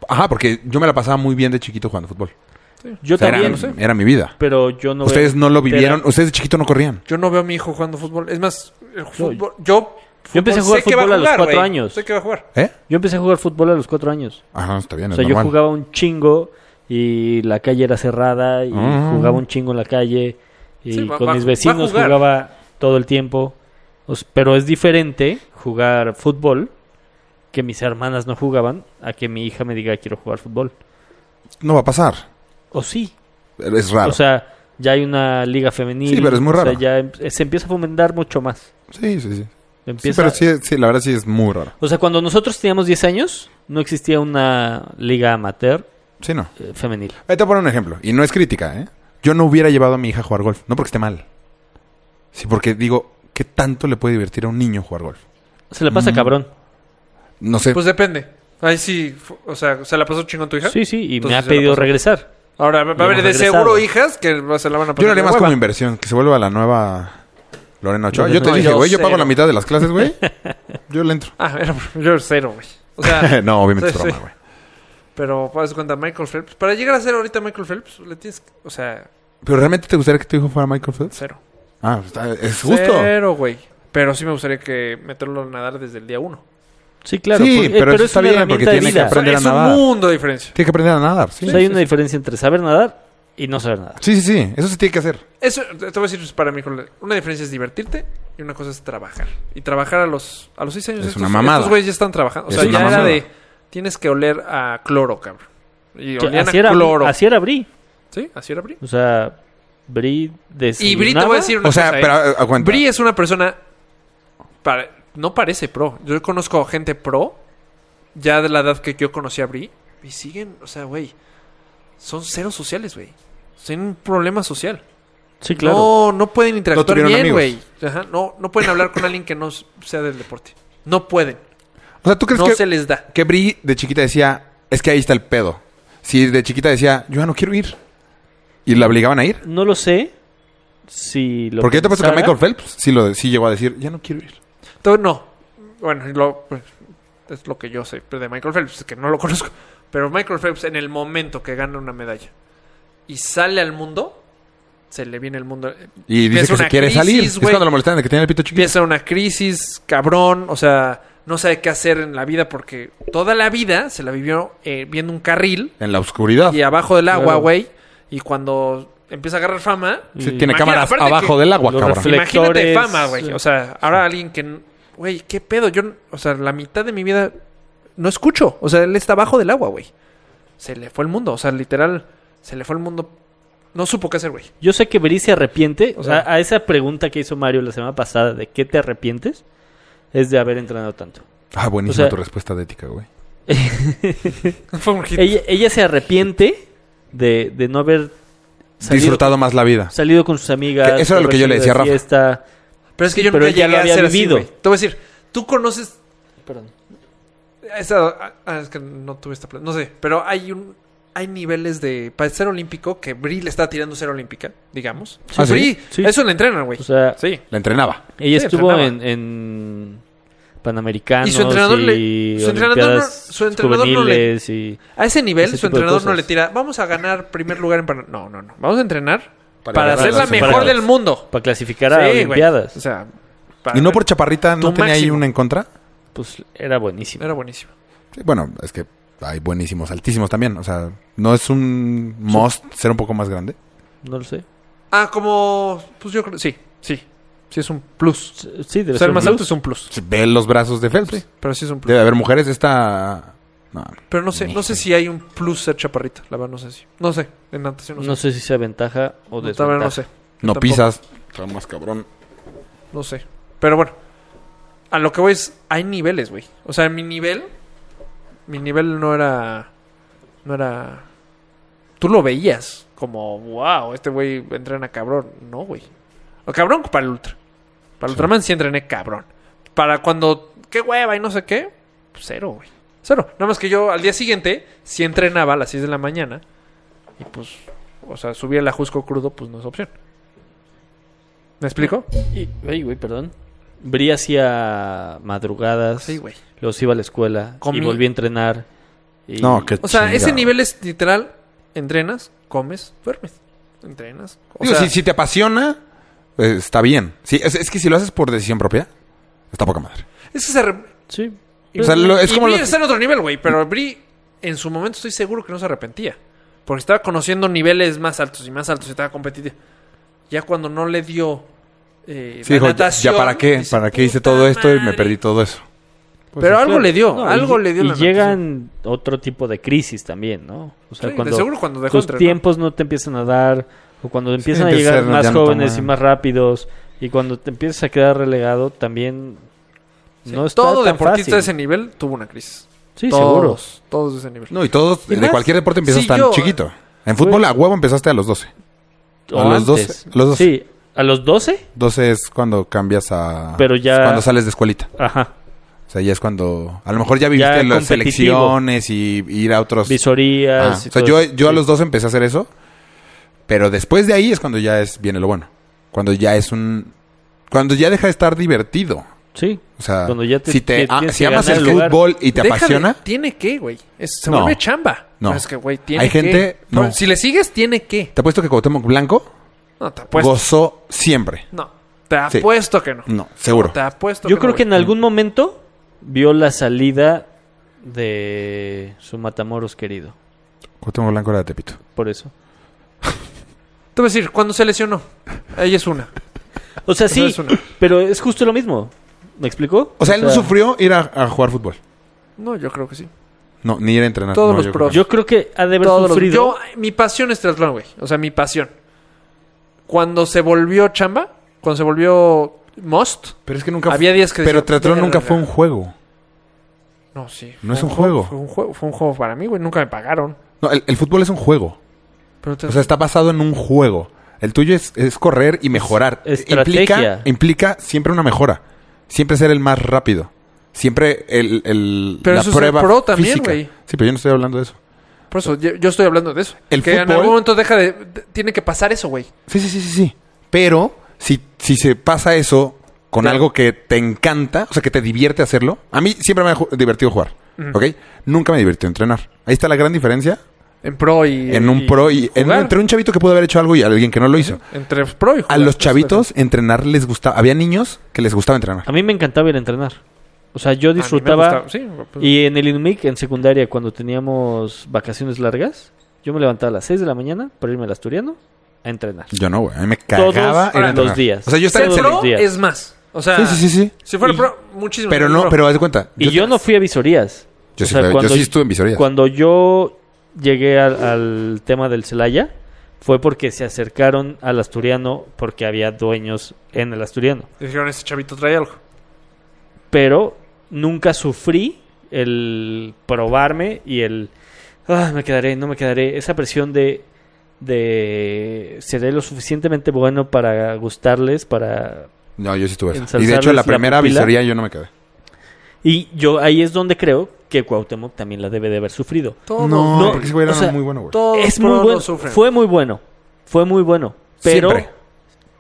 Ajá, porque yo me la pasaba muy bien de chiquito jugando fútbol.
Yo
O sea, era,
también,
era mi vida.
pero yo no
ustedes
veo-
no lo vivieron,
Pero-
ustedes de chiquito no corrían.
Yo no veo a mi hijo jugando fútbol. Es más, el fútbol, yo. fútbol
empecé a jugar
sé que va
fútbol a los
jugar,
cuatro
güey.
años.
Sé que va a jugar.
¿Eh?
Yo empecé a jugar fútbol a los cuatro años.
Ajá, está bien,
O
es
sea, yo
normal.
jugaba un chingo y la calle era cerrada y
Ah.
jugaba un chingo en la calle y
Sí, va-
con
va-
mis
va a
vecinos
jugar.
jugaba todo el tiempo. O s- pero es diferente jugar fútbol que mis hermanas no jugaban a que mi hija me diga quiero jugar fútbol.
No va a pasar.
O sí.
Es raro.
O sea, ya hay una liga femenil.
Sí, pero es muy
O sea,
raro.
ya em- se empieza a fomentar mucho más.
sí, sí, sí. Sí,
Empieza...
pero sí, sí, la verdad sí es muy raro.
O sea, cuando nosotros teníamos 10 años, no existía una liga amateur
Sí, no.
eh, femenil.
Ahí te poner un ejemplo. Y no es crítica, ¿eh? Yo no hubiera llevado a mi hija a jugar golf. No porque esté mal. Sí, porque digo, ¿qué tanto le puede divertir a un niño jugar golf?
Se la
Mm.
pasa cabrón.
No sé.
Pues depende. Ahí sí, fu- o sea, ¿se la pasó chingón tu hija?
Sí, sí, y
Entonces
me ha
se la
pedido
pasó.
regresar.
Ahora, va a
Y
haber
hemos
de
regresado.
seguro hijas que se la van a pasar.
Yo
pues,
lo haría
de
más
hueva.
como inversión, que se vuelva la nueva Lorena Ochoa.
No,
Yo te
no,
dije,
yo
güey, yo
cero.
pago la mitad de las
[laughs]
clases, güey. Yo le entro.
Ah,
[laughs]
era, [laughs] yo era cero, güey. O sea,
no, obviamente
sí,
es broma,
sí.
güey.
Pero, pues, cuenta, Michael Phelps. Para llegar a ser ahorita Michael Phelps, le tienes. que- O sea,
¿Pero realmente te gustaría que tu hijo fuera Michael Phelps?
cero.
Ah, está- es justo.
Cero, güey. Pero sí me gustaría que meterlo a nadar desde el día uno.
Sí, claro.
Sí,
porque- eh,
pero eso
es
está
una
bien, porque
herramienta de
tiene que
vida.
O sea,
Aprender a
es un
nadar.
mundo de diferencia.
Tiene que aprender a nadar, sí.
O sea, hay una diferencia entre saber nadar y no saber nadar.
Sí, sí, sí. Eso se tiene que hacer.
Eso, te voy a decir para mí, Jorge, una diferencia es divertirte y una cosa es trabajar. Y trabajar a los, a los seis años.
Es una mamada.
Estos güeyes ya están trabajando. O
Es
sea,
una
ya era
mamada.
de, tienes que oler a cloro, cabrón. Y
Que
olían
así,
a
era,
cloro.
así era Bri.
Sí, así era Bri.
O sea, Bri
Y Bri, te voy a decir una
O sea,
cosa, ¿eh?
pero eh, aguanta.
Bri es una persona. para- no parece pro. Yo conozco gente pro. Ya de la edad que yo conocí a Bri. Y siguen, o sea, güey. Son ceros sociales, güey. Tienen un problema social.
Sí, claro.
No, no pueden interactuar
tuvieron
bien,
amigos.
güey. Ajá, no, no pueden hablar con alguien que no s- sea del deporte. No pueden.
O sea, ¿tú crees
No
que,
se les da.
que Bri de chiquita decía, es que ahí está el pedo? Si de chiquita decía, yo ya no quiero ir. Y la obligaban a ir.
No lo sé si lo
Porque yo te apuesto que
pensara.
Michael Phelps sí, lo, sí llegó a decir, ya no quiero ir.
Entonces, no. Bueno, y lo- pues, es lo que yo sé de Michael Phelps, que no lo conozco. Pero Michael Phelps, en el momento que gana una medalla y sale al mundo, se le viene el mundo.
Y
Empieza
dice que se
Pues una
quiere
crisis,
salir. Es
güey. Pues
cuando lo molestan de que tiene el pito chiquito.
Empieza una crisis, cabrón. O sea, no sabe qué hacer en la vida porque toda la vida se la vivió eh, viendo un carril
En la oscuridad.
y abajo del agua,
Claro.
güey. Y cuando empieza a agarrar fama.
Y-
Sí, tiene
Imagina-
cámaras
Mm. aparte
abajo
que
del agua,
los
cabrón.
refle-
Imagínate
Lectores.
fama, güey. O sea, ahora alguien que. n- Güey, ¿qué pedo? Yo, n- o sea, la mitad de mi vida no escucho. O sea, él está abajo del agua, güey. Se le fue el mundo. O sea, literal, se le fue el mundo. No supo qué hacer, güey. [laughs]
Yo sé que Bri se arrepiente.
O sea-
a, a esa pregunta que hizo Mario la semana pasada de qué te arrepientes, es de haber entrenado tanto.
Ah, buenísima
O sea-
tu respuesta de ética, güey.
Fue un hit.
Ella, ella se arrepiente de, de no haber salido,
Disfrutado más la vida.
salido con sus amigas.
Que eso era lo que yo le decía a Rafa.
Rafa.
Pero es que
Sí,
yo
pero
nunca
ella
llegué
lo
a
había
ser así,
vivido.
güey. Te voy a decir, tú conoces.
Perdón.
esa- ah, es que no tuve esta. pla- No sé, pero hay un. Hay niveles de. Para ser olímpico, que Bri le está tirando ser olímpica, digamos.
Sí, sí.
Bri,
Ah, Sí. Pues,
eso le entrenan, güey.
O sea,
sí.
La entrenaba.
ella
Sí,
estuvo
entrenaba.
en, en Panamericanos
Y su entrenador le- su entrenador no-
Olimpiadas
su entrenador no le-
juveniles y-
A ese nivel,
Ese
su
tipo de
entrenador no
cosas.
le tira. Vamos a ganar primer lugar en Panamá. No, no, no. Vamos a entrenar
Para
para,
ganar
ser la
las
mejor
Olimpiadas.
del mundo.
para clasificar a
Sí, güey.
Olimpiadas.
O sea,
Y no por chaparrita, ¿no
Tu
tenía ahí
máximo.
una en contra?
Pues era buenísimo.
Era buenísimo.
Sí, bueno, es que hay buenísimos, altísimos también. O sea, no es un must ser un poco más grande.
No lo sé.
Ah, como. Pues yo creo. Sí, sí. Sí, es un plus.
Sí, debe
Ser
ser
más
un
alto
plus.
es un plus.
Sí, Ve los brazos de Phelps.
Pero sí es un plus.
Debe haber mujeres. Esta. No.
Pero no sé, no sé si hay un plus ser chaparrita. La verdad, no sé si. No sé. En natación no,
No
sé.
sé si sea ventaja o
No, la verdad,
desventaja.
no sé.
No
Tampoco.
pisas. Está más cabrón.
No sé. Pero bueno. A lo que voy es. Hay niveles, güey. O sea, mi nivel. Mi nivel no era. No era. Tú lo veías. Como, wow, este güey entrena cabrón. No, güey. O cabrón para el Ultra. Para el Ultraman sí entrené cabrón. Para cuando. Qué hueva y no sé qué. pues, Cero, güey. Cero. Nada más que yo al día siguiente. Sí entrenaba a las 6 de la mañana. Y pues. O sea, subir el ajusco crudo, pues no es opción. ¿Me explico?
Y- ay, güey, perdón. Bri hacía madrugadas.
Sí, güey.
Los iba a la escuela.
Comí.
Y volví a entrenar. y-
No, qué
O sea,
chingado.
ese nivel es literal, entrenas, comes, duermes. Entrenas. O
Digo,
sea,
si, si te apasiona, eh, está bien. Sí, es, es que si lo haces por decisión propia, está poca madre.
es que se... arre-
Sí.
O sea, lo- es
y
como
Bri
los-
está en otro nivel, güey, pero Bri en su momento estoy seguro que no se arrepentía. Porque estaba conociendo niveles más altos y más altos y estaba competitiva. Ya cuando no le dio eh,
Sí,
la
dijo, ya-
natación,
ya para qué,
dice,
para qué hice
"Puta
todo esto y me
madre".
perdí todo eso. Pues
pero
sí.
algo le dio,
No,
algo
y,
le dio
y
la natación.
llegan otro tipo de crisis también, ¿no? O sea,
Sí,
cuando
de seguro cuando dejó
tus
entrenar.
tiempos no te empiezan a dar o cuando empiezan a
empiezas a
llegar
ser-
más
ya no
jóvenes
toman.
y más rápidos y cuando te empiezas a quedar relegado también
Sí,
no está
Todo
tan
deportista
fácil.
de ese nivel tuvo una crisis.
Sí, seguro.
todos, todos de ese nivel.
No, y todos,
Y
de
más,
cualquier deporte empiezas
si
tan
yo- pues,
chiquito. En fútbol a huevo empezaste a los 12.
O
A los
antes.
12, a los 12.
Sí, a los 12,
12 es cuando cambias a...
Pero ya-
Cuando sales de escuelita.
ajá,
O sea, ya es cuando... A lo mejor ya viviste
Ya
las
competitivo.
selecciones y ir a otros... Ah,
visorías. y
o sea,
todo
yo,
eso.
yo a
Sí.
los 12 empecé a hacer eso. Pero después de ahí es cuando ya es viene lo bueno. Cuando ya es un... Cuando ya deja de estar divertido.
Sí,
O sea,
Cuando ya te-
si, te,
que
ah,
tienes
si
que
amas
ganar
el
el lugar.
fútbol y
Deja
te
de-
apasiona...
tiene que, güey. Es- se
No.
vuelve chamba.
No.
No. Es que, güey, tiene
Hay gente-
que.
no.
Si le sigues, tiene que.
Te apuesto que Cuauhtémoc Blanco
No, te
Pues-
apuesto.
gozó siempre.
No. Te
Sí.
apuesto que no.
No, seguro.
Te apuesto
Yo creo que en
no.
Mm.
algún momento vio la salida de su Matamoros querido,
Cuauhtémoc Blanco era de Tepito.
por eso.
güey. Te voy a decir, cuando se lesionó. Ahí es una.
O sea,
Eso
sí,
es una.
pero es justo lo mismo. ¿Me explicó?
O sea, él no sufrió ir a, a jugar fútbol.
No, yo creo que sí.
No, ni ir a entrenar.
Todos
No,
los
yo
pros.
creo
Yo creo que ha de haber
Todos los-
sufrido.
Yo, mi pasión es triatlón, güey. O sea, mi pasión. Cuando se volvió chamba, cuando se volvió must.
que- Pero es que nunca...
Había días que
Pero
decía,
Teatrón
"Verga".
nunca fue un juego.
No, sí.
No es
Fue
un juego.
Fue un juego, fue un juego para mí, güey. Nunca me pagaron.
No, el, el fútbol es un juego.
Pero te-
O sea, está basado en un juego. El tuyo es, es correr y mejorar. E
Es-
implica,
estrategia.
implica siempre una mejora. Siempre ser el más rápido. Siempre el, el-
Pero
la
eso es ser
prueba
pro también,
física.
güey.
Sí, pero yo no estoy hablando de eso.
Por eso, yo, yo estoy hablando de eso.
El
que en
fútbol-
algún momento deja de, de- Tiene que pasar eso, güey.
Sí, sí, sí, sí, sí. Pero si, si se pasa eso con
Ya.
algo que te encanta, o sea, que te divierte hacerlo. A mí siempre me ha ju- divertido jugar, ¿ok? Nunca me divirtió entrenar. Ahí está la gran diferencia
En pro y.
en un
y
pro y en un-
jugar.
entre un chavito que pudo haber hecho algo y alguien que no lo hizo.
Entre pro y
A
jugar.
los chavitos entrenar les gustaba. Había niños que les gustaba entrenar.
A mí me encantaba ir a entrenar. O sea, yo
A mí me
disfrutaba.
gustaba, sí, pues,
Y en el Inumic, en secundaria, cuando teníamos vacaciones largas, yo me levantaba a las 6 de la mañana para irme al Asturiano a entrenar.
Yo no, güey. A mí me
Todos
cagaba. ir a
los
entrenar.
días.
O sea, yo estaba
Todos
en
los
serio.
Pro
días.
es más. O sea,
Sí, sí, sí, sí.
si fuera
Y-
pro, muchísimo.
Pero no,
pro.
pero haz de cuenta.
Y yo no fui a visorías.
Yo,
O
sí,
sea,
fui- yo
cuando-
sí estuve en visorías.
Cuando yo llegué al, al tema del Celaya, fue porque se acercaron al Asturiano porque había dueños en el Asturiano.
Dijeron, este chavito trae algo.
Pero nunca sufrí el probarme y el. "Ah, me quedaré, no me quedaré. Esa presión de. de seré lo suficientemente bueno para gustarles, para
No, yo sí estuve. esa. Y de
Ensalzarles
hecho, la
la
primera
pupila.
visoría yo no me quedé.
Y yo ahí es donde creo que Cuauhtémoc también la debe de haber sufrido.
Todo.
no,
porque ese güey era
o sea,
muy bueno, güey.
Todos
es muy bueno, fue muy bueno, fue muy bueno, pero
Siempre.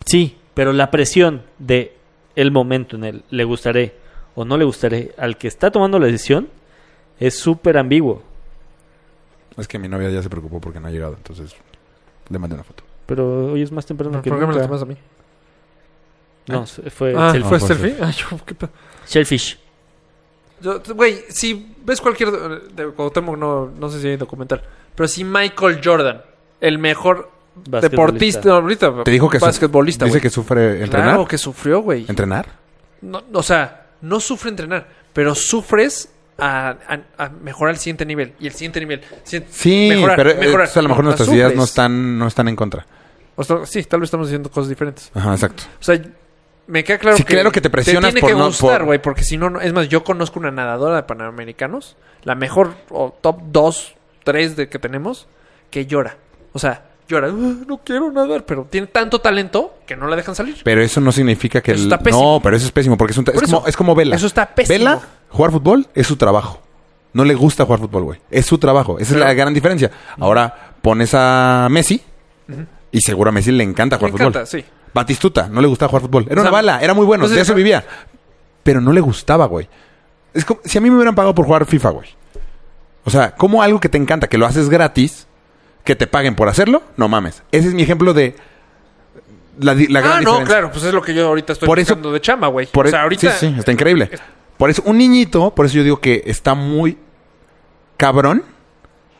sí, pero la presión de el momento en el le gustaré o no le gustaré al que está tomando la decisión es súper ambiguo.
Es que mi novia ya se preocupó porque no ha llegado, entonces le mandé una foto.
Pero hoy es más temprano
¿Por
que
qué me
nunca.
lo tomas a mí?
No, fue
Ah,
self-
¿fue
No, fue
selfie? Ah, yo, qué pedo.
Shellfish.
Yo, t- Güey, si ves cualquier... eh, De Cuauhtémoc no, no sé si hay documental. Pero si Michael Jordan, el mejor deportista no, ahorita.
Te dijo que su-
basquetbolista,
Dice
güey.
que sufre entrenar.
Claro, que sufrió, güey.
¿Entrenar?
No, o sea, no sufre entrenar, pero sufres a, a- a mejorar el siguiente nivel. Y el siguiente nivel. si-
Sí,
mejorar,
pero eh,
mejorar.
entonces a lo mejor
La
nuestras ideas no
sufres.
están, no están en contra.
O sea, sí, tal vez estamos haciendo cosas diferentes.
Ajá, exacto.
O sea, me queda claro
Sí,
que.
claro que te presionas
tiene
por
que
no-
gustar,
por-
güey, porque si no, no. Es más, yo conozco una nadadora de panamericanos, la mejor o top 2, 3 de que tenemos, que llora. O sea, llora. "Ah, no quiero nadar, pero tiene tanto talento que no la dejan salir.
Pero eso no significa que...
Eso
el-
está pésimo.
no, pero eso es pésimo porque es, un tra-
Por
es
eso.
como, es como Vela.
Eso está pésimo.
Vela, jugar fútbol es su trabajo. No le gusta jugar fútbol, güey. Es su trabajo. Esa es la gran diferencia. Ahora pones a Messi y seguro a Messi le encanta
Me
jugar fútbol.
encanta, sí.
Batistuta, no le gustaba jugar fútbol. Era
O
una
sea, pues
bala, era muy bueno,
entonces-
de eso vivía. Pero no le gustaba, güey. Es como si a mí me hubieran pagado por jugar FIFA, güey. O sea, como algo que te encanta, que lo haces gratis, que te paguen por hacerlo, no mames. Ese es mi ejemplo de la, di- la gran
ah, no,
diferencia.
claro, pues es lo que yo ahorita estoy
Por eso-
buscando de chama, güey.
Por
o sea,
e-
ahorita
Sí, sí, está increíble. Por eso, un niñito, por eso yo digo que está muy cabrón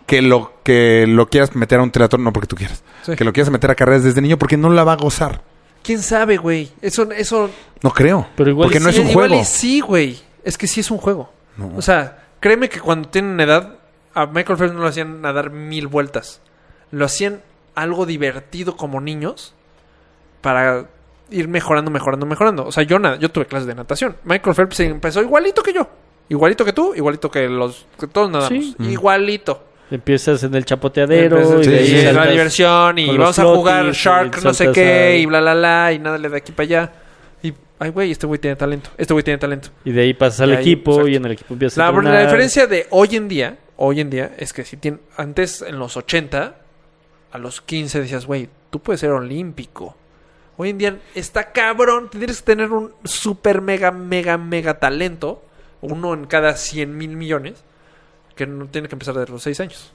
que lo, que lo quieras meter a un triatlón, no porque tú quieras.
Sí.
Que lo quieras meter a carreras desde niño porque no la va a gozar.
quién sabe, güey. Eso eso
No creo.
Pero igual
porque
y
no es
sí,
un
igual
juego.
y sí, güey. Es que sí es un juego.
No.
O sea, créeme que cuando tienen una edad a Michael Phelps no lo hacían nadar mil vueltas. Lo hacían algo divertido como niños para ir mejorando, mejorando, mejorando. O sea, yo nada, yo tuve clases de natación. Michael Phelps empezó igualito que yo. Igualito que tú, igualito que los que todos nadamos.
Sí.
Mm.
Igualito.
Empiezas en el chapoteadero
Empiezas-
y
sí,
de ahí
sí,
y la
saltas-
diversión y
con los
vamos a jugar
flotis,
Shark,
y
no sé
saltas
qué,
a-
y bla, bla, bla, y nádale de aquí para allá. Y, ay, güey, este güey tiene talento. Este güey tiene talento.
y de ahí pasas al
Y ahí,
equipo
exacto.
y en el equipo empiezas a
La, la
entrenar.
diferencia de hoy en día, hoy en día, es que si tiene, antes en los 80, a los 15 decías, güey, tú puedes ser olímpico. Hoy en día está cabrón, tienes que tener un super mega, mega, mega talento, uno en cada 100 mil millones, que no tiene que empezar desde los 6 años.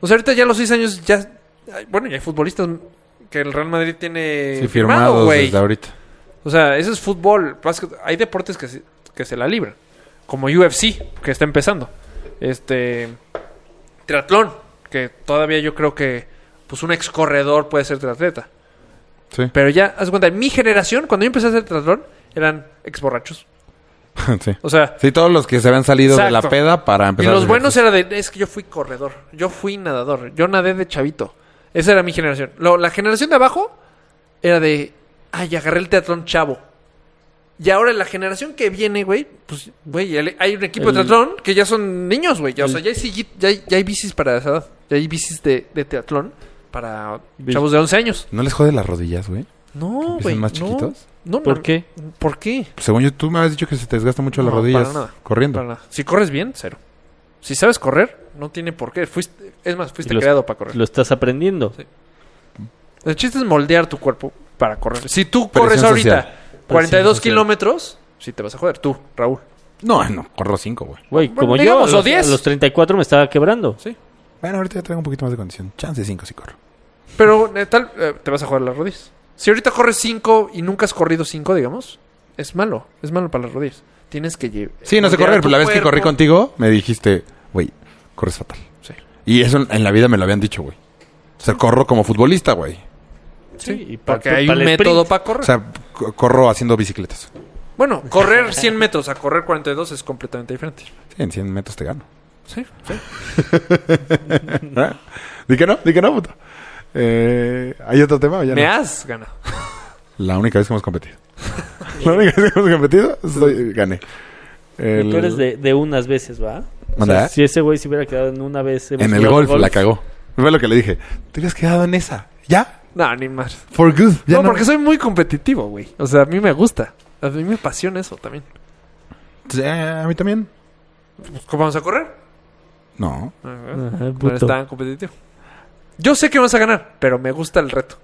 O sea, ahorita ya a los 6 años ya, ay, bueno, ya hay futbolistas que el Real Madrid tiene
Sí,
firmado,
firmados
güey.
desde ahorita.
O sea, eso es fútbol. básquet- Hay deportes que se, que se la libran. Como UFC, que está empezando. Este. Triatlón, que todavía yo creo que. Pues un ex corredor puede ser triatleta.
Sí.
Pero ya, haz de cuenta, en mi generación, cuando yo empecé a hacer triatlón, eran ex borrachos.
[laughs] sí.
O sea,
Sí, todos los que se habían salido de la
Exacto.
peda para
y
empezar. a
los
hacer
buenos
ejercicio.
era de. Es que yo fui corredor. Yo fui nadador. Yo nadé de chavito. Esa era mi generación. Lo- la generación de abajo era de. Ay, agarré el teatrón chavo. Y ahora la generación que viene, güey, pues, güey, el- hay un equipo
El-
de teatrón que ya son niños, güey. Ya, o
El-
sea, ya hay, sigui- ya, hay, ya hay bicis para esa edad. Ya hay bicis de, de teatrón para
Bici.
chavos de 11 años.
¿No les jode las rodillas, güey?
No,
¿Que
güey.
empiecen más
no.
chiquitos?
No, no,
¿Por qué?
¿Por qué?
Según yo, tú me habías dicho que se te desgasta mucho las
No,
rodillas
para nada.
corriendo.
Para nada. Si corres bien, cero. Si sabes correr, no tiene por qué. Fuiste, es más,
Y
fuiste
los-
creado para correr.
Lo estás aprendiendo.
Sí. El chiste es moldear tu cuerpo para correr. Si tú
Presión
corres ahorita
social.
42
social.
kilómetros, sí te vas a joder. Tú, Raúl.
No, no, corro cinco, güey.
Güey,
Bueno,
como yo, a
digamos, o
los,
10.
a los 34 me estaba quebrando.
Sí.
Bueno, ahorita ya traigo un poquito más de condición. Chance cinco si corro.
Pero eh, tal, eh, te vas a joder las rodillas. Si ahorita corres 5 y nunca has corrido 5, digamos, es malo. Es malo para las rodillas. Tienes que llevar.
Sí, no sé correr, pero la vez que corrí contigo me dijiste, güey, corres fatal.
Sí.
Y eso en la vida me lo habían dicho, güey. O sea, corro como futbolista, güey.
Sí, y pa-
Porque
pa-
hay
para
un
el
método
sprint.
para correr.
O sea, co- corro haciendo bicicletas.
bueno,
[laughs]
correr 100 metros a correr 42 es completamente diferente.
Sí, en 100 metros te [laughs] gano.
Sí, sí.
¿Eh? Di que no, di que no, puto. Eh, ¿Hay otro tema o ya
Me
no?
has ganado.
La única vez que hemos competido. [laughs] La única vez que hemos competido, soy- gané. El-
Tú eres de, de unas veces, ¿va? O
Manda,
sea,
¿eh?
si ese güey se hubiera quedado en una vez... hemos
En el
jugado
golf, la cagó. Fue lo que le dije. Te hubieras quedado en esa. ¿Ya?
No, ni más.
For good. Ya
no, porque soy muy competitivo, güey. O sea, a mí me gusta. A mí me apasiona eso también.
Eh, a mí también.
Pues, ¿Cómo vamos a correr?
No.
Ajá.
Ajá,
No eres
puto.
tan competitivo. Yo sé que vas a ganar, pero me gusta el reto.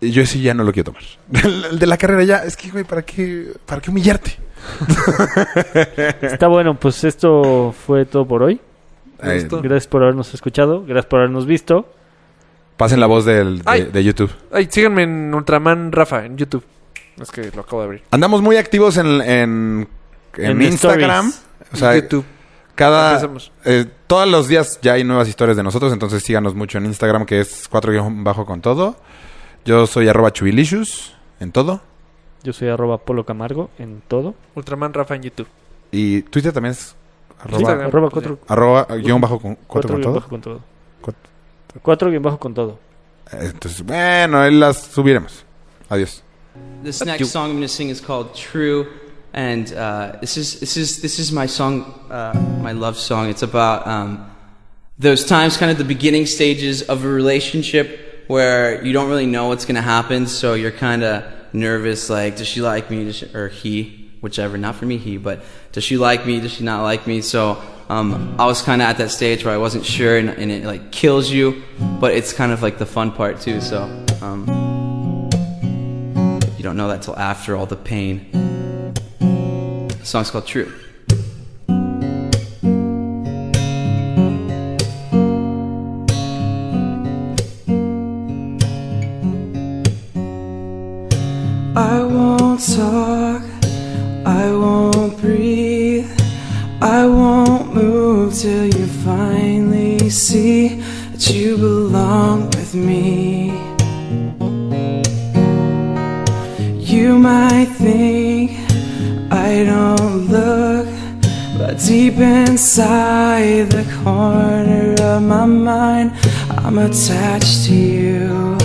Yo sí ya no lo quiero tomar. [laughs] El, el de la carrera ya. Es que, güey, ¿para qué, ¿para qué humillarte?
Está bueno, pues esto fue todo por hoy.
Eh,
Listo.
Gracias por habernos escuchado, gracias por habernos visto.
pasen la voz del,
Ay.
de, de YouTube.
Ay, síganme en Ultraman Rafa en YouTube. Es que lo acabo de abrir.
Andamos muy activos en, en, en
En
Instagram.
stories.
O sea,
YouTube.
cada...
Empecemos.
eh, todos los días ya hay nuevas historias de nosotros, entonces síganos mucho en Instagram que es 4 bajo con todo. Yo soy arroba chubilicious en todo.
Yo soy arroba Polo Camargo en todo.
Ultraman Rafa en YouTube.
Y Twitter también es arroba,
Instagram.
Arroba cuatro,
arroba guión bajo con, cuatro
cuatro
con
guión
todo.
bajo con todo.
Cuatro.
Cuatro guión bajo con todo.
Eh, Entonces, bueno, ahí las subiremos. Adiós.
This next song I'm going to sing is called "True," and uh, this is this is this is my song, uh, my love song. It's about um, those times, kind of the beginning stages of a relationship where you don't really know what's going to happen, so you're kind of nervous. Like, does she like me? Does she, or he? Whichever. Not for me, he. But does she like me? Does she not like me? So. Um, I was kind of at that stage where I wasn't sure, and, and it like kills you, but it's kind of like the fun part too. So. Um, you don't know that till after all the pain. The song's called True. I won't talk, I won't breathe, I won't move till you finally see that you belong with me. You might think I don't look, but deep inside the corner of my mind, I'm attached to you.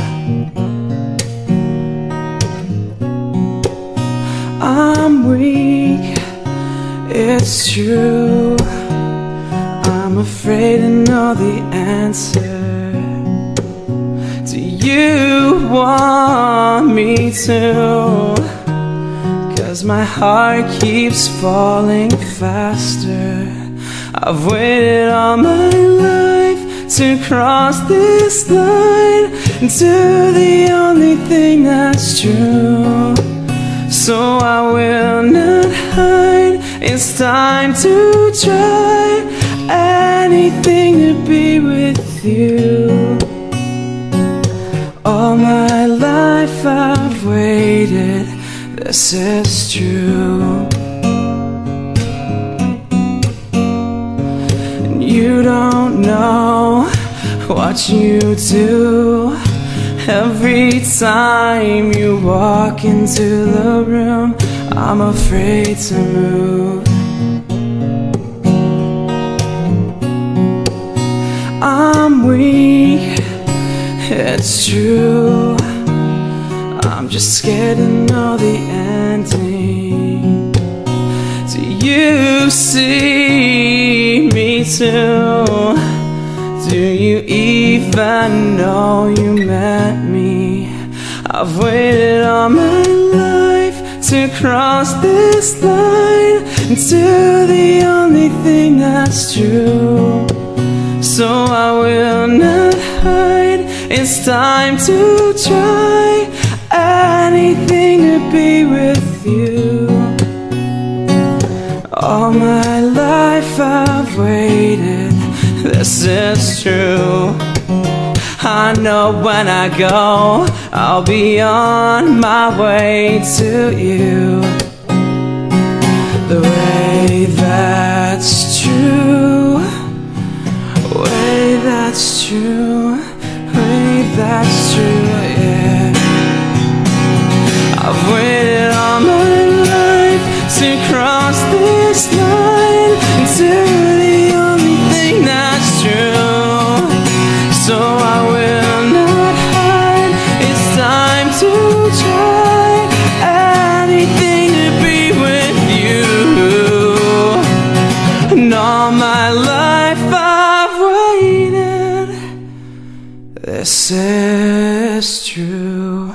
I'm weak, it's true. I'm afraid to know the answer. Do you want me to? Cause my heart keeps falling faster. I've waited all my life to cross this line into the only thing that's true. So I will not hide. It's time to try anything to be with you. All my life I've waited, this is true. And you don't know what you do. Every time you walk into the room, I'm afraid to move. I'm weak. It's true. I'm just scared to know the ending. Do you see me too? Do you even know you meant me? I've waited all my life to cross this line into the only thing that's true. So I will not hide. It's time to try anything to be with you. All my life I've waited. This is true. I know when I go, I'll be on my way to you. The way that's true way that's true, way that's true will try anything to be with you. And all my life I've waited. This is true.